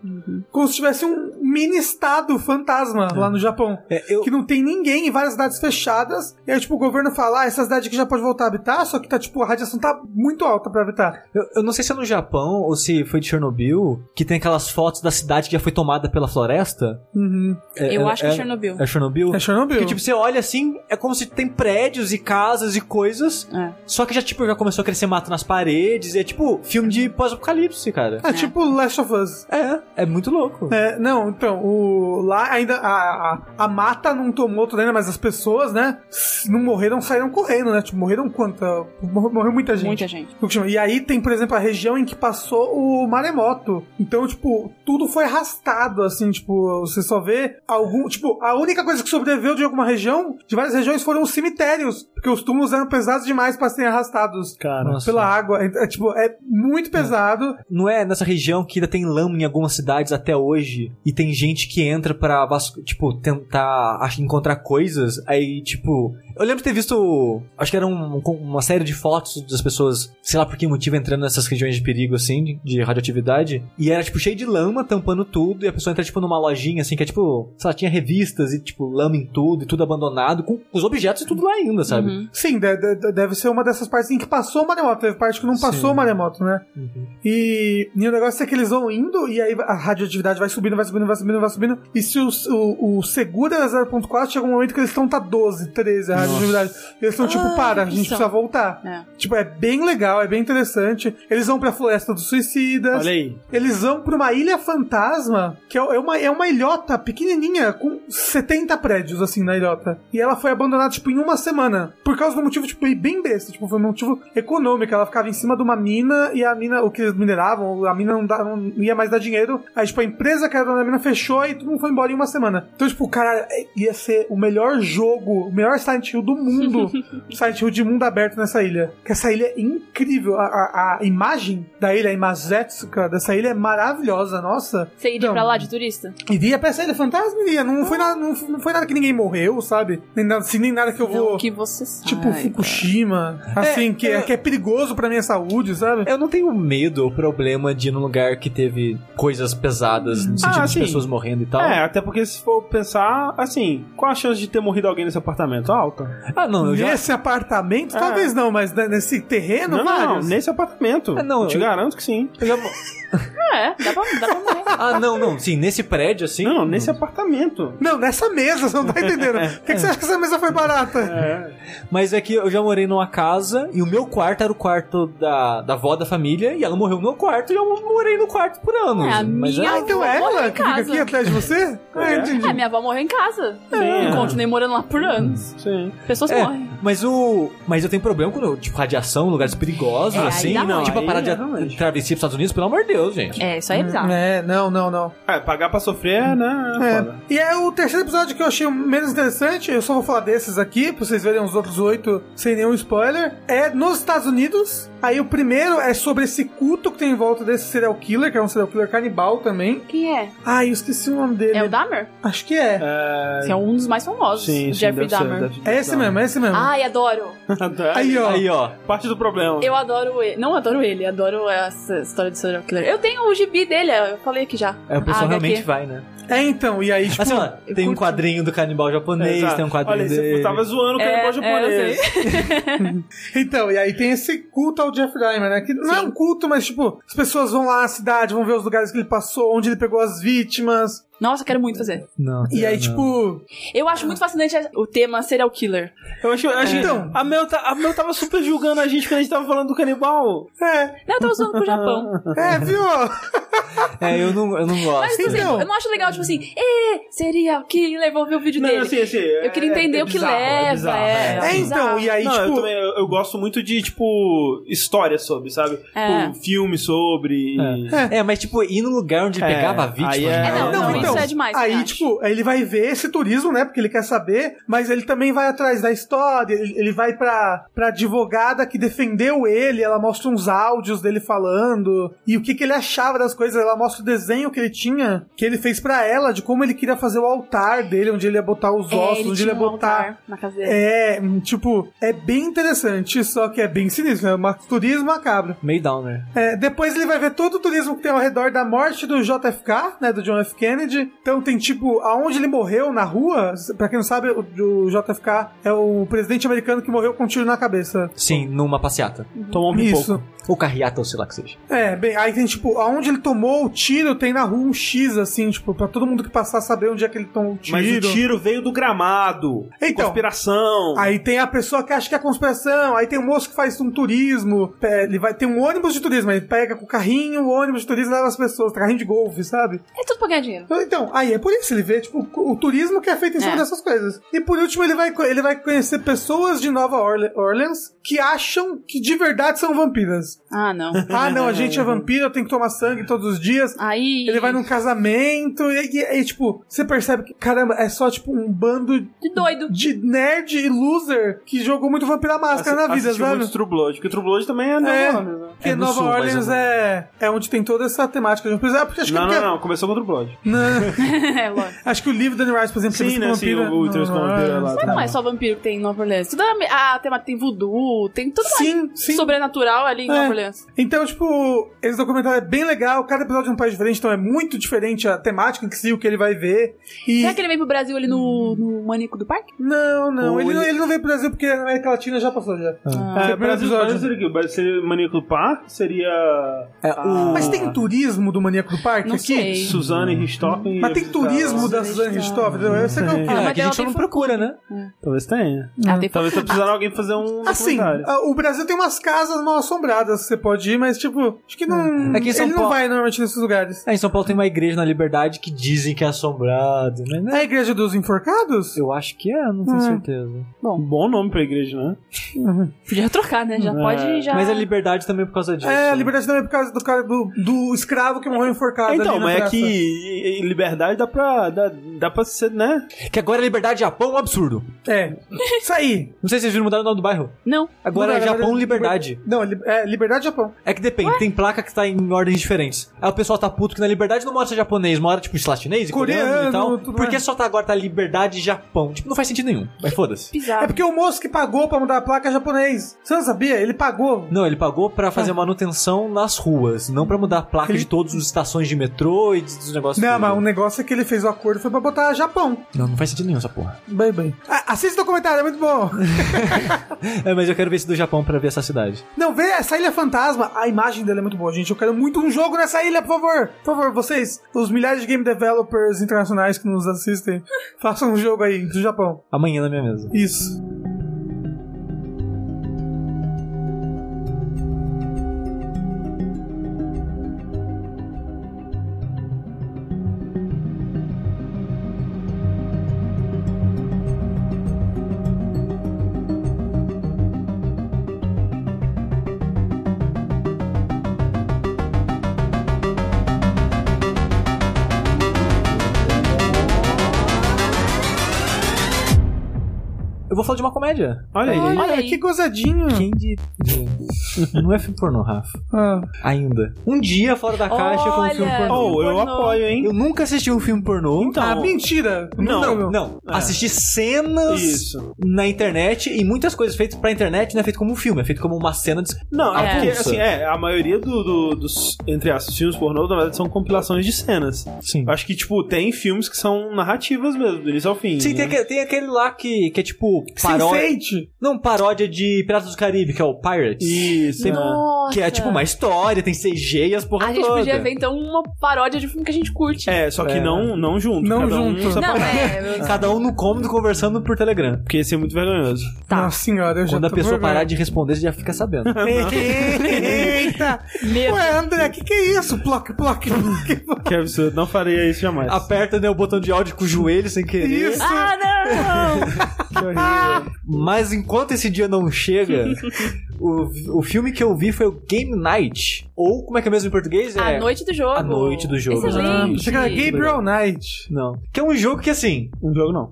Speaker 4: como se tivesse um mini estado fantasma lá no Japão.
Speaker 2: É, eu,
Speaker 4: Que não tem ninguém em várias cidades fechadas. E aí, tipo, o governo fala: ah, essa cidade aqui já pode voltar a habitar, só que tá, tipo, a radiação tá muito alta pra habitar.
Speaker 2: eu, eu não sei se é no Japão ou se foi de Chernobyl, que tem aquelas fotos da cidade que já foi tomada pela floresta.
Speaker 4: Uhum.
Speaker 2: É-
Speaker 1: Eu
Speaker 2: é-
Speaker 1: acho que é Chernobyl.
Speaker 2: É Chernobyl?
Speaker 4: É Chernobyl.
Speaker 2: Porque, tipo, você olha assim, é como se tem prédios e casas e coisas,
Speaker 1: É.
Speaker 2: só que já, tipo, já começou a crescer mato nas paredes, e é tipo filme de pós-apocalipse, cara.
Speaker 4: é tipo Last of Us.
Speaker 2: É, é muito louco.
Speaker 4: É, não, então, o, lá ainda a, a, a mata não tomou tudo ainda, mas as pessoas, né, não morreram, saíram correndo, né? Tipo, morreram quanta? Mor- Morreu muita gente.
Speaker 1: Muita gente.
Speaker 4: Fukushima. E aí tem, por exemplo, a região em que passou o maremoto. Então, tipo, tudo foi arrastado, assim, tipo, você só vê algum. Tipo, a única coisa que sobreviveu de alguma região, de várias regiões, foram os cemitérios, porque os túmulos eram pesados demais para serem arrastados.
Speaker 3: Cara,
Speaker 2: Nossa.
Speaker 4: Pela água, é, é, tipo, é muito pesado.
Speaker 2: Não é nessa região que ainda tem lama em algumas cidades até hoje, e tem gente que entra pra, vasco- tipo, tentar ach- encontrar coisas, aí, tipo... Eu lembro de ter visto, acho que era um- uma série de fotos das pessoas, sei lá por que motivo, entrando nessas regiões de perigo, assim, de, de radioatividade, e era, tipo, cheio de lama, tampando tudo, e a pessoa entra, tipo, numa lojinha, assim, que é, tipo, sei lá, tinha revistas e, tipo, lama em tudo, e tudo abandonado, com os objetos e tudo lá ainda, sabe?
Speaker 1: Uhum.
Speaker 4: Sim, de- de- deve ser uma dessas partes em que passou o maremoto. Teve parte que não passou
Speaker 2: Sim.
Speaker 4: o maremoto, né? E, e o negócio é que eles vão indo e aí a radioatividade vai subindo, vai subindo, vai subindo, vai subindo. E se o, o, o seguro é 0.4, chega um momento que eles estão tá 12, 13 a radioatividade. E eles estão tipo,
Speaker 1: Ai,
Speaker 4: para, a
Speaker 1: que
Speaker 4: gente
Speaker 1: são.
Speaker 4: precisa voltar.
Speaker 1: É.
Speaker 4: Tipo, é bem legal, é bem interessante. Eles vão pra Floresta dos Suicidas.
Speaker 3: olha aí.
Speaker 4: Eles vão pra uma ilha fantasma, que é uma, é uma ilhota pequenininha, com 70 prédios, assim, na ilhota. E ela foi abandonada, tipo, em uma semana. Por causa do motivo, tipo, bem besta. Tipo, foi um motivo econômico. Ela ficava em cima de uma mina, e a mina, o que eles mineravam, a mina não, dá- não ia mais dar dinheiro. Aí, tipo, a empresa que era dona da mina fechou e todo mundo foi embora em uma semana. Então, tipo, cara, é- ia ser o melhor jogo, o melhor Silent Hill do mundo. Silent Hill de mundo aberto nessa ilha. Que essa ilha é incrível. A, a- a imagem da ilha, a Imazetsuka, dessa ilha é maravilhosa, nossa.
Speaker 1: Você iria
Speaker 4: Não.
Speaker 1: pra lá de turista?
Speaker 4: Iria pra essa ilha fantasma, iria. Não foi nada, não, não foi nada que ninguém morreu, sabe? Nem nada, assim, nem nada que eu vou.
Speaker 1: Não, que você sabe.
Speaker 4: Tipo, Fukushima, assim, que, é,
Speaker 2: eu- É,
Speaker 4: que é perigoso pra minha saúde, sabe?
Speaker 2: Eu não tenho medo ou problema de ir num lugar que teve coisas pesadas, no sentido de
Speaker 3: Ah, sim.
Speaker 2: pessoas morrendo e tal.
Speaker 3: É, até porque se for pensar, assim, qual a chance de ter morrido alguém nesse apartamento? Alta.
Speaker 2: Ah, não, eu já.
Speaker 4: Nesse apartamento,
Speaker 3: É.
Speaker 4: talvez não, mas ne- nesse terreno,
Speaker 3: Não, não,
Speaker 4: vários.
Speaker 3: nesse apartamento.
Speaker 2: Ah, não,
Speaker 3: eu te
Speaker 2: eu-
Speaker 3: garanto que sim.
Speaker 2: eu já-
Speaker 1: É, dá pra, dá pra morrer.
Speaker 2: Ah, não, não, sim, nesse prédio assim.
Speaker 3: Não, nesse apartamento.
Speaker 4: Não, nessa mesa, você não tá entendendo. Por que, que você acha que essa mesa foi barata?
Speaker 3: É.
Speaker 2: Mas é que eu já morei numa casa e o meu quarto era o quarto da, da avó da família e ela morreu no quarto e eu morei no quarto por anos.
Speaker 1: É, a
Speaker 2: mas
Speaker 1: minha-
Speaker 4: Ah, então é
Speaker 1: Olha
Speaker 4: ela
Speaker 1: em
Speaker 4: que fica
Speaker 1: casa.
Speaker 4: aqui atrás de você? Ah,
Speaker 3: É.
Speaker 4: entendi.
Speaker 1: É, minha avó morreu em casa.
Speaker 3: é.
Speaker 1: Eu continuei morando lá por anos.
Speaker 3: Sim.
Speaker 1: Pessoas
Speaker 2: É,
Speaker 1: morrem.
Speaker 2: mas o. Mas eu tenho problema com, tipo, radiação, lugares perigosos,
Speaker 1: É, aí
Speaker 2: assim.
Speaker 1: dá
Speaker 2: não,
Speaker 1: ruim.
Speaker 2: tipo, a
Speaker 3: Aí
Speaker 2: parada
Speaker 3: é
Speaker 2: de
Speaker 3: realmente.
Speaker 2: travessia pros Estados Unidos, pelo amor de Deus, gente.
Speaker 1: É, isso aí é bizarro.
Speaker 4: É, não, não, não.
Speaker 3: É, pagar pra sofrer, né?
Speaker 4: É.
Speaker 3: foda.
Speaker 4: E é o terceiro episódio que eu achei o menos interessante, eu só vou falar desses aqui, pra vocês verem os outros oito sem nenhum spoiler. É nos Estados Unidos. Aí o primeiro é sobre esse culto que tem em volta desse serial killer, que é um serial killer canibal também.
Speaker 1: Quem é?
Speaker 4: Ai, eu esqueci o nome dele.
Speaker 1: É o Dahmer?
Speaker 4: Acho que é.
Speaker 3: É,
Speaker 1: Esse é um dos mais famosos.
Speaker 3: Sim, sim,
Speaker 1: Jeffrey
Speaker 3: deve ser,
Speaker 1: Dahmer.
Speaker 3: deve-
Speaker 4: É esse mesmo, é esse mesmo.
Speaker 1: Ai, adoro.
Speaker 3: Tá,
Speaker 4: Aí, ó.
Speaker 2: Aí, ó.
Speaker 3: Parte do problema.
Speaker 1: Eu adoro ele. Não adoro ele, adoro essa história do serial killer. Eu tenho o gibi dele, eu falei aqui já.
Speaker 2: É, o pessoal
Speaker 1: Ah, HQ.
Speaker 2: realmente vai, né?
Speaker 4: É então, e aí, tipo.
Speaker 2: Assim, ó,
Speaker 1: eu
Speaker 2: tem um
Speaker 1: curto.
Speaker 2: quadrinho do canibal japonês,
Speaker 3: Exato.
Speaker 2: tem um quadrinho
Speaker 3: Olha, aí,
Speaker 2: dele.
Speaker 3: você tava zoando o
Speaker 1: É,
Speaker 3: canibal
Speaker 1: é, eu
Speaker 3: japonês.
Speaker 4: Então, e aí tem esse culto ao Jeff Dahmer, né? Que não é um culto, mas tipo, as pessoas vão lá na cidade, vão ver os lugares que ele passou, onde ele pegou as vítimas.
Speaker 1: Nossa, quero muito fazer.
Speaker 2: Não,
Speaker 4: E aí,
Speaker 2: não.
Speaker 4: tipo.
Speaker 1: Eu acho muito fascinante o tema serial killer.
Speaker 3: Eu acho, eu acho
Speaker 4: Então.
Speaker 3: a me- Mel, tá, a Mel tava super julgando a gente quando a gente tava falando do canibal.
Speaker 4: É,
Speaker 1: Não, eu tava usando pro Japão.
Speaker 4: é, viu?
Speaker 2: É, eu não, eu não gosto.
Speaker 1: Mas não sei,
Speaker 4: Então.
Speaker 1: eu não acho legal, tipo assim, ê, seria que levou ver o vídeo
Speaker 3: Não,
Speaker 1: dele.
Speaker 3: assim, assim, é-
Speaker 1: eu queria entender
Speaker 3: é
Speaker 1: o que
Speaker 3: bizarro,
Speaker 1: leva,
Speaker 3: é bizarro,
Speaker 1: é,
Speaker 3: é.
Speaker 1: é
Speaker 4: É, então,
Speaker 1: bizarro.
Speaker 4: e aí,
Speaker 3: não, eu
Speaker 4: tipo.
Speaker 3: também eu, eu gosto muito de, tipo, história sobre, sabe?
Speaker 1: É.
Speaker 3: Tipo, filme sobre.
Speaker 2: É, mas tipo, ir no lugar onde
Speaker 3: É,
Speaker 2: pegava a vítima. tipo,
Speaker 3: aí é-
Speaker 1: É, não,
Speaker 3: Não,
Speaker 1: não,
Speaker 3: então,
Speaker 1: isso é demais. eu
Speaker 4: Aí,
Speaker 1: acho.
Speaker 4: tipo, ele vai ver esse turismo, né? Porque ele quer saber, mas ele também vai atrás da história. Ele, ele vai pra, pra advogada que defendeu ele. Ela mostra uns áudios dele falando e o que, que ele achava das coisas. Ela mostra o desenho que ele tinha, que ele fez pra ela, de como ele queria fazer o altar dele, onde ele ia botar os
Speaker 1: É,
Speaker 4: ossos,
Speaker 1: ele
Speaker 4: onde
Speaker 1: tinha
Speaker 4: ele ia
Speaker 1: um
Speaker 4: botar.
Speaker 1: altar na cadeira.
Speaker 4: É, hum, tipo, é bem interessante, só que é bem sinistro, é uma turismo macabro.
Speaker 2: Meio downer.
Speaker 4: É, depois ele vai ver todo o turismo que tem ao redor da morte do JFK, né, do John F. Kennedy. Então tem tipo aonde ele morreu na rua. Pra quem não sabe, o, o JFK é o presidente americano que morreu com um tiro na cabeça.
Speaker 2: Sim, numa passeata.
Speaker 3: Tomou um
Speaker 4: Isso.
Speaker 3: pipoco.
Speaker 2: Ou carreata, ou sei lá que seja.
Speaker 4: É, bem, aí tem tipo aonde ele tomou o tiro, tem na rua um X assim, tipo, pra todo mundo que passar saber onde é que ele tomou o tiro.
Speaker 3: Mas o tiro veio do gramado.
Speaker 4: Então.
Speaker 3: Conspiração.
Speaker 4: Aí tem a pessoa que acha que é conspiração, aí tem um moço que faz um turismo, pe- ele vai tem um ônibus de turismo, ele pega com o carrinho, o ônibus de turismo leva as pessoas, carrinho de golfe, sabe?
Speaker 1: É tudo pra ganhar dinheiro.
Speaker 4: Então, aí é por isso, ele vê, tipo, o turismo que é feito em cima
Speaker 1: É.
Speaker 4: dessas coisas. E por último, ele vai, co- ele vai conhecer pessoas de Nova Orle- Orleans que acham que de verdade são vampiras.
Speaker 1: Ah, não.
Speaker 4: Ah, não, a gente é vampira, eu tenho que tomar sangue todos os dias.
Speaker 1: Aí.
Speaker 4: Ele vai num casamento e, e- e, tipo, você percebe que, caramba, é só, tipo, um bando
Speaker 1: De doido.
Speaker 4: de nerd e loser que jogou muito vampira máscara na vida,
Speaker 3: Assistiu
Speaker 4: sabe?
Speaker 3: muito True Blood, porque True Blood também é,
Speaker 4: É,
Speaker 3: Nova Orleans, né?
Speaker 4: porque
Speaker 2: É no
Speaker 4: Nova
Speaker 2: sul, mais ou
Speaker 4: Orleans
Speaker 2: menos.
Speaker 4: é, é onde tem toda essa temática de vampira. É porque acho que é
Speaker 3: Não,
Speaker 4: porque-
Speaker 3: não, não, começou com True Blood.
Speaker 4: Não,
Speaker 1: é, lógico.
Speaker 4: acho que o livro do Annie Rice, por exemplo,
Speaker 3: Sim,
Speaker 4: Entrevista
Speaker 3: né?
Speaker 4: com Ah,
Speaker 3: Sim, o, o Entrevista com
Speaker 4: é Nova
Speaker 3: o Vampiro
Speaker 4: Orleans.
Speaker 3: lá.
Speaker 1: Mas não é só vampiro que tem em Nova Orleans. Toda a, a temática ah, tem voodoo, tem tudo mais
Speaker 4: Sim, sim.
Speaker 1: sobrenatural ali em
Speaker 4: É.
Speaker 1: Nova Orleans.
Speaker 4: Então, tipo, esse documentário é bem legal. Cada episódio é um país diferente, então é muito diferente a temática em si, o que ele vai ver. E.
Speaker 1: Será que é- ele veio pro Brasil ali no, no Manico do Parque?
Speaker 4: Não, não.
Speaker 2: Ou
Speaker 4: Ele, não-
Speaker 2: ele-
Speaker 4: ele não veio pro Brasil porque na América Latina já passou já.
Speaker 3: É,
Speaker 4: primeiro
Speaker 3: Brasil,
Speaker 4: episódio.
Speaker 3: Brasil seria o quê? Brasil seria Maníaco do Par, seria
Speaker 2: É, o-
Speaker 4: Mas tem turismo do Maníaco do
Speaker 2: É
Speaker 4: Parque
Speaker 1: Não
Speaker 4: aqui?
Speaker 1: sei.
Speaker 3: Suzane Richthofen.
Speaker 4: Mas tem turismo da Suzanne Ristoff? Eu sei que é o quê?
Speaker 1: Ah, mas
Speaker 2: É, que a
Speaker 1: ela
Speaker 2: gente
Speaker 1: tem
Speaker 2: não
Speaker 1: fã-
Speaker 2: procura, né?
Speaker 3: Talvez tenha.
Speaker 1: Ah, tem
Speaker 3: Talvez tá precisando alguém fazer um
Speaker 4: Assim,
Speaker 3: documentário.
Speaker 4: a- o Brasil tem umas casas mal assombradas que você pode ir, mas tipo, acho que não.
Speaker 2: Aqui em São
Speaker 4: ele não
Speaker 2: Paulo-
Speaker 4: vai normalmente nesses lugares.
Speaker 2: É, em São Paulo tem uma igreja na Liberdade que dizem que é assombrado, né?
Speaker 4: É a igreja dos enforcados?
Speaker 2: Eu acho que é, não tenho
Speaker 4: Hum.
Speaker 2: certeza.
Speaker 3: Um bom nome pra igreja, né?
Speaker 1: Podia trocar, né? Já
Speaker 3: É.
Speaker 1: pode já.
Speaker 2: Mas a Liberdade também é por causa disso.
Speaker 4: É, a
Speaker 2: né?
Speaker 4: liberdade também é por causa do cara do, do escravo que morreu enforcado.
Speaker 3: então,
Speaker 4: ali na
Speaker 3: mas é
Speaker 4: praça.
Speaker 3: que e- e liberdade dá pra, dá, dá pra ser, né?
Speaker 2: Que agora é Liberdade Japão, um absurdo.
Speaker 4: É. Isso aí.
Speaker 2: Não sei se vocês viram mudar o nome do bairro.
Speaker 1: Não.
Speaker 2: Agora é
Speaker 4: Mudaram,
Speaker 2: Japão
Speaker 4: agora é
Speaker 2: Liberdade.
Speaker 4: Não, é li- é liberdade Japão.
Speaker 2: É que depende, tem placa que tá em ordens diferentes. Aí o pessoal tá puto que na Liberdade não mora só japonês, mora tipo sei lá, chinês e coreano,
Speaker 4: Coreano,
Speaker 2: e tal.
Speaker 4: tudo
Speaker 2: Por que
Speaker 4: mais.
Speaker 2: só tá agora tá Liberdade Japão? Tipo, não faz sentido nenhum. Mas foda-se.
Speaker 1: Bizarro.
Speaker 4: É porque o moço que pagou pra mudar a placa é japonês. Você não sabia? Ele pagou.
Speaker 2: Não, ele pagou pra fazer manutenção nas ruas, não pra mudar a placa
Speaker 4: Ele-
Speaker 2: de todas as estações de metrô e dos negócios.
Speaker 4: Não,
Speaker 2: tudo.
Speaker 4: mas o negócio é que ele fez o acordo foi pra botar Japão.
Speaker 2: Não, não faz sentido nenhum essa porra.
Speaker 4: Bem, bem. Ah, assiste o documentário, é muito bom.
Speaker 2: É, mas eu quero ver esse do Japão pra ver essa cidade.
Speaker 4: Não, vê essa ilha fantasma. A imagem dela é muito boa, gente. Eu quero muito um jogo nessa ilha, por favor. Por favor, vocês, os milhares de game developers internacionais que nos assistem, façam um jogo aí do Japão.
Speaker 2: Amanhã na minha mesa.
Speaker 4: Isso.
Speaker 2: Eu vou falar de uma comédia.
Speaker 3: Olha aí.
Speaker 1: Olha
Speaker 4: Olha,
Speaker 1: aí.
Speaker 4: que gozadinho.
Speaker 2: Quem de. não é filme pornô, Rafa.
Speaker 4: Ah.
Speaker 2: Ainda. Um dia fora da caixa com um filme
Speaker 1: Olha.
Speaker 2: pornô.
Speaker 3: Oh, eu
Speaker 1: Pornô.
Speaker 3: apoio, hein?
Speaker 2: Eu nunca assisti um filme pornô.
Speaker 3: Então,
Speaker 4: ah, mentira.
Speaker 3: Não,
Speaker 4: meu.
Speaker 2: Não,
Speaker 3: É.
Speaker 2: assisti cenas
Speaker 3: Isso.
Speaker 2: na internet e muitas coisas feitas pra internet não é feito como um filme, é feito como uma cena de.
Speaker 3: Não, é
Speaker 1: É.
Speaker 3: porque,
Speaker 2: Avulsa.
Speaker 3: assim, é, a maioria do, do- dos, entre as filmes pornô, na verdade, são compilações de cenas.
Speaker 2: Sim.
Speaker 3: Eu acho que, tipo, tem filmes que são narrativas mesmo, do início ao fim.
Speaker 2: Sim, tem
Speaker 3: né?
Speaker 2: aquele, tem aquele lá que, que é tipo paródia.
Speaker 4: Sense8.
Speaker 2: Não, paródia de Piratas do Caribe, que é o Pirates.
Speaker 3: Isso,
Speaker 2: Tem-
Speaker 3: né?
Speaker 1: Nossa.
Speaker 2: Que é tipo uma história, tem CG e as
Speaker 1: A
Speaker 2: porra
Speaker 1: gente
Speaker 2: toda.
Speaker 1: podia ver então uma paródia de filme que a gente curte.
Speaker 3: É, só que
Speaker 2: É.
Speaker 3: não, não junto.
Speaker 4: Não
Speaker 3: cada Um
Speaker 4: junto.
Speaker 3: nessa
Speaker 1: Não,
Speaker 3: parada,
Speaker 1: é.
Speaker 2: Cada um no cômodo conversando por Telegram.
Speaker 3: Porque ia ser muito vergonhoso.
Speaker 1: Tá.
Speaker 4: Nossa senhora, eu já
Speaker 2: Quando a
Speaker 4: tô
Speaker 2: pessoa
Speaker 4: com
Speaker 2: parar
Speaker 4: vergonha.
Speaker 2: de responder, você já fica sabendo.
Speaker 4: Eita! Ué, André, que que é isso? Ploc, ploc, ploc.
Speaker 3: Que absurdo. Não faria isso jamais.
Speaker 4: Ah,
Speaker 2: Aperta né, o botão de áudio com o joelho sem querer.
Speaker 4: Isso!
Speaker 1: Ah, não!
Speaker 2: Mas enquanto esse dia não chega, o, o filme que eu vi foi o Game Night. Ou como é que é mesmo em português? É
Speaker 1: A noite do jogo.
Speaker 2: A Noite do Jogo.
Speaker 4: Ah,
Speaker 1: Excelente.
Speaker 4: pensei que era Gabriel Knight.
Speaker 2: Não. Que é um jogo que assim.
Speaker 3: Um jogo não.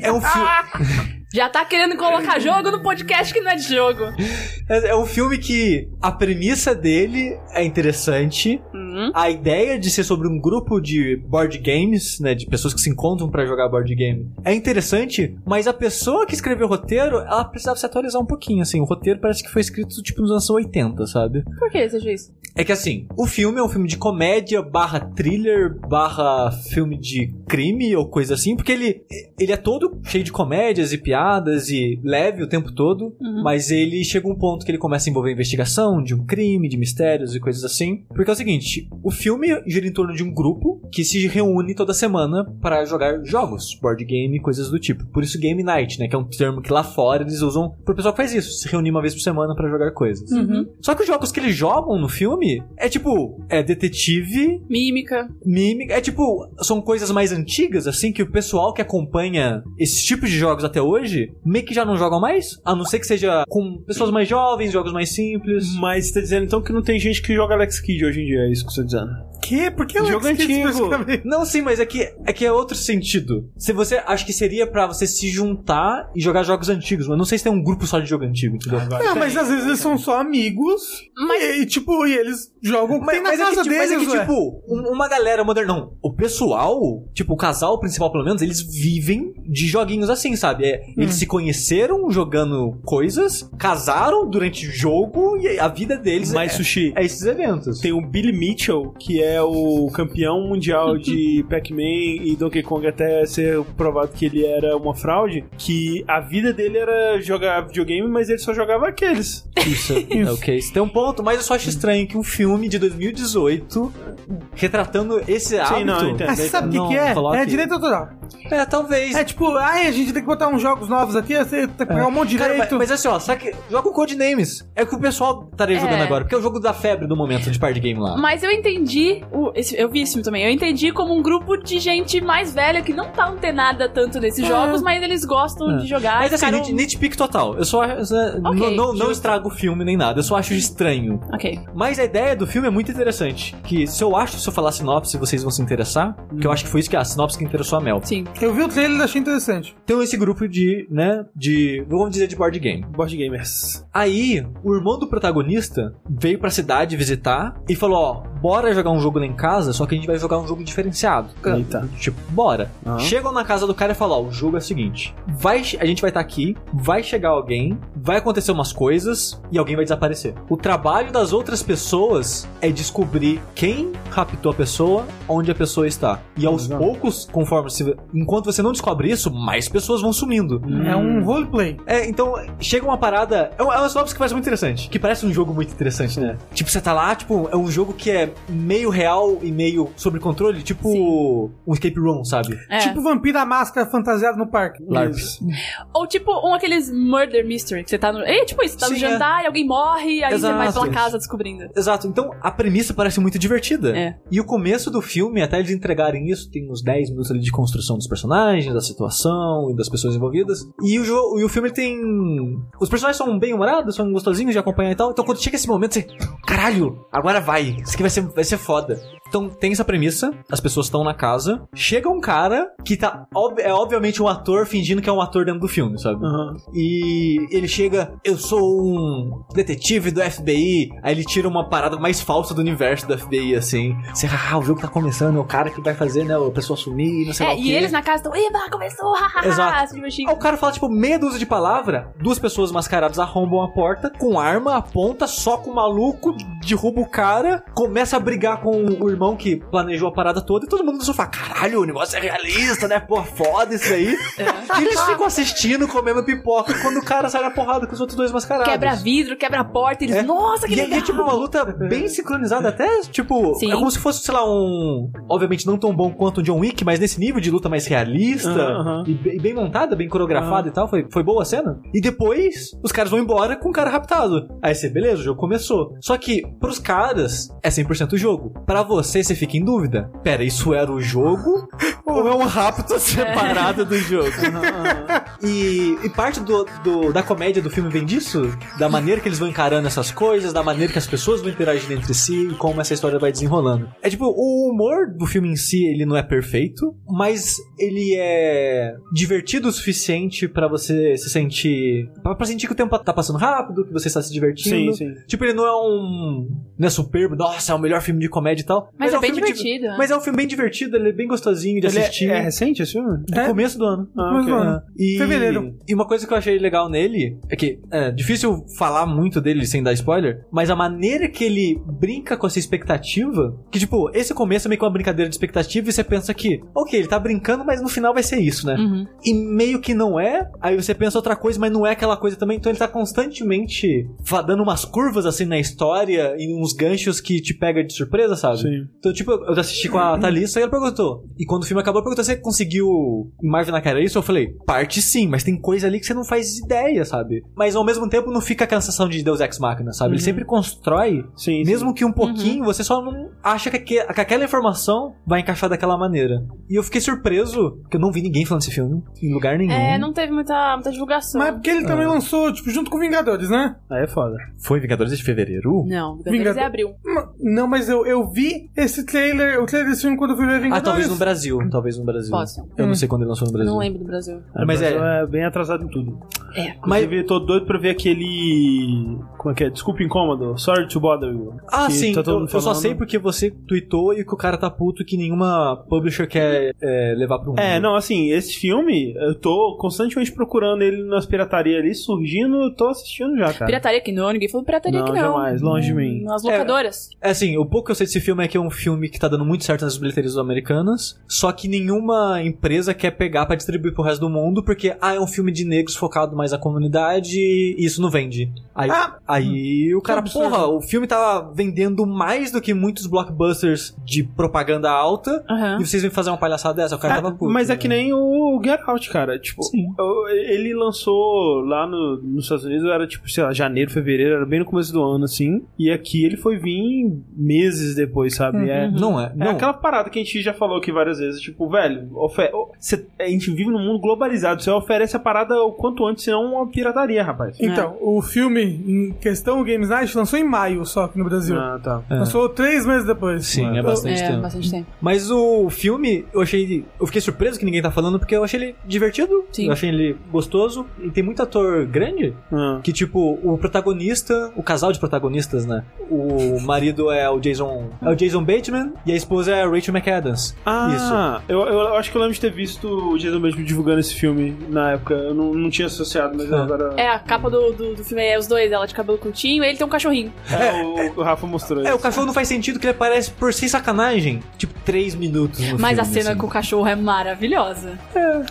Speaker 2: É um,
Speaker 1: Ah!
Speaker 2: fi-
Speaker 1: Já tá querendo colocar jogo no podcast que não é de jogo.
Speaker 2: é é um filme que a premissa dele é interessante.
Speaker 1: Hum.
Speaker 2: A ideia de ser sobre um grupo de board games, né, de pessoas que se encontram pra jogar board game, é interessante, mas a pessoa que escreveu o roteiro, ela precisava se atualizar um pouquinho, assim. O roteiro parece que foi escrito, tipo, nos anos 80, sabe?
Speaker 1: Por que você achou isso?
Speaker 2: É que assim, o filme é um filme de comédia barra thriller barra filme de crime ou coisa assim, porque ele, ele é todo cheio de comédias e piadas e leve o tempo todo, mas ele chega um ponto que ele começa a envolver investigação de um crime, de mistérios e coisas assim. Porque é o seguinte, o filme gira em torno de um grupo que se reúne toda semana para jogar jogos, board game e coisas do tipo. Por isso game night, né, que é um termo que lá fora eles usam pro pessoal que faz isso, se reunir uma vez por semana para jogar coisas.
Speaker 1: Uhum.
Speaker 2: Só que os jogos que eles jogam no filme é tipo, é detetive,
Speaker 1: Mímica.
Speaker 2: mímica, é tipo, são coisas mais antigas, assim, que o pessoal que acompanha esse tipo de jogos até hoje, meio que já não jogam mais, a não ser que seja com pessoas mais jovens, jogos mais simples.
Speaker 3: Mas você tá dizendo então que não tem gente que joga Alex Kidd hoje em dia, é isso que você tá dizendo.
Speaker 4: Que? Por que Alex
Speaker 3: Jogo
Speaker 4: Kidd
Speaker 3: antigo.
Speaker 4: especificamente?
Speaker 2: Não, sim, mas é que é, que é outro sentido. Se você, acho que seria pra você se juntar e jogar jogos antigos, mas não sei se tem um grupo só de jogo antigo, entendeu?
Speaker 4: Não, mas às vezes eles são só amigos. E, e, tipo, e eles jogam mas, na
Speaker 2: mas é
Speaker 4: casa
Speaker 2: que, tipo, mas
Speaker 4: deles,
Speaker 2: é que,
Speaker 4: ué.
Speaker 2: tipo, um- uma galera modernão. O pessoal, tipo, o casal principal, pelo menos, eles vivem de joguinhos assim, sabe? É,
Speaker 4: Hum.
Speaker 2: Eles se conheceram jogando coisas, casaram durante o jogo e a vida deles
Speaker 3: Mas
Speaker 2: é,
Speaker 3: sushi.
Speaker 2: é esses eventos.
Speaker 3: Tem o Billy Mitchell, que é o campeão mundial de Pac-Man e Donkey Kong até ser provado que ele era uma fraude, que a vida dele era jogar videogame, mas ele só jogava aqueles.
Speaker 2: Isso, é ok. Isso tem um ponto, mas eu só
Speaker 4: Hum.
Speaker 2: acho estranho que um filme de 2018 retratando esse hábito...
Speaker 3: não, eu entendo.
Speaker 4: Mas você sabe o
Speaker 2: Não,
Speaker 4: que, que é?
Speaker 2: coloque.
Speaker 4: É direito autoral.
Speaker 2: É, talvez.
Speaker 4: É tipo, ai, a gente tem que botar uns jogos novos aqui, você tem que
Speaker 2: É.
Speaker 4: pegar um monte de
Speaker 2: Cara, mas,
Speaker 4: direito.
Speaker 2: mas assim, ó, sabe que joga o Codenames. É o que o pessoal estaria
Speaker 1: É.
Speaker 2: jogando agora, porque é o jogo da febre do momento de party game lá.
Speaker 1: Mas eu entendi. o- esse- eu vi esse filme também. Eu entendi como um grupo de gente mais velha que não tá antenada tanto nesses jogos, mas eles gostam
Speaker 2: É.
Speaker 1: de jogar.
Speaker 2: Mas
Speaker 1: e
Speaker 2: assim,
Speaker 1: ficaram-
Speaker 2: nit- nitpick total. Eu só eu só- não, não, não
Speaker 1: um- justo.
Speaker 2: estrago o filme nem nada, eu só acho estranho.
Speaker 1: Ok.
Speaker 2: Mas a ideia do filme é muito interessante. Que se eu acho, se eu falar a sinopse, vocês vão se interessar. Que eu acho que foi isso que ah, a sinopse que interessou a Mel.
Speaker 1: Sim.
Speaker 4: Eu vi o trailer e achei interessante.
Speaker 2: Então esse grupo de, né, de, vamos dizer, de board game.
Speaker 3: Board Gamers.
Speaker 2: Aí, o irmão do protagonista veio pra cidade visitar e falou: Ó, bora jogar um jogo lá em casa, só que a gente vai jogar um jogo diferenciado.
Speaker 3: Eita.
Speaker 2: Tipo, bora.
Speaker 3: Aham.
Speaker 2: Chegam na casa do cara e falam: Ó, o jogo é o seguinte: vai, a gente vai estar aqui, vai chegar alguém, vai acontecer umas coisas e alguém vai desaparecer. O trabalho das outras pessoas é descobrir quem raptou a pessoa, onde a pessoa está. E aos
Speaker 3: Legal.
Speaker 2: poucos, conforme se, enquanto você não descobre isso, mais pessoas vão sumindo.
Speaker 3: Uhum.
Speaker 4: É um roleplay.
Speaker 2: É, então chega uma parada. É uma é uma sinopse que parece muito interessante. Que parece um jogo muito interessante, né? Tipo, você tá lá, tipo, é um jogo que é meio real e meio sobre controle, tipo um escape room, sabe?
Speaker 1: É.
Speaker 4: Tipo vampiro à máscara fantasiado no parque.
Speaker 2: Larps.
Speaker 1: Ou tipo um aqueles murder mystery que você tá no. É tipo isso, tá no
Speaker 2: Sim,
Speaker 1: jantar e alguém morre, aí você vai
Speaker 2: Exato.
Speaker 1: pela casa descobrindo.
Speaker 2: Exato, então a premissa parece muito divertida.
Speaker 1: É.
Speaker 2: E o começo do filme, até eles entregarem isso, tem uns 10 minutos ali de construção dos personagens, da situação e das pessoas envolvidas. E o, jo- e o filme tem. Os personagens são bem humorados, são gostosinhos de acompanhar e tal. Então quando chega esse momento, você. Caralho, agora vai. Isso aqui vai ser, vai ser foda. Então tem essa premissa, as pessoas estão na casa, chega um cara que tá. ob- é obviamente um ator fingindo que é um ator dentro do filme, sabe?
Speaker 3: Aham.
Speaker 2: E ele che- chega, eu sou um detetive do FBI, aí ele tira uma parada mais falsa do universo do FBI, assim. Você, ah, o jogo tá começando, é o cara que vai fazer, né, a pessoa sumir, não sei lá
Speaker 1: É,
Speaker 2: o
Speaker 1: e
Speaker 2: quê.
Speaker 1: eles na casa estão, eba, começou, hahaha,
Speaker 2: Exato.
Speaker 1: se divertindo.
Speaker 2: Aí o cara fala, tipo, meia dúzia de palavra, duas pessoas mascaradas arrombam a porta, com arma, aponta, soca o maluco, derruba o cara, começa a brigar com o irmão que planejou a parada toda, e todo mundo no sofá, caralho, o negócio é realista, né, pô, foda isso aí.
Speaker 1: É.
Speaker 2: E eles ficam assistindo, comendo pipoca, quando o cara sai na porrada com os outros dois mascarados.
Speaker 1: Quebra vidro, quebra porta, eles,
Speaker 2: É.
Speaker 1: nossa, que
Speaker 2: E aí
Speaker 1: legal.
Speaker 2: é tipo uma luta bem sincronizada, até tipo.
Speaker 1: Sim.
Speaker 2: É como se fosse, sei lá, um. Obviamente não tão bom quanto o John Wick, mas nesse nível de luta mais realista
Speaker 3: Aham, aham.
Speaker 2: e be- e bem montada, bem coreografada e tal. Foi, foi boa a cena. E depois os caras vão embora com o cara raptado. Aí você, beleza, o jogo começou. Só que pros caras é 100% o jogo. Pra você, você fica em dúvida. Pera, isso era o jogo? ou é um rapto separado do jogo? E, e parte do, do- da comédia do filme vem disso? Da maneira que eles vão encarando essas coisas, da maneira que as pessoas vão interagindo entre si e como essa história vai desenrolando. É tipo, o humor do filme em si, ele não é perfeito, mas ele é divertido o suficiente pra você se sentir. pra pra sentir que o tempo tá passando rápido, que você está se
Speaker 3: Sim,
Speaker 2: divertindo.
Speaker 3: sim.
Speaker 2: Tipo, ele não é um. Não é superbo, nossa, é o melhor filme de comédia e tal.
Speaker 1: Mas é
Speaker 2: um
Speaker 1: bem
Speaker 2: filme
Speaker 1: divertido, né?
Speaker 2: Mas é um filme bem divertido, ele é bem gostosinho de
Speaker 3: Ele
Speaker 2: assistir.
Speaker 3: é, é
Speaker 2: assim?
Speaker 3: recente esse filme?
Speaker 2: No começo do ano.
Speaker 3: Ah,
Speaker 4: Mas,
Speaker 3: ok.
Speaker 4: mano,
Speaker 2: E,
Speaker 4: Fevereiro.
Speaker 2: E uma coisa que eu achei legal nele é que é difícil falar muito dele sem dar spoiler, mas a maneira que ele brinca com essa expectativa, que tipo, esse começo é meio que uma brincadeira de expectativa e você pensa que, ok, ele tá brincando, mas no final vai ser isso, né?
Speaker 1: Uhum.
Speaker 2: E meio que não é, aí você pensa outra coisa, mas não é aquela coisa também, então ele tá constantemente fa- dando umas curvas assim na história e uns ganchos que te pega de surpresa, sabe?
Speaker 3: Sim.
Speaker 2: Então, tipo, eu assisti com
Speaker 1: Uhum.
Speaker 2: a Thalissa e ela perguntou. E quando o filme acabou, ela perguntou: você conseguiu em Marvel na cara isso? Eu falei, parte sim, mas tem coisa ali que você não faz ideia, sabe? Mas ao mesmo tempo não fica aquela sensação de Deus Ex Machina, sabe?
Speaker 1: Uhum.
Speaker 2: Ele sempre constrói.
Speaker 3: Sim, sim.
Speaker 2: Mesmo que um pouquinho, você só não acha que, aque- que aquela informação vai encaixar daquela maneira. E eu fiquei surpreso, porque eu não vi ninguém falando desse filme em lugar nenhum.
Speaker 1: É, não teve muita, muita divulgação.
Speaker 4: Mas é porque ele
Speaker 2: Ah.
Speaker 4: também lançou, tipo, junto com Vingadores, né?
Speaker 3: Aí é foda.
Speaker 2: Foi Vingadores de Fevereiro?
Speaker 1: Não, Vingadores
Speaker 4: Vingador-
Speaker 1: é abril.
Speaker 4: Ma- Não, mas eu, eu vi esse trailer, o trailer desse filme quando eu fui ver
Speaker 2: Ah,
Speaker 4: Vingadores.
Speaker 2: talvez no Brasil. Talvez no Brasil.
Speaker 1: Pode ser.
Speaker 2: Eu não
Speaker 4: Hum.
Speaker 2: sei quando ele lançou no Brasil.
Speaker 1: Não lembro do Brasil.
Speaker 2: Mas
Speaker 3: O Brasil
Speaker 2: é.
Speaker 3: bem atrasado em tudo.
Speaker 1: É.
Speaker 3: Inclusive, eu tô doido pra ver aquele. Como é que é? Desculpa o incômodo. Sorry to bother you.
Speaker 2: Ah,
Speaker 3: Que
Speaker 2: sim.
Speaker 3: tá todo
Speaker 2: eu,
Speaker 3: mundo
Speaker 2: eu só
Speaker 3: falando.
Speaker 2: sei porque você tweetou e que o cara tá puto que nenhuma publisher quer é, levar pro mundo.
Speaker 3: É, não, assim, esse filme, eu tô constantemente procurando ele nas piratarias ali, surgindo, eu tô assistindo já, cara.
Speaker 1: Tá. Pirataria que não, ninguém falou pirataria
Speaker 3: não,
Speaker 1: que não.
Speaker 3: jamais, longe de mim.
Speaker 1: Nas locadoras.
Speaker 2: É assim, o pouco que eu sei desse filme é que é um filme que tá dando muito certo nas bilheterias americanas, só que nenhuma empresa quer pegar pra distribuir pro resto do mundo, porque, ah, é um filme de negros focado mais na comunidade e isso não vende. Aí,
Speaker 4: Ah,
Speaker 2: aí
Speaker 3: Hum,
Speaker 2: o cara,
Speaker 4: absurdo.
Speaker 2: porra, o filme tá vendendo mais do que muitos blockbusters de propaganda alta,
Speaker 1: Aham.
Speaker 2: e vocês vêm fazer uma palhaçada dessa, o cara
Speaker 3: Ah,
Speaker 2: tava puto.
Speaker 3: mas é
Speaker 2: né?
Speaker 3: que nem o Get Out, cara. Tipo,
Speaker 2: Sim.
Speaker 3: eu- ele lançou lá no- nos Estados Unidos, era tipo, sei lá, janeiro, fevereiro, era bem no começo do ano, assim. E aqui ele foi vir meses depois, sabe? É,
Speaker 2: Não é, não.
Speaker 3: É aquela parada que a gente já falou aqui várias vezes, tipo, velho, ofe- o- cê- a gente vive num mundo globalizado, você oferece a parada o quanto antes, senão é uma pirataria, rapaz.
Speaker 1: É.
Speaker 4: Então, o filme em questão, o Games Night, lançou em maio só aqui no Brasil.
Speaker 3: Ah, tá.
Speaker 2: É.
Speaker 4: Lançou três meses depois.
Speaker 2: Sim, é
Speaker 3: Hum.
Speaker 4: Eu-
Speaker 2: bastante
Speaker 1: É,
Speaker 2: tempo.
Speaker 1: bastante tempo.
Speaker 2: Mas o filme, eu achei. Eu fiquei surpreso que ninguém tá falando, porque eu achei ele divertido.
Speaker 1: Sim.
Speaker 2: Eu achei ele gostoso. E tem muito ator grande.
Speaker 3: Ah.
Speaker 2: Que, tipo, o protagonista, o casal de protagonistas, né? O marido é o Jason. É o Jason Bateman e a esposa é a Rachel McAdams.
Speaker 3: Ah, eu, eu- eu acho que eu lembro de ter visto o Jason Bateman divulgando esse filme na época. Eu não, não tinha associado, mas
Speaker 2: Ah.
Speaker 3: agora.
Speaker 1: É, a capa do, do, do filme é os dois, ela de cabelo curtinho e ele tem um cachorrinho.
Speaker 3: É, o, o Rafa mostrou
Speaker 2: É,
Speaker 3: isso.
Speaker 2: o cachorro não faz sentido que ele aparece por sem sacanagem. Tipo, três minutos. No
Speaker 1: Mas
Speaker 2: filme,
Speaker 1: a cena
Speaker 2: assim.
Speaker 1: com o cachorro é maravilhosa.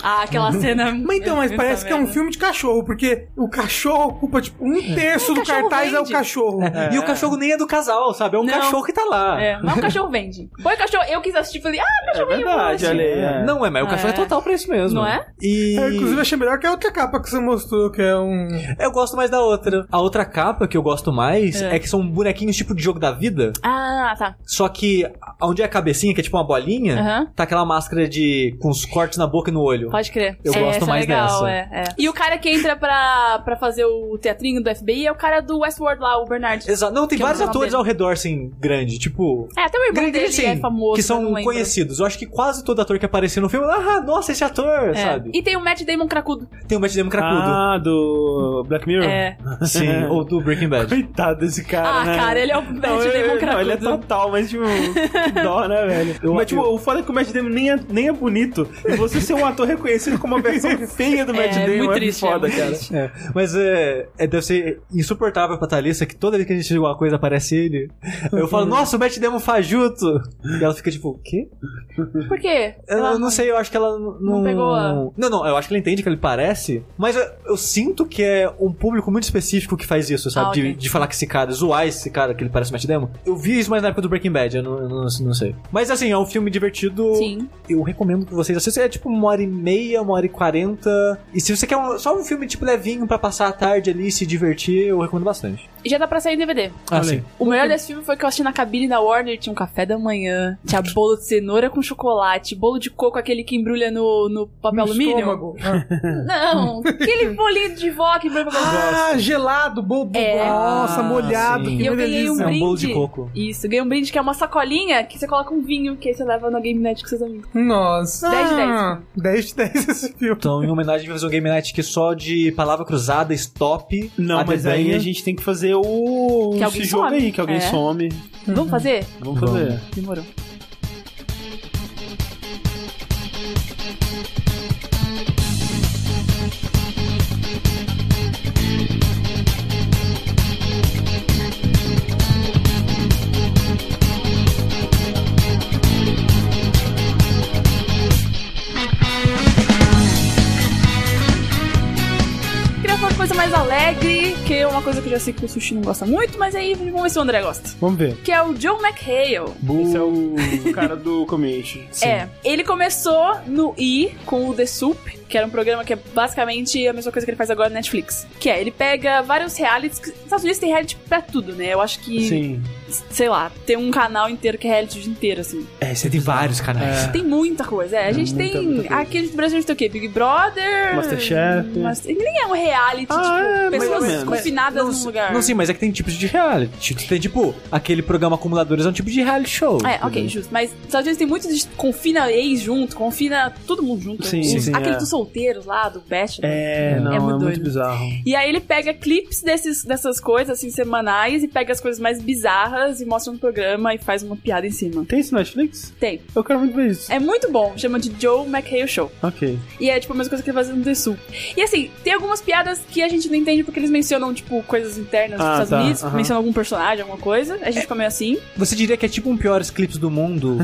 Speaker 1: Ah, aquela cena.
Speaker 4: Mas então, mas
Speaker 1: Puta
Speaker 4: parece que é um
Speaker 1: merda.
Speaker 4: filme de cachorro, porque o cachorro ocupa, tipo, um terço do
Speaker 1: cachorro
Speaker 4: cartaz é o
Speaker 1: vende.
Speaker 4: cachorro.
Speaker 2: E o cachorro nem é do casal, sabe? É um
Speaker 1: Não.
Speaker 2: cachorro que tá lá.
Speaker 1: É, mas o cachorro vende. Põe o cachorro. Eu quis assistir e falei, ah, cachorrinho. eu vou
Speaker 3: verdade,
Speaker 1: assistir.
Speaker 3: olha aí. É.
Speaker 2: Não é, mas o cachorro
Speaker 1: É.
Speaker 2: é. total pra isso mesmo.
Speaker 1: Não é?
Speaker 2: E...
Speaker 4: Eu, inclusive, achei melhor que a outra capa que você mostrou, que é um.
Speaker 2: Eu gosto mais da outra. A outra capa que eu gosto mais é,
Speaker 1: É.
Speaker 2: que são bonequinhos tipo de jogo da vida.
Speaker 1: Ah, tá.
Speaker 2: Só que onde é a cabecinha, que é é tipo uma bolinha,
Speaker 1: Aham.
Speaker 2: tá aquela máscara de. com os cortes na boca e no olho.
Speaker 1: Pode crer.
Speaker 2: Eu
Speaker 1: É,
Speaker 2: gosto
Speaker 1: essa é
Speaker 2: mais
Speaker 1: legal,
Speaker 2: dessa.
Speaker 1: É, é. E o cara que entra pra, pra fazer o teatrinho do FBI é o cara do Westworld lá, o Bernard.
Speaker 2: Exato. Não, tem
Speaker 1: Que é eu
Speaker 2: vários
Speaker 1: não
Speaker 2: atores
Speaker 1: lembro.
Speaker 2: ao redor, assim, grande. Tipo.
Speaker 1: É, até o irmão
Speaker 2: Grande,
Speaker 1: dele
Speaker 2: assim,
Speaker 1: é famoso.
Speaker 2: que
Speaker 1: eu
Speaker 2: são
Speaker 1: não lembro.
Speaker 2: conhecidos. Eu acho que quase todo ator que apareceu no filme, ah, nossa, esse ator,
Speaker 1: É.
Speaker 2: sabe?
Speaker 1: E tem o Matt Damon cracudo.
Speaker 2: Tem o Matt Damon cracudo.
Speaker 3: Ah, do Black Mirror?
Speaker 1: É.
Speaker 2: Ah, Sim, ou do Breaking Bad.
Speaker 3: Coitado desse cara,
Speaker 1: ah,
Speaker 3: né?
Speaker 1: cara, ele é o Matt
Speaker 3: Não, ele-
Speaker 1: Damon
Speaker 3: não,
Speaker 1: cracudo.
Speaker 3: ele é total, mas tipo, que dó, né, velho? mas tipo, o foda é que o Matt Damon nem é, nem é bonito. E você ser um ator reconhecido como uma versão feia do Matt
Speaker 1: É,
Speaker 3: Damon
Speaker 1: muito
Speaker 3: é
Speaker 1: triste,
Speaker 3: foda,
Speaker 1: é muito
Speaker 3: cara.
Speaker 2: É, mas é, é, deve ser insuportável pra Thalissa que toda vez que a gente diz alguma coisa aparece ele. Eu falo, nossa, o Matt Damon fajuto! Uhum. E ela fica tipo, o quê?
Speaker 1: Por quê?
Speaker 2: Eu, eu
Speaker 1: Ela-
Speaker 2: não sei, eu acho que ela n- não.
Speaker 1: Não pegou a-
Speaker 2: Não, não, eu acho que ela entende que ele parece, mas eu, eu sinto que é um público muito específico que faz isso, sabe?
Speaker 1: Ah,
Speaker 2: de,
Speaker 1: ok.
Speaker 2: de falar que esse cara, zoar esse cara que ele parece o Matt Damon. Eu vi isso mais na época do Breaking Bad, eu não, eu não- não sei. Mas assim, é um filme divertido.
Speaker 1: Sim.
Speaker 2: Eu recomendo que vocês assistam. É tipo uma hora e meia, uma hora e quarenta. E se você quer um- só um filme tipo levinho pra passar a tarde ali e se divertir, eu recomendo bastante.
Speaker 1: E já dá pra sair em DVD.
Speaker 2: Ah,
Speaker 3: Olha aí.
Speaker 2: sim.
Speaker 1: O melhor desse filme foi que eu assisti na cabine da Warner, tinha um café da manhã, tinha bolo de cenoura com chocolate, bolo de coco, aquele que embrulha no, no papel alumínio.
Speaker 4: um estômago. Ah.
Speaker 1: Não, aquele bolinho de vó que embrulha no papel alumínio.
Speaker 4: Ah, gelado, bobo.
Speaker 1: É.
Speaker 4: Nossa,
Speaker 2: Ah,
Speaker 4: molhado.
Speaker 2: sim.
Speaker 4: Que
Speaker 1: E eu ganhei um
Speaker 4: delícia.
Speaker 2: É um bolo de
Speaker 1: brinde.
Speaker 2: coco.
Speaker 3: Ah!
Speaker 1: Isso, ganhei um brinde que é uma sacolinha que você coloca um vinho, que aí você leva na Game Night com seus amigos.
Speaker 4: Nossa.
Speaker 1: 10 de 10.
Speaker 4: 10 de 10 esse filme.
Speaker 2: Então, em homenagem, vai fazer um Game Night que só de palavra cruzada, stop.
Speaker 3: Não, mas aí
Speaker 2: adedanha.
Speaker 3: a gente tem que fazer o.
Speaker 1: Que
Speaker 3: esse
Speaker 1: alguém
Speaker 3: jogo
Speaker 1: some.
Speaker 3: aí, que alguém
Speaker 1: É.
Speaker 3: some.
Speaker 1: Vamos fazer?
Speaker 3: Vamos fazer.
Speaker 1: Demorou. Queria falar uma coisa mais alegre, que é uma coisa que eu já sei que o sushi não gosta muito, mas aí vamos ver se o André gosta
Speaker 3: Vamos ver.
Speaker 1: que é o John McHale.
Speaker 3: Esse é o cara do community.
Speaker 1: É, ele começou no E com o The Soup, que era um programa que é basicamente a mesma coisa que ele faz agora no Netflix. Que é, ele pega vários realities. que- Nos Estados Unidos tem reality pra tudo, né? Eu acho que,
Speaker 3: Sim.
Speaker 1: sei lá, tem um canal inteiro que é reality o dia inteiro, assim.
Speaker 2: É, você tem vários canais.
Speaker 1: Tem muita coisa, é. A gente
Speaker 3: muita,
Speaker 1: tem.
Speaker 3: muita coisa.
Speaker 1: aqui no Brasil a gente tem o quê? Big Brother.
Speaker 3: Masterchef.
Speaker 1: Mas ele nem é um reality,
Speaker 3: Ah, é,
Speaker 1: tipo,
Speaker 3: mais ou
Speaker 1: pessoas
Speaker 3: menos.
Speaker 1: confinadas
Speaker 2: Não,
Speaker 1: num
Speaker 2: se-
Speaker 1: lugar.
Speaker 2: Não, sim, mas é que tem tipos de reality. Tem tipo, aquele programa acumuladores é um tipo de reality show.
Speaker 1: É, ok,
Speaker 2: entendeu?
Speaker 1: justo. Mas nos Estados Unidos tem muitos de confina ex junto, confina todo mundo junto.
Speaker 3: Sim,
Speaker 1: Os-
Speaker 3: sim,
Speaker 1: Aquele
Speaker 3: é.
Speaker 1: dos solteiros lá, do Bachelor.
Speaker 3: É, não, é muito,
Speaker 1: muito doido.
Speaker 3: bizarro.
Speaker 1: E aí ele pega clipes desses, dessas coisas, assim, semanais, e pega as coisas mais bizarras e mostra no programa e faz uma piada em cima.
Speaker 3: Tem isso no Netflix?
Speaker 1: Tem.
Speaker 3: Eu quero muito ver isso.
Speaker 1: É muito bom, chama de Joe McHale Show.
Speaker 3: Ok.
Speaker 1: E é tipo a mesma coisa que ele fazia no The Sul. E assim, tem algumas piadas que a gente não entende porque eles mencionam, tipo, coisas internas dos
Speaker 3: Ah,
Speaker 1: Estados
Speaker 3: tá,
Speaker 1: Unidos,
Speaker 3: aham.
Speaker 1: mencionam algum personagem, alguma coisa. A gente fica meio assim,
Speaker 2: Você diria que é tipo um piores clipes do mundo,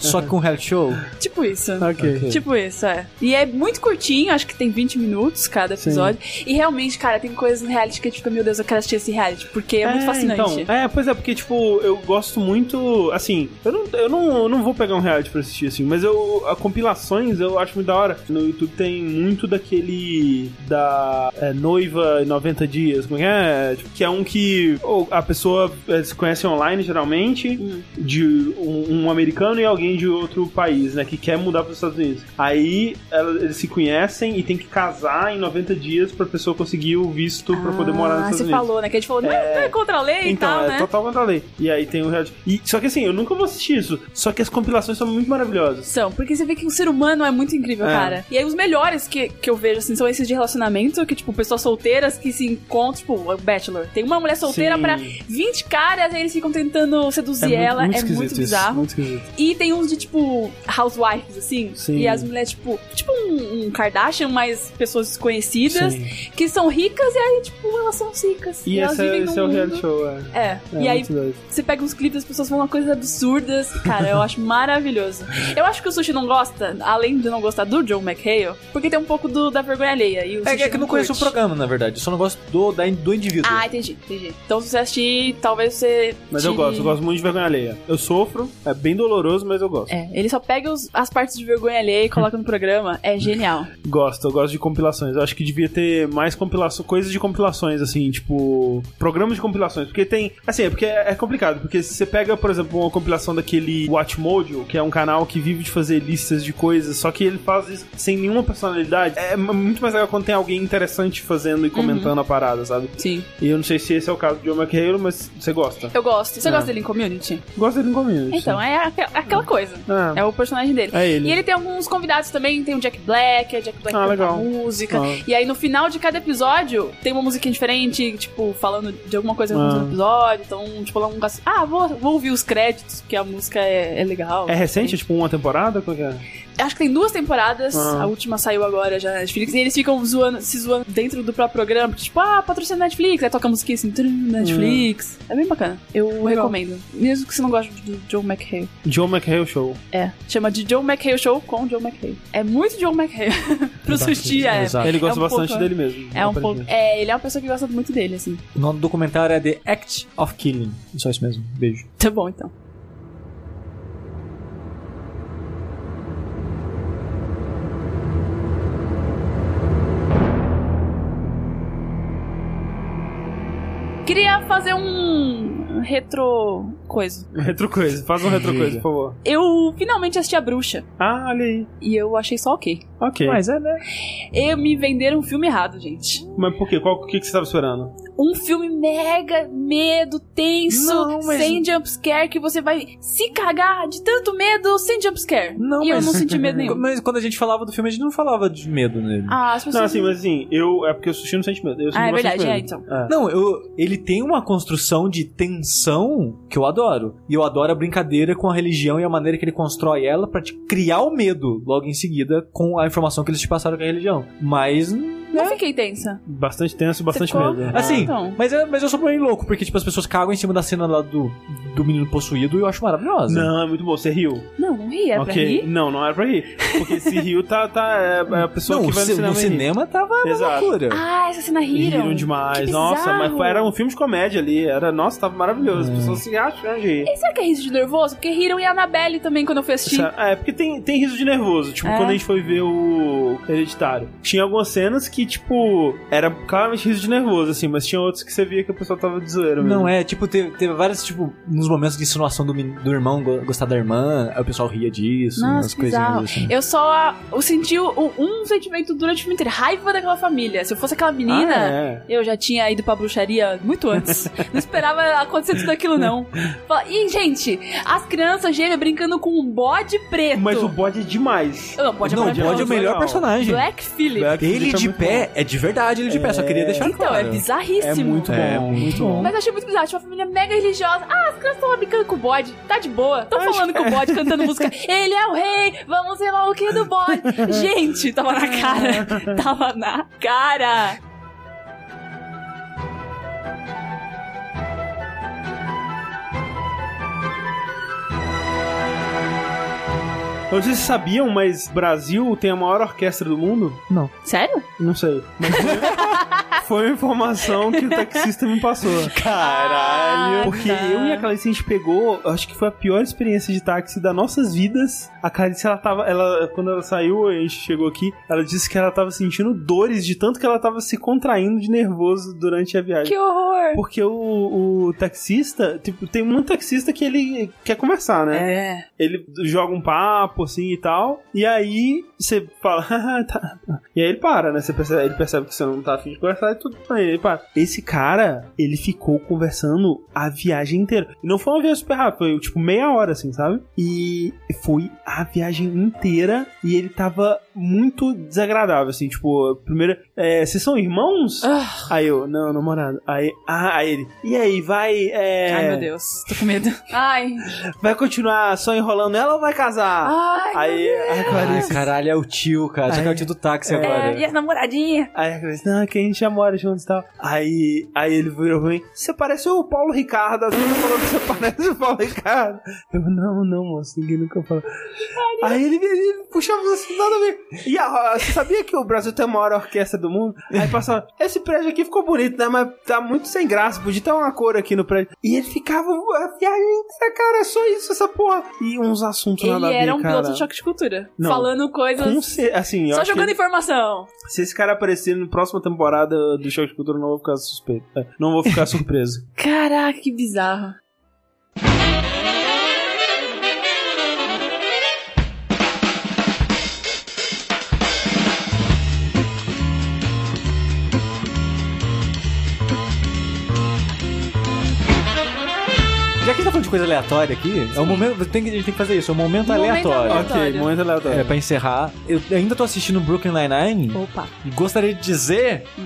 Speaker 2: só que com reality show?
Speaker 1: tipo isso.
Speaker 3: Ok.
Speaker 2: Ok.
Speaker 1: Tipo isso, é. E é muito curtinho, acho que tem 20 minutos cada episódio. E realmente, cara, tem coisas no reality que a gente fica, meu Deus, eu quero assistir esse reality, porque é, muito fascinante.
Speaker 3: Então, é, pois é, porque, tipo, eu gosto muito. Assim, eu não, eu não, eu não vou pegar um reality pra assistir, assim, mas eu. A compilações eu acho muito da hora. No YouTube tem muito daquele. Da é, noiva em 90 dias, como é que é? Tipo, Que é um que ou, a pessoa é, se conhece online, geralmente,
Speaker 1: Hum.
Speaker 3: de um, um americano e alguém de outro país, né? Que quer mudar para os Estados Unidos. Aí ela- eles se conhecem e tem que casar em 90 dias pra pessoa conseguir o visto pra poder
Speaker 1: Ah,
Speaker 3: morar nos Estados
Speaker 1: você
Speaker 3: Unidos.
Speaker 1: falou, né? Que a gente falou, não, não é contra a lei
Speaker 3: Então,
Speaker 1: e tal,
Speaker 3: é
Speaker 1: né?
Speaker 3: total contra a lei. E aí tem o reality. E, só que assim, eu nunca vou assistir isso. Só que as compilações são muito maravilhosas.
Speaker 1: São, porque você vê que o ser humano é muito incrível,
Speaker 3: É.
Speaker 1: cara. E aí os melhores que, que eu vejo, assim, são esses de relacionamento, que, tipo, pessoas solteiras que se encontram, tipo, o Bachelor. Tem uma mulher solteira
Speaker 3: Sim. É
Speaker 1: pra 20 caras, aí eles ficam tentando seduzir
Speaker 3: muito-
Speaker 1: ela, é
Speaker 3: esquisito
Speaker 1: muito
Speaker 3: isso,
Speaker 1: bizarro.
Speaker 3: Muito esquisito.
Speaker 1: E tem uns de tipo housewives, assim.
Speaker 3: Sim.
Speaker 1: E as mulheres, tipo, tipo um, um Kardashian, mas pessoas desconhecidas
Speaker 3: Sim.
Speaker 1: que são ricas e aí, tipo, elas são ricas.
Speaker 3: E
Speaker 1: elas
Speaker 3: esse, é,
Speaker 1: vivem
Speaker 3: esse
Speaker 1: num
Speaker 3: é o
Speaker 1: mundo-
Speaker 3: reality show, é.
Speaker 1: É.
Speaker 3: É
Speaker 1: e aí
Speaker 3: muito doido.
Speaker 1: você pega uns clipes, as pessoas falam coisas absurdas. Cara, eu acho maravilhoso. Eu acho que o sushi não gosta, além de não gostar do John McHale, porque tem um pouco do, da vergonha alheia. E o
Speaker 2: É,
Speaker 1: sushi
Speaker 2: que- é que eu não conheço o
Speaker 1: curte.
Speaker 2: programa, na verdade. Eu só não gosto do, da, do indivíduo.
Speaker 1: Ah, entendi, entendi. Então se você assistir, talvez você.
Speaker 3: Mas eu
Speaker 1: tire-
Speaker 3: gosto, eu gosto muito de vergonha alheia. Eu sofro, é bem doloroso, mas eu gosto.
Speaker 1: É, ele só pega os- as partes de vergonha alheia e coloca no programa. É genial.
Speaker 3: Gosto, eu gosto de compilações. Eu acho que devia ter mais compilações, coisas de compilações, assim, tipo, programas de compilações. Porque tem, assim, é porque é, é complicado, porque se você pega, por exemplo, uma compilação daquele Watchmojo, que é um canal que vive de fazer listas de coisas, só que ele faz isso sem nenhuma personalidade, é m- muito mais legal quando tem alguém interessante fazendo e
Speaker 1: Uhum.
Speaker 3: comentando a parada, sabe?
Speaker 1: Sim.
Speaker 3: E eu não sei se esse é o caso do John McHale, mas você gosta.
Speaker 1: Eu gosto. Você
Speaker 3: É.
Speaker 1: gosta dele em community?
Speaker 3: Gosta dele no community.
Speaker 1: Então, é aqua- aquela coisa.
Speaker 3: É.
Speaker 1: É o personagem dele.
Speaker 3: É ele.
Speaker 1: E ele tem alguns convidados também, tem o Jack Black, é Jack Black
Speaker 3: Ah,
Speaker 1: canta
Speaker 3: legal.
Speaker 1: música.
Speaker 3: Ah.
Speaker 1: E aí no final de cada episódio tem uma musiquinha diferente, tipo, falando de alguma coisa que aconteceu
Speaker 3: Ah.
Speaker 1: no episódio. Então, tipo, lá um caso- Ah, vou, vou ouvir os créditos, porque a música é, é legal.
Speaker 3: É recente, é tipo uma temporada? Qual que é?
Speaker 1: Acho que tem duas temporadas,
Speaker 3: Ah.
Speaker 1: a última saiu agora já na Netflix, e eles ficam zoando, se zoando dentro do próprio programa, porque, tipo, ah, patrocina Netflix, aí toca a musiquinha assim, trum, Netflix. É bem bacana. Eu recomendo. Mesmo que você não goste do John McHale.
Speaker 3: John McHale Show.
Speaker 1: É, chama de John McHale Show com John McHale. É muito John McHale. Pro sushi, é.
Speaker 2: Exato.
Speaker 3: Ele gosta
Speaker 1: um
Speaker 3: bastante
Speaker 1: pouco-
Speaker 3: dele mesmo.
Speaker 1: É um pouco.
Speaker 3: aparentemente.
Speaker 1: É, ele é uma pessoa que gosta muito dele, assim.
Speaker 2: O nome do documentário é The Act of Killing. Só isso mesmo. Beijo.
Speaker 1: Tá bom, então. Queria fazer um retro coisa.
Speaker 3: Retro coisa, faz um retro coisa, por favor.
Speaker 1: Eu finalmente assisti a bruxa
Speaker 3: Ah, olha aí.
Speaker 1: e eu achei só ok.
Speaker 3: Ok. Mas,
Speaker 2: Mas é, né?
Speaker 1: Eu me venderam um filme errado, gente.
Speaker 3: por quê? Qual, o que, que você tava esperando?
Speaker 1: um filme mega medo, tenso,
Speaker 2: Não, mas-
Speaker 1: sem jumpscare, que você vai se cagar de tanto medo sem jumpscare.
Speaker 2: Não,
Speaker 1: e eu
Speaker 2: mas-
Speaker 1: não senti medo nenhum.
Speaker 2: Mas quando a gente falava do filme, a gente não falava de medo nele.
Speaker 1: Ah, as pessoas.
Speaker 3: Não, assim, mas assim, eu. É porque o sushi não sente medo. Eu sinto
Speaker 1: ah, é
Speaker 3: bastante
Speaker 1: verdade, é
Speaker 3: medo.
Speaker 1: então.
Speaker 2: Não, eu, ele tem uma construção de tensão que eu adoro. E eu adoro a brincadeira com a religião e a maneira que ele constrói ela pra te criar o medo logo em seguida com a informação que eles te passaram com a religião. Mas.
Speaker 1: Não fiquei tensa.
Speaker 3: Bastante tenso, bastante
Speaker 1: então.
Speaker 3: né?
Speaker 1: ficou?
Speaker 3: medo.
Speaker 1: Ah,
Speaker 2: Assim,
Speaker 1: então.
Speaker 2: mas, é- mas eu sou bem louco, porque tipo, as pessoas cagam em cima da cena lá do, do menino possuído e eu acho maravilhosa.
Speaker 3: Não, é muito bom. Você riu.
Speaker 1: Não, não ri, era É pra rir.
Speaker 3: Não, não era pra rir. Porque se riu, tá. tá é, é a pessoa
Speaker 2: Não,
Speaker 3: que
Speaker 2: o
Speaker 3: vai
Speaker 2: ci-
Speaker 3: no cinema.
Speaker 2: no
Speaker 3: e ri.
Speaker 2: cinema tava uma
Speaker 3: Exato.
Speaker 2: loucura.
Speaker 1: Ah, essa cena riram.
Speaker 3: Riram demais,
Speaker 1: Que
Speaker 3: nossa, mas
Speaker 1: bizarro.
Speaker 3: foi- era um filme de comédia ali. Era, nossa, tava maravilhoso.
Speaker 2: É.
Speaker 3: As pessoas se acham de rir.
Speaker 1: E será que é riso de nervoso? Porque riram e a Annabelle também quando eu fui assistir.
Speaker 3: Sa- É, porque tem, tem riso de nervoso. Tipo,
Speaker 1: É.
Speaker 3: quando a gente foi ver o Hereditário, tinha algumas cenas que, tipo, era claramente riso de nervoso, assim, mas tinha outros que você via que o pessoal tava de zoeira mesmo.
Speaker 2: Não, é, tipo, teve, teve vários, tipo, nos momentos de insinuação do, men- do irmão go- gostar da irmã, aí o pessoal ria disso,
Speaker 1: Nossa,
Speaker 2: umas
Speaker 1: que
Speaker 2: coisinhas
Speaker 1: bizarro.
Speaker 2: assim.
Speaker 1: Eu só eu senti o- um sentimento durante o filme inteiro. Raiva daquela família. Se eu fosse aquela menina,
Speaker 3: Ah, é.
Speaker 1: Eu já tinha ido pra bruxaria muito antes. Não esperava acontecer tudo aquilo, não. Fala- E, gente, as crianças gêmeas brincando com um bode preto.
Speaker 3: Mas o bode é demais.
Speaker 1: Eu Não, bode é
Speaker 2: não, o
Speaker 1: maravilhoso.
Speaker 2: Bode é o melhor
Speaker 3: Legal.
Speaker 2: personagem.
Speaker 1: Black Phillip.
Speaker 3: Black
Speaker 2: Ele
Speaker 3: Phillip é
Speaker 2: de
Speaker 3: muito
Speaker 2: pé, é de verdade ele de pé, só queria deixar
Speaker 1: Então, é
Speaker 2: claro.
Speaker 3: É
Speaker 1: bizarríssimo.
Speaker 3: muito bom,
Speaker 2: É,
Speaker 3: muito bom.
Speaker 1: Mas eu achei muito bizarro. Tinha uma família mega religiosa. Ah, as crianças estão lá brincando com o bode. Tá de boa. Tão falando com o bode, cantando música. Ele é o rei, vamos sei lá o que do bode. Gente, tava na cara. Tava na cara.
Speaker 3: Eu não sei se vocês sabiam, mas Brasil tem a maior orquestra do mundo?
Speaker 1: Sério?
Speaker 3: Não sei. Mas foi- foi uma informação que o taxista me passou.
Speaker 1: Caralho.
Speaker 3: Porque
Speaker 1: Ah, tá.
Speaker 3: eu e a Clarice, a gente pegou, acho que foi a pior experiência de táxi das nossas vidas. A Clarice, ela tava, ela, quando ela saiu, a gente chegou aqui, ela disse que ela tava sentindo dores de tanto que ela tava se contraindo de nervoso durante a viagem.
Speaker 1: Que horror.
Speaker 3: Porque o, o taxista, tipo, tem um taxista que ele quer conversar, né?
Speaker 1: É.
Speaker 3: Ele joga um papo, assim, e tal. E aí, você fala... "Ah, tá." E aí ele para, né? Você percebe, ele percebe que você não tá afim de conversar e tudo bem, ele para. Esse cara, ele ficou conversando a viagem inteira. E não foi uma viagem super rápida, foi, tipo, meia hora, assim, sabe? E foi a viagem inteira e ele tava muito desagradável, assim. Tipo, primeiro... é, Vocês são irmãos?
Speaker 1: Ah,
Speaker 3: Aí eu, não, namorado. Aí, ah, aí ele, e aí, vai, é,
Speaker 1: Ai, meu Deus. Tô com medo. Ai.
Speaker 3: vai continuar só enrolando ela ou vai casar?
Speaker 1: Ai,
Speaker 3: aí, aí, a
Speaker 2: Ah,
Speaker 3: Clarice,
Speaker 2: caralho, é o tio, cara. Só que é o tio do táxi agora.
Speaker 1: É, e a namoradinha?
Speaker 3: aí a Clarice, não, é que a gente já mora juntos e tal. Aí, aí ele virou pra mim, você parece o Paulo Ricardo, a Duda falou que você parece o Paulo Ricardo. Eu, não, não, moço, ninguém nunca falou. Aí ele, ele puxava assim, nada a ver. E a, você sabia que o Brasil tem a maior orquestra do mundo? Aí passava, esse prédio aqui ficou bonito, né? Mas tá muito sem graça, podia ter uma cor aqui no prédio. E ele ficava, a viagem inteira, cara, é só isso, essa porra. E uns assuntos nada a
Speaker 1: Ele
Speaker 3: ver,
Speaker 1: era um
Speaker 3: cara.
Speaker 1: piloto de choque de cultura.
Speaker 3: Não.
Speaker 1: Falando coisas.
Speaker 3: Com cer- assim, eu
Speaker 1: Só
Speaker 3: acho
Speaker 1: jogando
Speaker 3: que
Speaker 1: informação.
Speaker 3: se esse cara aparecer na próxima temporada do Show de Cultura, eu não vou ficar suspeito. É, Não vou ficar surpreso.
Speaker 1: Caraca, que bizarro.
Speaker 2: tá coisa aleatória aqui. É o momento. Tem, que- a gente tem que fazer isso, é um momento,
Speaker 1: Momento
Speaker 2: aleatório.
Speaker 1: aleatório.
Speaker 3: Ok, muito aleatório.
Speaker 2: É, pra encerrar, eu ainda tô assistindo Brooklyn Nine-Nine
Speaker 1: Opa.
Speaker 2: e gostaria de dizer
Speaker 1: Hum.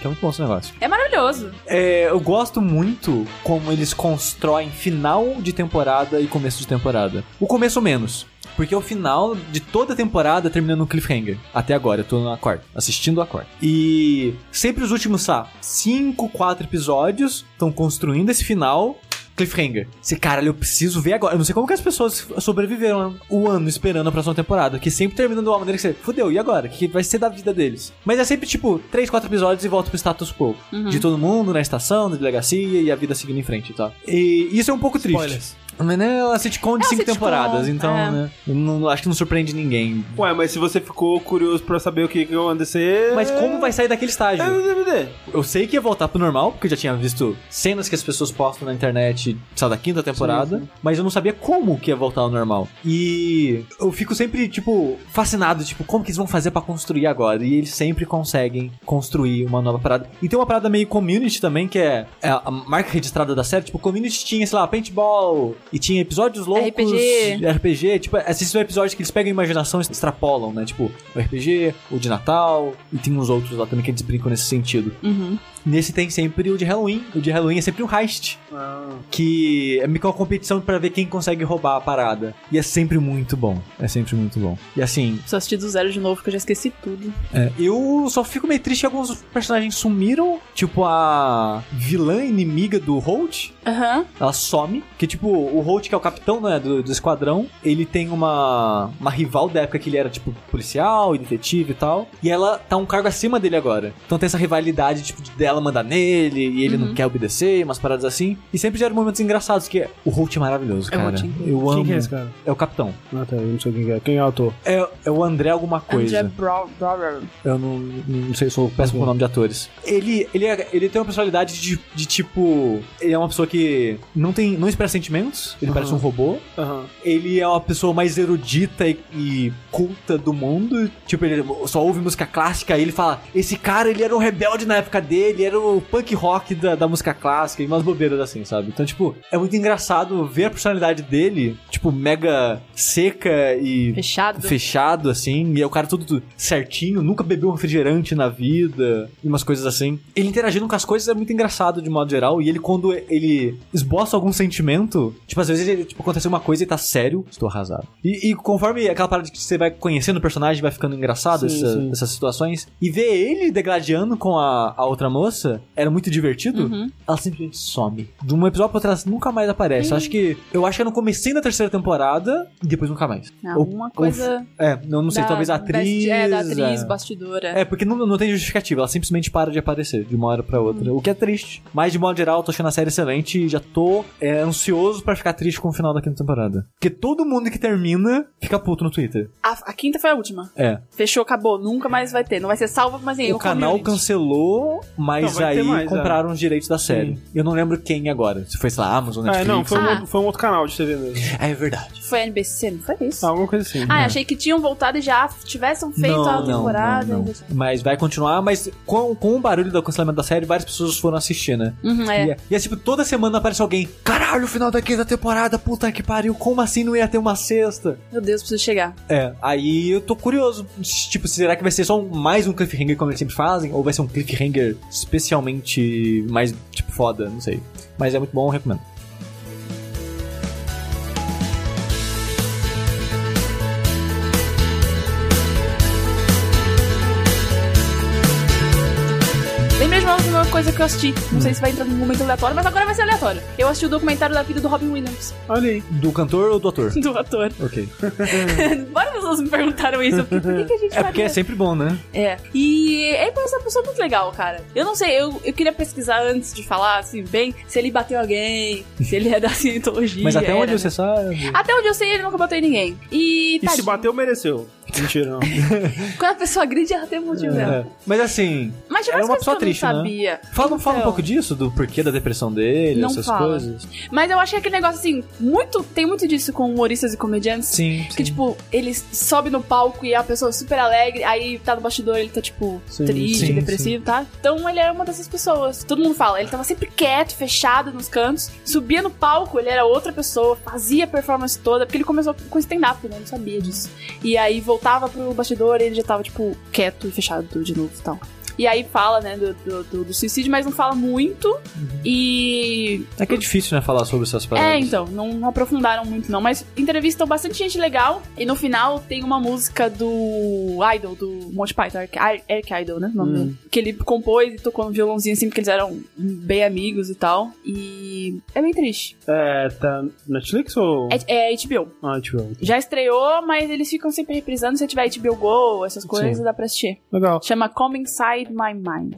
Speaker 2: que é muito bom esse negócio.
Speaker 1: É maravilhoso.
Speaker 2: É, eu gosto muito como eles constroem final de temporada e começo de temporada. O começo menos. Porque o final de toda a temporada termina no cliffhanger. Até agora, eu tô na quarta, assistindo a quarta. E sempre os últimos, sabe, 5, 4 episódios estão construindo esse final. Cliffhanger. Esse caralho, eu preciso ver agora. Eu não sei como que as pessoas sobreviveram o ano esperando a próxima temporada. Que sempre termina de uma maneira que você. Fudeu, e agora? O que vai ser da vida deles? Mas é sempre tipo 3, 4 episódios e volta pro status quo.
Speaker 1: Uhum, Hum.
Speaker 2: De todo mundo na estação, da delegacia e a vida seguindo em frente e tal. E isso é um pouco triste.
Speaker 5: Spoilers.
Speaker 2: Mas né, é uma sitcom
Speaker 1: É
Speaker 2: de
Speaker 1: uma
Speaker 2: 5
Speaker 1: sitcom,
Speaker 2: temporadas, então,
Speaker 1: é.
Speaker 2: né? eu Não, acho que não surpreende ninguém.
Speaker 3: Ué, mas se você ficou curioso pra saber o que, que ia acontecer.
Speaker 2: Mas como vai sair daquele
Speaker 3: É
Speaker 2: estágio?
Speaker 3: no DVD.
Speaker 2: Eu sei que ia voltar pro normal, porque eu já tinha visto cenas que as pessoas postam na internet, sabe, da quinta temporada, mas eu não sabia como que ia voltar ao normal. E eu fico sempre, tipo, fascinado, tipo, como que eles vão fazer pra construir agora? E eles sempre conseguem construir uma nova parada. E tem uma parada meio community também, que é é a marca registrada da série, tipo, community tinha, sei lá, paintball, e tinha episódios loucos.
Speaker 1: RPG.
Speaker 2: RPG, tipo, esses são episódios que eles pegam a imaginação e extrapolam, né? Tipo, o RPG, o de Natal, e tem uns outros lá também que eles brincam nesse sentido.
Speaker 1: Uhum.
Speaker 2: Nesse tem sempre o de Halloween. O de Halloween é sempre um heist,
Speaker 5: Ah.
Speaker 2: que é meio que uma competição pra ver quem consegue roubar a parada. E é sempre muito bom. É sempre muito bom. E assim,
Speaker 1: Preciso assistir do zero de novo, porque eu já esqueci tudo.
Speaker 2: é, eu só fico meio triste que alguns personagens sumiram. Tipo, a vilã inimiga do Holt.
Speaker 1: Aham.
Speaker 2: Ela some. Que, tipo, o Holt, que é o capitão, né, do, do esquadrão, ele tem uma, uma rival da época que ele era, tipo, policial e detetive e tal. E ela tá um cargo acima dele agora. Então tem essa rivalidade, tipo, de dela mandar nele e ele
Speaker 1: Uhum.
Speaker 2: não quer obedecer, umas paradas assim. E sempre gera momentos engraçados, que é- o Holt é maravilhoso,
Speaker 1: É o
Speaker 2: cara.
Speaker 1: Holt incrível.
Speaker 2: Eu amo.
Speaker 5: Quem que é esse cara?
Speaker 2: É o capitão.
Speaker 5: Ah, tá. Eu não sei quem que é. Quem é o ator?
Speaker 2: É, é o André alguma coisa.
Speaker 1: André Brower.
Speaker 5: Eu não, não sei, sou
Speaker 2: Péssimo
Speaker 5: péssimo.
Speaker 2: com o nome de atores. Ele, ele, é- ele tem uma personalidade de, de tipo. Ele é uma pessoa que não tem. não expressa sentimentos. Ele
Speaker 3: Aham.
Speaker 2: parece um robô.
Speaker 3: Aham.
Speaker 2: ele é uma pessoa mais erudita e, e culta do mundo. Tipo, ele só ouve música clássica e ele fala: Esse cara, ele era um rebelde na época dele, era o punk rock da, da música clássica e umas bobeiras assim, sabe? Então, tipo, é muito engraçado ver a personalidade dele, tipo, mega seca e
Speaker 1: Fechado.
Speaker 2: fechado, assim, e é o cara tudo certinho, nunca bebeu um refrigerante na vida, e umas coisas assim. Ele interagindo com as coisas é muito engraçado de modo geral, e ele quando ele esboça algum sentimento, tipo, às vezes ele, tipo, aconteceu uma coisa e tá sério, estou arrasado. E, e conforme aquela parada que você vai conhecendo o personagem, vai ficando engraçado
Speaker 5: Sim,
Speaker 2: essa-
Speaker 5: sim.
Speaker 2: essas situações, e ver ele degladiando com a, a outra moça, era muito divertido,
Speaker 1: Uhum.
Speaker 2: ela simplesmente some. De um episódio pra outro, ela nunca mais aparece. Eu acho que, eu acho que é no comecinho da terceira temporada, e depois nunca mais.
Speaker 1: Ah,
Speaker 2: Ou-
Speaker 1: Uma coisa.
Speaker 2: É, eu não sei,
Speaker 1: da-
Speaker 2: talvez a atriz.
Speaker 1: basti- É, da atriz,
Speaker 2: é.
Speaker 1: bastidora.
Speaker 2: É, porque não, não tem justificativa, ela simplesmente para de aparecer de uma hora pra outra,
Speaker 1: Hum.
Speaker 2: o que é triste. Mas de modo geral, eu tô achando a série excelente e já tô é, ansioso pra ficar triste com o final da quinta temporada. Porque todo mundo que termina fica puto no Twitter.
Speaker 1: A, a quinta foi a última.
Speaker 2: É.
Speaker 1: Fechou, acabou. Nunca mais vai ter. Não vai ser salva, mas nem
Speaker 2: o canal cancelou,
Speaker 3: Não,
Speaker 2: mas
Speaker 3: vai ter
Speaker 2: aí
Speaker 3: mais, é.
Speaker 2: compraram os direitos da série. Eu não lembro quem agora, se foi, sei lá, Amazon,
Speaker 3: Ah,
Speaker 2: Netflix.
Speaker 3: não, foi, um,
Speaker 1: Ah.
Speaker 3: outro- foi um outro canal de TV mesmo.
Speaker 2: É verdade.
Speaker 1: Foi a NBC, não foi isso?
Speaker 3: Ah, Alguma coisa assim.
Speaker 1: Ah, achei que tinham voltado e já tivessem feito a temporada. assim.
Speaker 2: não, não. Mas vai continuar, mas com, com o barulho do cancelamento da série, várias pessoas foram assistir, né?
Speaker 1: Uhum, é.
Speaker 2: E é, e é tipo, toda semana aparece alguém. Caralho, o final da quinta temporada, puta que pariu, como assim não ia ter uma sexta?
Speaker 1: Meu Deus, preciso chegar.
Speaker 2: É, aí eu tô curioso. Tipo, será que vai ser só um- mais um cliffhanger como eles sempre fazem? Ou vai ser um cliffhanger especialmente mais, tipo, foda? Não sei. Mas é muito bom, eu recomendo.
Speaker 1: Lembrei de novo de é uma coisa que eu assisti. Não
Speaker 2: Hum.
Speaker 1: sei se vai entrar num momento aleatório, mas agora vai ser aleatório. Eu assisti o documentário da vida do Robin Williams,
Speaker 3: Olha aí.
Speaker 2: Do cantor ou do ator?
Speaker 1: do ator.
Speaker 2: ok.
Speaker 1: Várias pessoas me perguntaram isso. Eu fiquei, Por que, que a gente
Speaker 2: É
Speaker 1: faria
Speaker 2: porque é sempre bom, né?
Speaker 1: É. E ele parece uma pessoa muito legal, cara. Eu não sei, eu, eu queria pesquisar antes de falar, assim, bem, se ele bateu alguém, se ele é da cientologia.
Speaker 2: Mas até
Speaker 1: era,
Speaker 2: onde
Speaker 1: né?
Speaker 2: você sabe.
Speaker 1: Até onde eu sei, ele nunca bateu em ninguém. E.
Speaker 3: E se
Speaker 1: tadinho.
Speaker 3: bateu, mereceu. Mentira, não.
Speaker 1: Quando a pessoa gride, ela tem um motivo dela.
Speaker 2: É. Mas assim,
Speaker 1: Mas tinha
Speaker 2: Era
Speaker 1: várias coisas que
Speaker 2: uma pessoa
Speaker 1: eu
Speaker 2: triste, né?
Speaker 1: não sabia.
Speaker 2: fala, fala um
Speaker 1: Então.
Speaker 2: pouco disso, do porquê da depressão dele,
Speaker 1: Não
Speaker 2: essas
Speaker 1: fala.
Speaker 2: coisas.
Speaker 1: Mas eu acho que aquele negócio assim, muito. Tem muito disso com humoristas e comediantes.
Speaker 2: Sim.
Speaker 1: Que, tipo, ele sobe no palco e é a pessoa super alegre, aí tá no bastidor ele tá, tipo,
Speaker 5: Sim,
Speaker 1: triste,
Speaker 2: sim,
Speaker 1: depressivo, tá? Então ele era uma dessas pessoas. Todo mundo fala, ele tava sempre quieto, fechado nos cantos, subia no palco, ele era outra pessoa, fazia a performance toda, porque ele começou com stand-up, né? Ele não sabia disso. E aí voltava pro bastidor e ele já tava, tipo, quieto e fechado de novo e tal. E aí fala, né, do, do, do- do suicídio, mas não fala muito.
Speaker 2: Uhum.
Speaker 1: E
Speaker 2: É que é difícil, né, falar sobre essas paradas.
Speaker 1: tipo, é, então, não não aprofundaram muito não, mas entrevistam bastante gente legal e no final tem uma música do Idol, do Monty Python, Eric, Eric Idol, né? o nome
Speaker 2: Hum.
Speaker 1: dele, Que ele compôs e tocou no violãozinho assim, porque eles eram bem amigos e tal. E é bem triste.
Speaker 3: É, tá Netflix ou...
Speaker 1: É, é HBO.
Speaker 3: Ah, HBO.
Speaker 1: Já estreou, mas eles ficam sempre reprisando. Se tiver HBO Go, essas coisas, dá pra assistir.
Speaker 3: Legal.
Speaker 1: Chama Come Inside My Mind.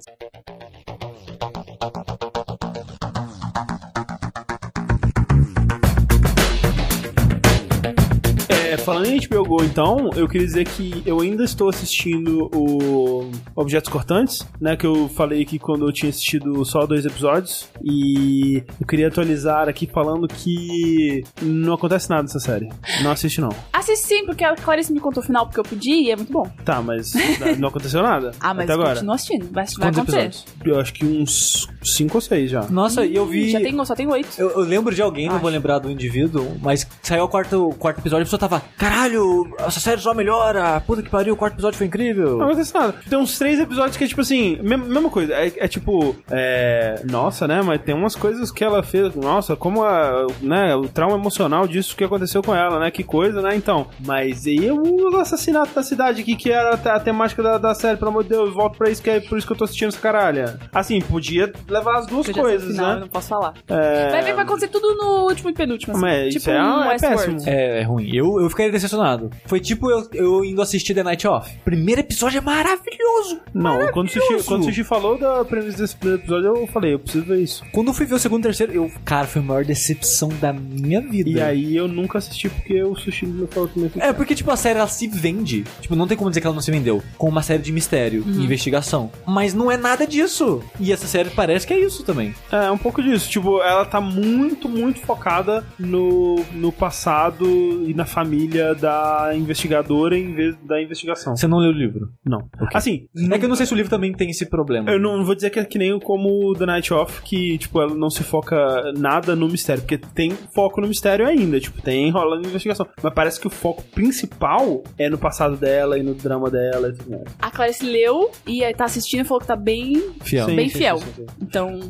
Speaker 3: É, falando em HBO Go, então, eu queria dizer que eu ainda estou assistindo o Objetos Cortantes, né? Que eu falei aqui quando eu tinha assistido só dois episódios. E eu queria atualizar aqui falando que não acontece nada nessa série. Não assiste, não.
Speaker 1: Assiste sim, porque a Clarice me contou o final porque eu podia e é muito bom.
Speaker 3: Tá, mas não aconteceu nada.
Speaker 1: Ah, mas
Speaker 3: até agora.
Speaker 1: continua assistindo. Vai, vai
Speaker 2: Quantos
Speaker 1: acontecer.
Speaker 2: episódios?
Speaker 3: Eu acho que uns cinco ou seis já.
Speaker 2: Nossa, e eu vi...
Speaker 1: Já tem, só tem oito.
Speaker 2: Eu, eu lembro de alguém, não
Speaker 1: Acho.
Speaker 2: vou lembrar do indivíduo, mas saiu o quarto, o quarto episódio e a pessoa tava, caralho, essa série só melhora, puta que pariu, o quarto episódio foi incrível.
Speaker 3: Não acontece nada. Tem uns três episódios que é tipo assim, me- mesma coisa. É, é tipo, é, nossa, né? Mas tem umas coisas que ela fez. Nossa, como a, né, o trauma emocional disso que aconteceu com ela, né? Que coisa, né? Então, mas e o assassinato da cidade aqui, que era a, te- a temática da, da série, pelo amor de Deus, volto pra isso que é por isso que eu tô assistindo essa caralha. Assim, podia levar as duas
Speaker 1: Eu já sei o
Speaker 3: coisas,
Speaker 1: final, eu
Speaker 3: né?
Speaker 1: não posso falar.
Speaker 3: É,
Speaker 1: Vai ver, vai acontecer tudo no último e penúltimo. assim.
Speaker 3: Mas
Speaker 1: tipo
Speaker 3: isso é-
Speaker 1: um
Speaker 3: é
Speaker 1: Westworld.
Speaker 3: péssimo.
Speaker 2: É, é ruim. Eu, eu ficaria decepcionado. Foi tipo eu, eu indo assistir The Night Off. Primeiro episódio é maravilhoso.
Speaker 3: não, quando o Sushi,
Speaker 2: maravilhoso.
Speaker 3: quando o Sushi falou da premissa desse primeiro episódio, eu falei, eu preciso ver isso.
Speaker 2: Quando eu fui ver o segundo e terceiro, eu, cara, foi a maior decepção da minha vida.
Speaker 3: E aí eu nunca assisti porque o Sushi me falou também que
Speaker 2: É, porque, tipo, a série ela se vende. Tipo, não tem como dizer que ela não se vendeu. Com uma série de mistério e investigação. Mas não é nada disso. E essa série parece que é isso também.
Speaker 3: É, um pouco disso. Tipo, ela tá muito, muito focada no, no passado e na família da investigadora em vez da investigação.
Speaker 2: Você não leu o livro.
Speaker 3: Não. Assim,
Speaker 2: É que eu não sei se o livro também tem esse problema.
Speaker 3: eu não vou dizer que é que nem o- como o The Night Off, que, tipo, ela não se foca nada no mistério, porque tem foco no mistério ainda, tipo, tem rolando investigação. Mas parece que o foco principal é no passado dela e no drama dela e tudo mais.
Speaker 1: A Clarice leu e aí tá assistindo e falou que tá bem.
Speaker 2: Fiel.
Speaker 1: Bem fiel.
Speaker 3: sim.
Speaker 1: Então,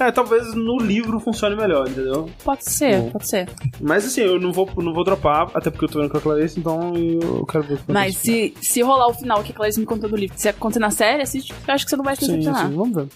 Speaker 3: É. é, talvez no livro funcione melhor, entendeu?
Speaker 1: pode ser,
Speaker 3: Bom.
Speaker 1: pode ser.
Speaker 3: Mas assim, eu não vou, não vou dropar, até porque eu tô vendo com a Clarice, então eu quero ver o que
Speaker 1: Mas
Speaker 3: acontece.
Speaker 1: se, se rolar o final que a Clarice me contou do livro, se acontecer na série, assiste, eu acho que você não vai se
Speaker 3: Sim,
Speaker 1: decepcionar.
Speaker 3: sim, vamos ver.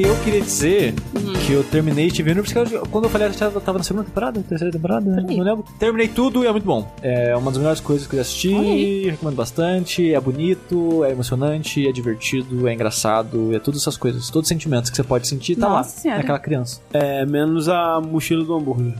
Speaker 2: Eu queria dizer
Speaker 1: Uhum.
Speaker 2: que eu terminei Steve Universe, porque eu- quando eu falei, acho que ela tava na segunda temporada, terceira temporada, né?
Speaker 1: Sim.
Speaker 2: não lembro. Terminei tudo e é muito bom. É uma das melhores coisas que eu já
Speaker 1: Olha
Speaker 2: assisti, recomendo bastante, é bonito, é emocionante, é divertido, é engraçado, é todas essas coisas, todos os sentimentos que você pode sentir, tá lá,
Speaker 1: Nossa Senhora.
Speaker 2: naquela criança.
Speaker 3: É, menos a mochila do hambúrguer.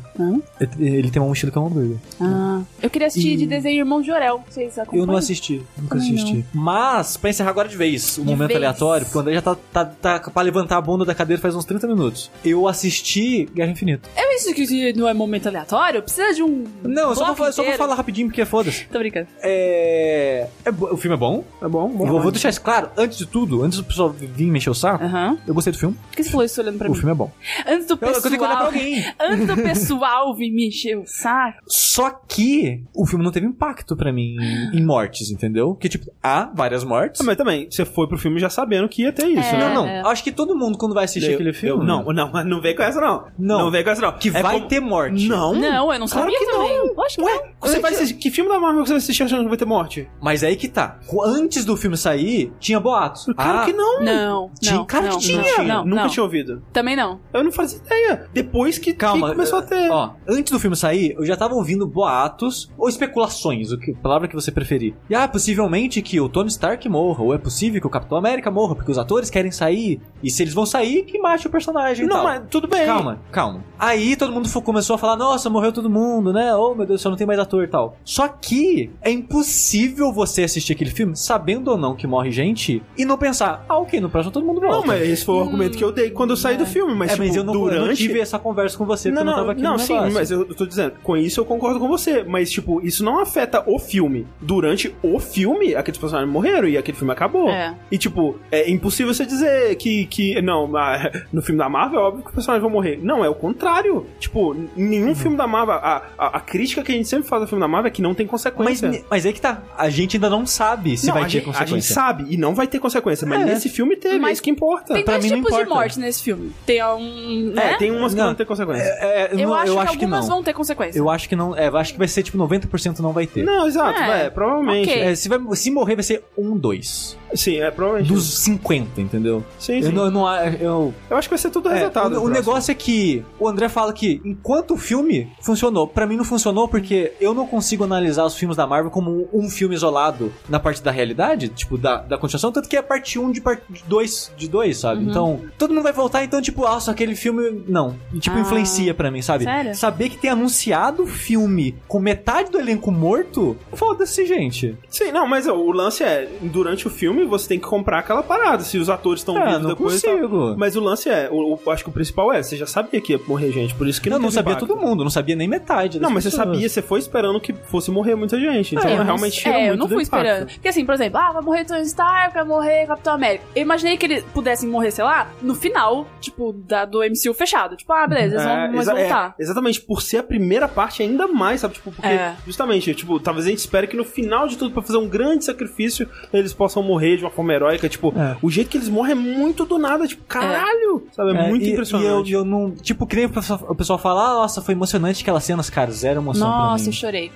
Speaker 2: Ele- Ele tem uma mochila que é um hambúrguer.
Speaker 1: Ah, eu queria assistir de desenho Irmão Jorel. Vocês acompanham?
Speaker 2: Eu não assisti, nunca
Speaker 1: Também
Speaker 2: assisti. Mas, pra encerrar agora de vez, o
Speaker 1: De
Speaker 2: momento
Speaker 1: vez.
Speaker 2: aleatório, porque o André já tá, tá, tá pra levantar a bunda da cadeira faz uns 30 minutos. Eu assisti Guerra Infinita.
Speaker 1: É isso que não é momento aleatório? Precisa de um.
Speaker 2: Não, só pra,
Speaker 1: bloco
Speaker 2: falar- só pra
Speaker 1: inteiro?
Speaker 2: falar rapidinho, porque foda-se.
Speaker 1: Tô brincando.
Speaker 2: É... é bo- O filme é bom.
Speaker 3: É bom, bom.
Speaker 2: Eu vou, vou deixar isso claro. Antes de tudo, antes do pessoal vir mexer o saco,
Speaker 1: Aham.
Speaker 2: eu gostei do filme.
Speaker 1: Por que você falou isso olhando Ah. pra
Speaker 2: o
Speaker 1: mim?
Speaker 2: filme é bom.
Speaker 1: Antes do
Speaker 2: Eu, eu tenho que olhar
Speaker 1: pessoal.
Speaker 2: pra alguém.
Speaker 1: Antes do pessoal vir me encher o saco.
Speaker 2: Só que o filme não teve impacto pra mim em mortes, entendeu? Porque, tipo, há várias mortes.
Speaker 3: Ah, mas também, você foi pro filme já sabendo que ia ter isso,
Speaker 1: É.
Speaker 3: né?
Speaker 2: não, acho que todo mundo quando vai assistir
Speaker 3: Eu-
Speaker 2: aquele filme...
Speaker 3: eu- não, não, mas não vem com essa, não.
Speaker 2: Não.
Speaker 3: vem com essa, não.
Speaker 2: Que
Speaker 3: É
Speaker 2: vai
Speaker 3: como-
Speaker 2: ter morte.
Speaker 3: Não.
Speaker 1: Não, eu não
Speaker 3: Claro
Speaker 1: sabia
Speaker 3: que
Speaker 1: também. Não. Lógico que
Speaker 3: Ué, você vai assistir, que filme da Marvel que você vai assistir achando que vai ter morte?
Speaker 2: Mas aí que tá. Antes do filme sair, tinha boatos.
Speaker 3: Claro
Speaker 2: ah,
Speaker 3: que não.
Speaker 1: Não,
Speaker 2: Tinha-
Speaker 1: não.
Speaker 2: cara que
Speaker 1: não,
Speaker 2: tinha,
Speaker 1: não, Não,
Speaker 3: Nunca
Speaker 1: não.
Speaker 3: tinha ouvido.
Speaker 1: Também não.
Speaker 3: Eu não fazia ideia. Depois que, que
Speaker 2: Calma,
Speaker 3: começou
Speaker 2: eh,
Speaker 3: a ter.
Speaker 2: Ó, antes do filme sair, eu já tava ouvindo boatos ou especulações, o que, palavra que você preferir. E ah, possivelmente que o Tony Stark morra, ou é possível que o Capitão América morra, porque os atores querem sair, e se eles vão sair, que mate o personagem. e
Speaker 3: não,
Speaker 2: tal.
Speaker 3: mas tudo bem.
Speaker 2: Calma, calma. Aí todo mundo fo- começou a falar: nossa, morreu todo mundo, né? Oh meu Deus, só não tem mais ator e tal. Só que é impossível você assistir aquele filme, sabendo ou não que morre gente, e não pensar: ah, ok, no próximo todo mundo volta.
Speaker 3: Não, mas esse foi o argumento
Speaker 1: Hum.
Speaker 3: que eu dei quando eu saí do filme. Mas,
Speaker 2: é,
Speaker 3: tipo,
Speaker 2: mas eu, não, eu não
Speaker 3: durante.
Speaker 2: tive essa conversa com você porque
Speaker 3: não,
Speaker 2: eu
Speaker 3: não,
Speaker 2: não tava aqui
Speaker 3: não,
Speaker 2: no
Speaker 3: sim,
Speaker 2: negócio.
Speaker 3: mas eu tô dizendo, com isso eu concordo com você, mas tipo, isso não afeta o filme. Durante o filme, aqueles personagens morreram e aquele filme acabou.
Speaker 1: É.
Speaker 3: E tipo, é impossível você dizer que, que não, ah, no filme da Marvel é óbvio que os personagens vão morrer. Não, é o contrário. Tipo, n-
Speaker 2: Uhum.
Speaker 3: nenhum filme da Marvel, a, a, a crítica que a gente sempre faz do filme da Marvel é que não tem
Speaker 2: Mas,
Speaker 3: consequência.
Speaker 2: ne- mas aí que tá. A gente ainda não sabe se
Speaker 3: Não,
Speaker 2: vai
Speaker 3: a,
Speaker 2: ter
Speaker 3: gente, a
Speaker 2: consequência.
Speaker 3: gente sabe, e não vai ter consequência, mas
Speaker 2: É.
Speaker 3: nesse filme teve,
Speaker 1: Mas
Speaker 3: é isso que importa.
Speaker 1: Tem
Speaker 2: pra
Speaker 1: dois
Speaker 2: mim não
Speaker 1: tipos de
Speaker 2: importa.
Speaker 1: morte nesse filme. Tem um.
Speaker 3: É,
Speaker 1: Né?
Speaker 3: tem umas que
Speaker 2: Não.
Speaker 3: não tem consequência.
Speaker 2: É, é,
Speaker 1: eu,
Speaker 2: não,
Speaker 1: acho
Speaker 2: eu
Speaker 1: que
Speaker 2: acho que
Speaker 1: algumas
Speaker 2: não.
Speaker 1: vão ter consequência.
Speaker 2: Eu acho que não. É, eu acho que vai ser tipo 90% não vai ter.
Speaker 3: Não, exato,
Speaker 1: É.
Speaker 3: é, provavelmente.
Speaker 1: Ok.
Speaker 2: É, se, vai- se morrer, vai ser um, dois.
Speaker 3: Sim, é provavelmente.
Speaker 2: Dos 50, entendeu?
Speaker 3: Sim, sim.
Speaker 2: Eu não, eu não a- eu-
Speaker 3: Eu acho que vai ser tudo
Speaker 2: é,
Speaker 3: resetado.
Speaker 2: o, o
Speaker 3: próximo.
Speaker 2: negócio é que o André fala que enquanto o filme funcionou, pra mim não funcionou porque eu não consigo analisar os filmes da Marvel como um, um filme isolado na parte da realidade, tipo, da, da continuação, tanto que é parte 1 de parte 2 de 2, sabe?
Speaker 1: Uhum.
Speaker 2: Então, todo mundo vai voltar, então, tipo, ah, só aquele filme. Não. E, tipo,
Speaker 1: Ah.
Speaker 2: influencia pra mim, sabe?
Speaker 1: Sério?
Speaker 2: Saber que tem anunciado o filme com metade do elenco morto, foda-se, gente.
Speaker 3: Sim, não, mas ó, o lance é, durante o filme você tem que comprar aquela parada, se os atores estão
Speaker 2: Ah,
Speaker 3: vivos
Speaker 2: não
Speaker 3: depois tá? e tal.
Speaker 2: consigo.
Speaker 3: Mas o lance é, o, o- acho que o principal é, você já sabia que ia morrer gente, por isso que
Speaker 2: Eu não,
Speaker 3: não teve
Speaker 2: sabia
Speaker 3: impacto.
Speaker 2: todo mundo, não sabia nem metade. das
Speaker 3: Não, mas você
Speaker 2: pessoas.
Speaker 3: sabia, você foi esperando que fosse morrer muita gente. Então
Speaker 1: É, eu não-
Speaker 3: realmente tira
Speaker 1: é,
Speaker 3: muito
Speaker 1: eu não
Speaker 3: do
Speaker 1: fui
Speaker 3: impacto.
Speaker 1: esperando. Porque assim, por exemplo, ah, vai morrer Tony Stark, vai morrer Capitão América. Eu imaginei que eles pudessem morrer, sei lá, no final, tipo, da, do MCU fechado. Tipo, ah, beleza, eles vão
Speaker 3: É,
Speaker 1: mas
Speaker 3: exa- é,
Speaker 1: voltar.
Speaker 3: exatamente, por ser a primeira parte ainda mais, sabe? Tipo, porque
Speaker 1: É.
Speaker 3: justamente, tipo, talvez a gente espere que no final de tudo, pra fazer um grande sacrifício, eles possam morrer de uma forma heróica. Tipo,
Speaker 2: É.
Speaker 3: o jeito que eles morrem é muito do nada, tipo, caralho! Sabe? É,
Speaker 2: É,
Speaker 3: muito
Speaker 2: e-
Speaker 3: impressionante.
Speaker 2: E eu, e eu não. Tipo, que nem o pessoal, o pessoal fala, ah, nossa, foi emocionante aquelas cenas, cara, zero emoção pra
Speaker 1: Nossa,
Speaker 2: mim.
Speaker 1: eu chorei.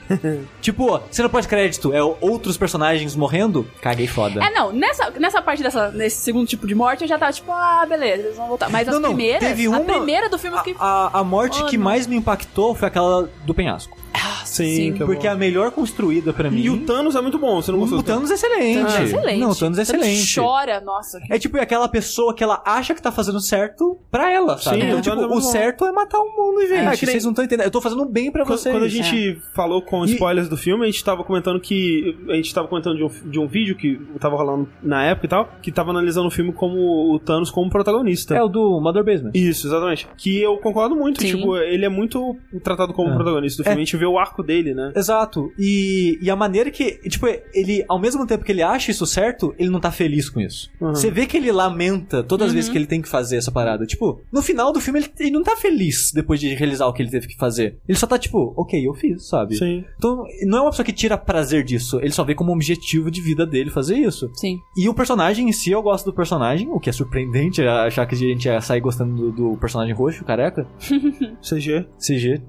Speaker 2: Tipo, ó, cena pós-crédito, é o- outros personagens morrendo, caguei foda.
Speaker 1: É, não, nessa, nessa parte dessa, nesse segundo tipo de morte, eu já tava tipo, ah, beleza, eles vão voltar. Mas
Speaker 2: Não,
Speaker 1: as
Speaker 2: não,
Speaker 1: primeiras,
Speaker 2: teve uma-
Speaker 1: a primeira do filme eu fiquei...
Speaker 2: A, a, a morte
Speaker 1: Oh,
Speaker 2: que
Speaker 1: não.
Speaker 2: mais me impactou foi aquela do penhasco.
Speaker 1: Ah,
Speaker 3: Sim, que é
Speaker 2: porque é a melhor construída pra mim.
Speaker 3: E o Thanos é muito bom, você não gostou?
Speaker 2: o
Speaker 3: do Thanos?
Speaker 2: Thanos é excelente.
Speaker 1: Thanos é excelente.
Speaker 2: Não, o Thanos é excelente.
Speaker 1: chora, nossa.
Speaker 2: É tipo aquela pessoa que ela acha que tá fazendo certo pra ela, sabe?
Speaker 3: Sim,
Speaker 2: então,
Speaker 3: o
Speaker 2: tipo,
Speaker 3: Thanos é
Speaker 2: o
Speaker 3: muito bom.
Speaker 2: certo é matar o mundo, gente.
Speaker 3: É, que nem-
Speaker 2: Vocês não estão entendendo. Eu tô fazendo bem pra
Speaker 3: é Quando,
Speaker 2: vocês.
Speaker 3: quando a gente falou com
Speaker 2: E-
Speaker 3: spoilers do filme, a gente tava comentando que. A gente tava comentando de um, de um vídeo que tava rolando na época e tal, que tava analisando o filme como o Thanos como protagonista.
Speaker 2: É o do Mother Basement.
Speaker 3: Isso, exatamente. Que eu concordo muito.
Speaker 1: Sim.
Speaker 3: Tipo, ele é muito tratado como
Speaker 2: É.
Speaker 3: protagonista do filme. A gente vê o arco dele, né?
Speaker 2: Exato. E, e a maneira que, tipo, ele, ao mesmo tempo que ele acha isso certo, ele não tá feliz com isso.
Speaker 3: Uhum.
Speaker 2: Você vê que ele lamenta todas as vezes que ele tem que fazer essa parada. Tipo, no final do filme ele, ele não tá feliz depois de realizar o que ele teve que fazer. Ele só tá tipo, ok, eu fiz, sabe?
Speaker 3: Sim.
Speaker 2: Então, não é uma pessoa que tira prazer disso. Ele só vê como objetivo de vida dele fazer isso.
Speaker 1: Sim.
Speaker 2: E o personagem em si, eu gosto do personagem, o que é surpreendente, é achar que a gente ia sair gostando do- do personagem roxo, careca.
Speaker 3: CG.
Speaker 2: CG.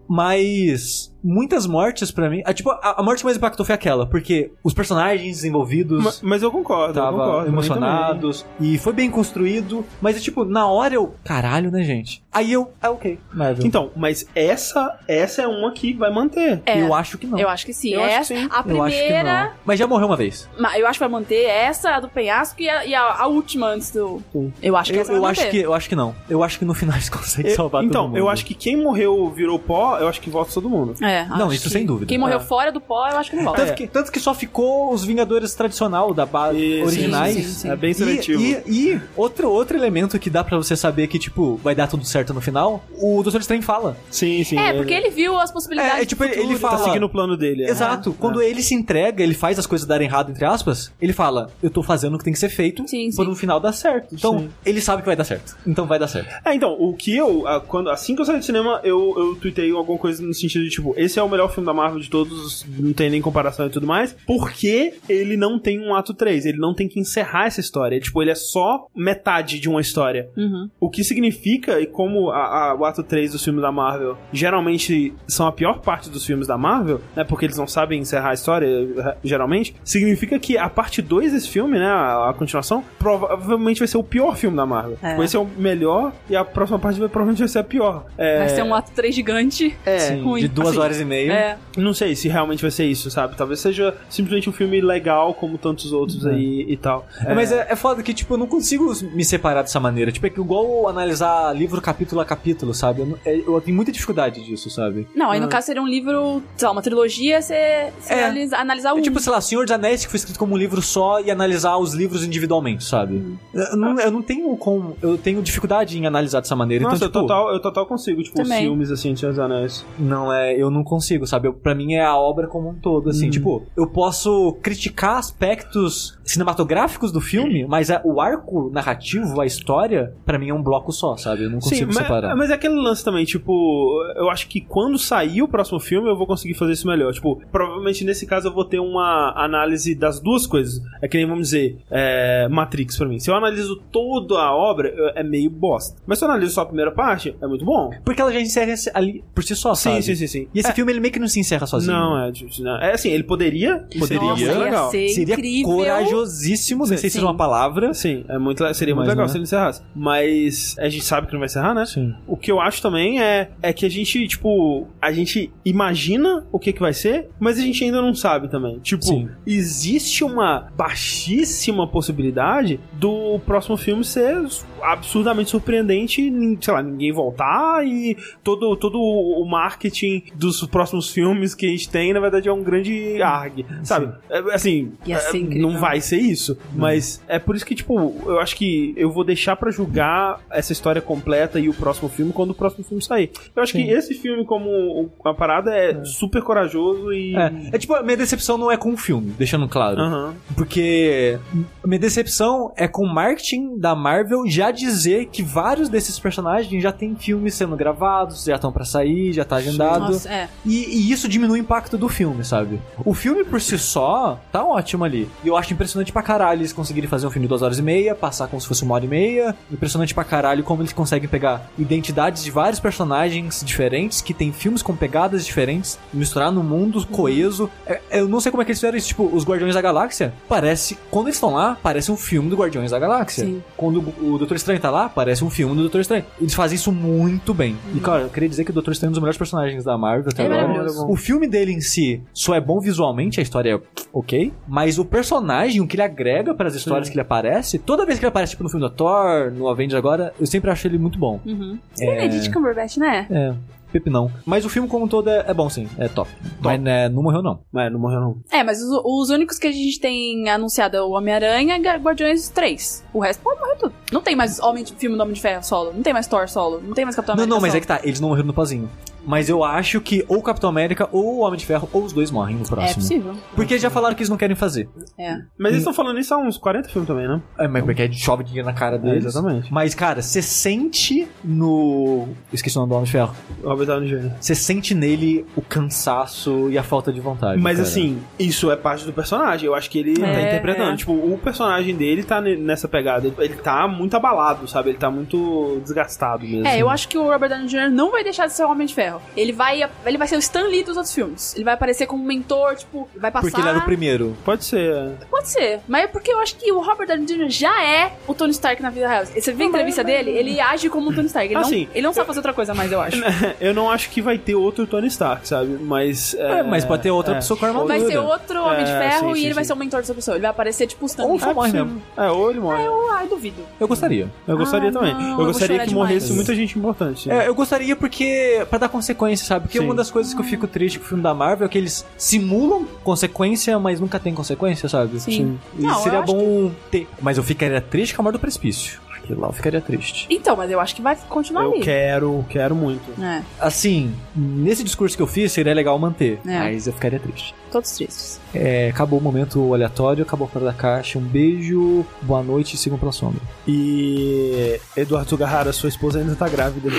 Speaker 2: Mas muitas mortes pra mim. ah, tipo, a, a morte que mais impactou foi aquela, porque os personagens envolvidos.
Speaker 3: Ma- mas eu concordo, eu
Speaker 2: Tava
Speaker 3: concordo. eu também.
Speaker 2: emocionados e foi bem construído, mas é tipo, na hora eu. Caralho, né, gente? Aí eu. Ah, ok. Marvel.
Speaker 3: Então, mas essa, essa é uma que vai manter.
Speaker 1: É,
Speaker 2: Eu acho que não.
Speaker 1: eu acho que sim.
Speaker 3: Eu acho que
Speaker 1: essa,
Speaker 3: sim.
Speaker 1: a
Speaker 2: Eu acho que
Speaker 1: primeira,
Speaker 2: não. Mas já morreu uma vez.
Speaker 1: ma- eu acho que vai manter essa, a do penhasco e a, e a- a última antes do... Eu acho que
Speaker 2: eu
Speaker 1: essa vai
Speaker 2: eu acho
Speaker 1: manter.
Speaker 2: que eu acho que não. Eu acho que no final eles conseguem
Speaker 3: Eu-
Speaker 2: salvar
Speaker 3: então,
Speaker 2: todo mundo.
Speaker 3: eu acho que quem morreu virou pó, eu acho que volta todo mundo.
Speaker 1: É,
Speaker 2: Não,
Speaker 1: acho
Speaker 2: isso
Speaker 1: que
Speaker 2: sem dúvida.
Speaker 1: Quem morreu
Speaker 2: É.
Speaker 1: fora do pó, eu acho que não volta.
Speaker 2: Tanto,
Speaker 3: é.
Speaker 2: que, tanto que só ficou os Vingadores tradicional da base
Speaker 3: Isso,
Speaker 2: originais.
Speaker 1: sim, sim.
Speaker 3: É bem seletivo.
Speaker 2: E, e- e outro, outro elemento que dá pra você saber que, tipo, vai dar tudo certo no final, o Doutor Estranho fala.
Speaker 3: Sim, sim.
Speaker 1: É, porque ele viu as possibilidades.
Speaker 2: É, é tipo,
Speaker 1: do
Speaker 2: ele- ele
Speaker 1: futuro.
Speaker 2: fala-
Speaker 3: Tá seguindo o plano dele. é.
Speaker 2: Exato. Quando ele se entrega, ele faz as coisas darem errado, entre aspas, ele fala, eu tô fazendo o que tem que ser feito
Speaker 1: Sim, sim.
Speaker 2: por no final dar certo. Então,
Speaker 3: Sim.
Speaker 2: ele sabe que vai dar certo. Então vai dar certo.
Speaker 3: É, então, o que eu. a- quando, assim que eu saí do cinema, eu, eu tuitei alguma coisa no sentido de, tipo, esse é o melhor filme da Marvel de todos, não tem nem comparação e tudo mais, porque ele não tem um ato 3, ele não tem que encerrar essa história. Tipo, ele é só metade de uma história.
Speaker 1: Uhum.
Speaker 3: O que significa, e como a, a- o ato 3 dos filmes da Marvel geralmente são a pior parte dos filmes da Marvel, né? Porque eles não sabem encerrar a história, eh, geralmente, significa que a parte 2 desse filme, né? A, a continuação, provavelmente vai ser o pior filme da Marvel.
Speaker 1: É.
Speaker 3: Vai ser o melhor e a próxima parte vai, provavelmente vai ser a pior. É,
Speaker 1: Vai ser um ato 3 gigante.
Speaker 3: é,
Speaker 2: Sim,
Speaker 1: ruim.
Speaker 2: de duas
Speaker 1: Assim,
Speaker 2: horas e meia.
Speaker 1: É.
Speaker 3: não sei se realmente vai ser isso, sabe? Talvez seja simplesmente um filme legal, como tantos
Speaker 1: Uhum.
Speaker 3: outros aí e tal.
Speaker 2: É, Mas é, é foda que, tipo, eu não consigo me separar dessa maneira. Tipo, é que igual analisar livro capítulo a capítulo, sabe? Eu, não- é- eu tenho muita dificuldade disso, sabe?
Speaker 1: Não, aí no caso seria um livro, sei lá, uma trilogia, você você
Speaker 2: Ah. É.
Speaker 1: analisa- analisar um. o
Speaker 2: É tipo, sei lá, Senhor dos Anéis que foi escrito como um livro só e analisar os livros individualmente, sabe? É, Eu, não, eu não tenho como. Eu tenho dificuldade em analisar dessa maneira.
Speaker 3: Nossa,
Speaker 2: então, tipo,
Speaker 3: eu, total, eu total consigo, tipo, os
Speaker 1: Também.
Speaker 3: filmes assim, de Senhor dos Anéis.
Speaker 2: Não é, eu não consigo, sabe? Eu, pra mim é a obra como um todo, assim. Tipo, eu posso criticar aspectos cinematográficos do filme, mas a- o arco narrativo, a história, pra mim é um bloco só, sabe? Eu não consigo
Speaker 3: mas,
Speaker 2: separar.
Speaker 3: mas é aquele lance também, tipo, eu acho que quando sair o próximo filme eu vou conseguir fazer isso melhor. Tipo, provavelmente nesse caso eu vou ter uma análise das duas coisas. É que nem, vamos dizer, é, Matrix pra mim. Se eu analiso toda a obra, eu- é meio bosta. Mas se eu analiso só a primeira parte, é muito bom.
Speaker 2: Porque ela já encerra esse- ali por si só,
Speaker 3: Sim,
Speaker 2: sabe?
Speaker 3: sim, sim, sim.
Speaker 2: E esse filme, ele meio que É. não se encerra sozinho.
Speaker 3: Não, é, tipo, não. é assim, ele poderia. Poderia.
Speaker 1: Nossa, ia
Speaker 3: legal.
Speaker 1: ser
Speaker 2: Seria
Speaker 1: É incrível.
Speaker 2: corajosíssimo, não sei se
Speaker 1: Sim.
Speaker 2: seria uma palavra.
Speaker 3: Sim, é muito, le- seria muito
Speaker 2: Mas,
Speaker 3: legal
Speaker 2: né?
Speaker 3: se ele encerrasse. Mas a gente sabe que não vai encerrar, né?
Speaker 2: Sim.
Speaker 3: O que eu acho também é, é que a gente, tipo, a gente imagina o que, que vai ser, mas a gente ainda não sabe também. Tipo,
Speaker 2: Sim.
Speaker 3: existe uma baixíssima possibilidade do próximo filme ser absurdamente surpreendente, e nin- sei lá, ninguém voltar e todo, todo o marketing dos próximos filmes que a gente tem, na verdade, é um grande arg, sabe? É, assim,
Speaker 1: Ia ser
Speaker 3: é,
Speaker 1: incrível.
Speaker 3: não vai ser isso, mas é por isso que, tipo, eu acho que eu vou deixar pra julgar essa história completa e o próximo filme quando o próximo filme sair. Eu acho que esse filme, como uma parada, é, super corajoso e.
Speaker 2: É, é tipo, a minha decepção não é com o filme, deixando claro.
Speaker 3: Aham.
Speaker 2: Porque a minha decepção é com o marketing da Marvel já dizer que vários desses personagens já tem filmes sendo gravados, já estão pra sair, já tá agendado.
Speaker 1: Nossa, é.
Speaker 2: E, e isso diminui o impacto do filme, sabe? O filme por si só tá ótimo ali. E eu acho impressionante pra caralho eles conseguirem fazer um filme de duas horas e meia, passar como se fosse uma hora e meia. Impressionante pra caralho como eles conseguem pegar identidades de vários personagens diferentes, que tem filmes com pegadas diferentes, misturar num mundo coeso. É- eu não sei como é que eles fizeram isso. Tipo, os Guardiões da Galáxia, parece. Quando eles estão lá, parece um filme do Guardiões da Galáxia.
Speaker 1: Sim.
Speaker 2: Quando o Doutor Estranho tá lá, parece um filme do Doutor Estranho. Eles fazem isso muito bem. E, cara, eu queria dizer que o Doutor Estranho é um dos melhores personagens da Marvel até
Speaker 1: Uhum. É
Speaker 2: agora.
Speaker 1: maravilhoso.
Speaker 2: O filme dele em si só é bom visualmente, a história é ok, mas o personagem, o que ele agrega para as histórias que ele aparece, toda vez que ele aparece, tipo no filme do Thor, no Avengers agora, eu sempre acho ele muito bom.
Speaker 1: Uhum. Você é Benedict Cumberbatch, né?
Speaker 2: É, Pepe não. Mas o filme como um todo é, é bom sim, é top. Mas né, não morreu não.
Speaker 3: É, não morreu, não.
Speaker 1: É, mas os, os únicos que a gente tem anunciado é o Homem-Aranha e Ga- Guardiões 3. O resto pode morrer tudo. Não tem mais homem de, filme do Homem de Ferro solo, não tem mais Thor solo, não tem mais Capitão
Speaker 2: Não,
Speaker 1: América
Speaker 2: não, mas é
Speaker 1: solo.
Speaker 2: que tá, eles não morreram no pozinho. Mas eu acho que ou o Capitão América ou o Homem de Ferro ou os dois morrem no
Speaker 1: É
Speaker 2: próximo.
Speaker 1: possível.
Speaker 2: porque já falaram que eles não querem fazer.
Speaker 1: É.
Speaker 3: Mas eles estão falando isso há uns 40 filmes também, né?
Speaker 2: É, mas porque chove dinheiro na cara deles.
Speaker 3: É, exatamente.
Speaker 2: Mas, cara, você sente no. Esqueci o nome do Homem de Ferro.
Speaker 3: Robert Downey Jr.
Speaker 2: Você sente nele o cansaço e a falta de vontade.
Speaker 3: Mas
Speaker 2: cara.
Speaker 3: assim, isso é parte do personagem. Eu acho que ele tá
Speaker 1: É,
Speaker 3: interpretando.
Speaker 1: é.
Speaker 3: Tipo, o personagem dele tá ne- nessa pegada. Ele tá muito abalado, sabe? Ele tá muito desgastado mesmo.
Speaker 1: É, eu acho que o Robert Downey Jr. não vai deixar de ser o Homem de Ferro. Ele vai, ele vai ser o Stan Lee dos outros filmes. Ele vai aparecer como mentor, tipo, vai passar.
Speaker 2: Porque ele era o primeiro.
Speaker 3: Pode ser. é.
Speaker 1: Pode ser, mas é porque eu acho que o Robert Downey Jr. já é o Tony Stark na vida real. Você vê a entrevista dele, ele age como o Tony Stark.
Speaker 2: Ah,
Speaker 1: Ele,
Speaker 3: Assim,
Speaker 1: não, ele não sabe fazer outra coisa mais, eu acho.
Speaker 3: Eu não acho que vai ter outro Tony Stark, sabe? Mas.
Speaker 2: É, mas pode ter outra pessoa com a armadura.
Speaker 1: Vai ser outro Homem de
Speaker 3: É,
Speaker 1: Ferro
Speaker 3: sim,
Speaker 1: e
Speaker 3: sim,
Speaker 1: ele vai
Speaker 3: sim.
Speaker 1: ser o mentor dessa pessoa. Ele vai aparecer, tipo, o Stan
Speaker 2: Ou
Speaker 1: Lee.
Speaker 2: só morre mesmo.
Speaker 3: É, ou ele morre. Eu,
Speaker 1: Ah, Eu, ai, duvido.
Speaker 2: Eu gostaria.
Speaker 3: gostaria
Speaker 1: Ah,
Speaker 3: também.
Speaker 1: não, eu
Speaker 3: eu
Speaker 1: vou
Speaker 3: gostaria
Speaker 1: chorar
Speaker 3: que morresse
Speaker 1: demais.
Speaker 3: muita gente importante.
Speaker 2: É, eu gostaria porque. pra dar consequência, sabe? Porque
Speaker 3: Sim.
Speaker 2: uma das coisas que eu fico triste com o filme da Marvel é que eles simulam consequência, mas nunca tem consequência, sabe? Assim,
Speaker 1: Sim.
Speaker 2: E
Speaker 1: Não, eu
Speaker 2: seria
Speaker 1: acho
Speaker 2: bom ter. Mas eu ficaria triste com a morte do precipício. Aquilo lá eu ficaria triste.
Speaker 1: Então, mas eu acho que vai continuar
Speaker 3: Eu
Speaker 1: ali.
Speaker 3: quero, quero muito.
Speaker 1: É,
Speaker 2: Assim, nesse discurso que eu fiz, seria legal manter.
Speaker 1: É.
Speaker 2: Mas eu ficaria triste.
Speaker 1: todos tristes.
Speaker 2: É, acabou o momento aleatório, acabou fora da caixa. Um beijo, boa noite e sigam pela sombra.
Speaker 3: E. Eduardo Garrara, sua esposa ainda tá grávida.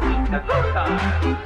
Speaker 6: Pizza Total.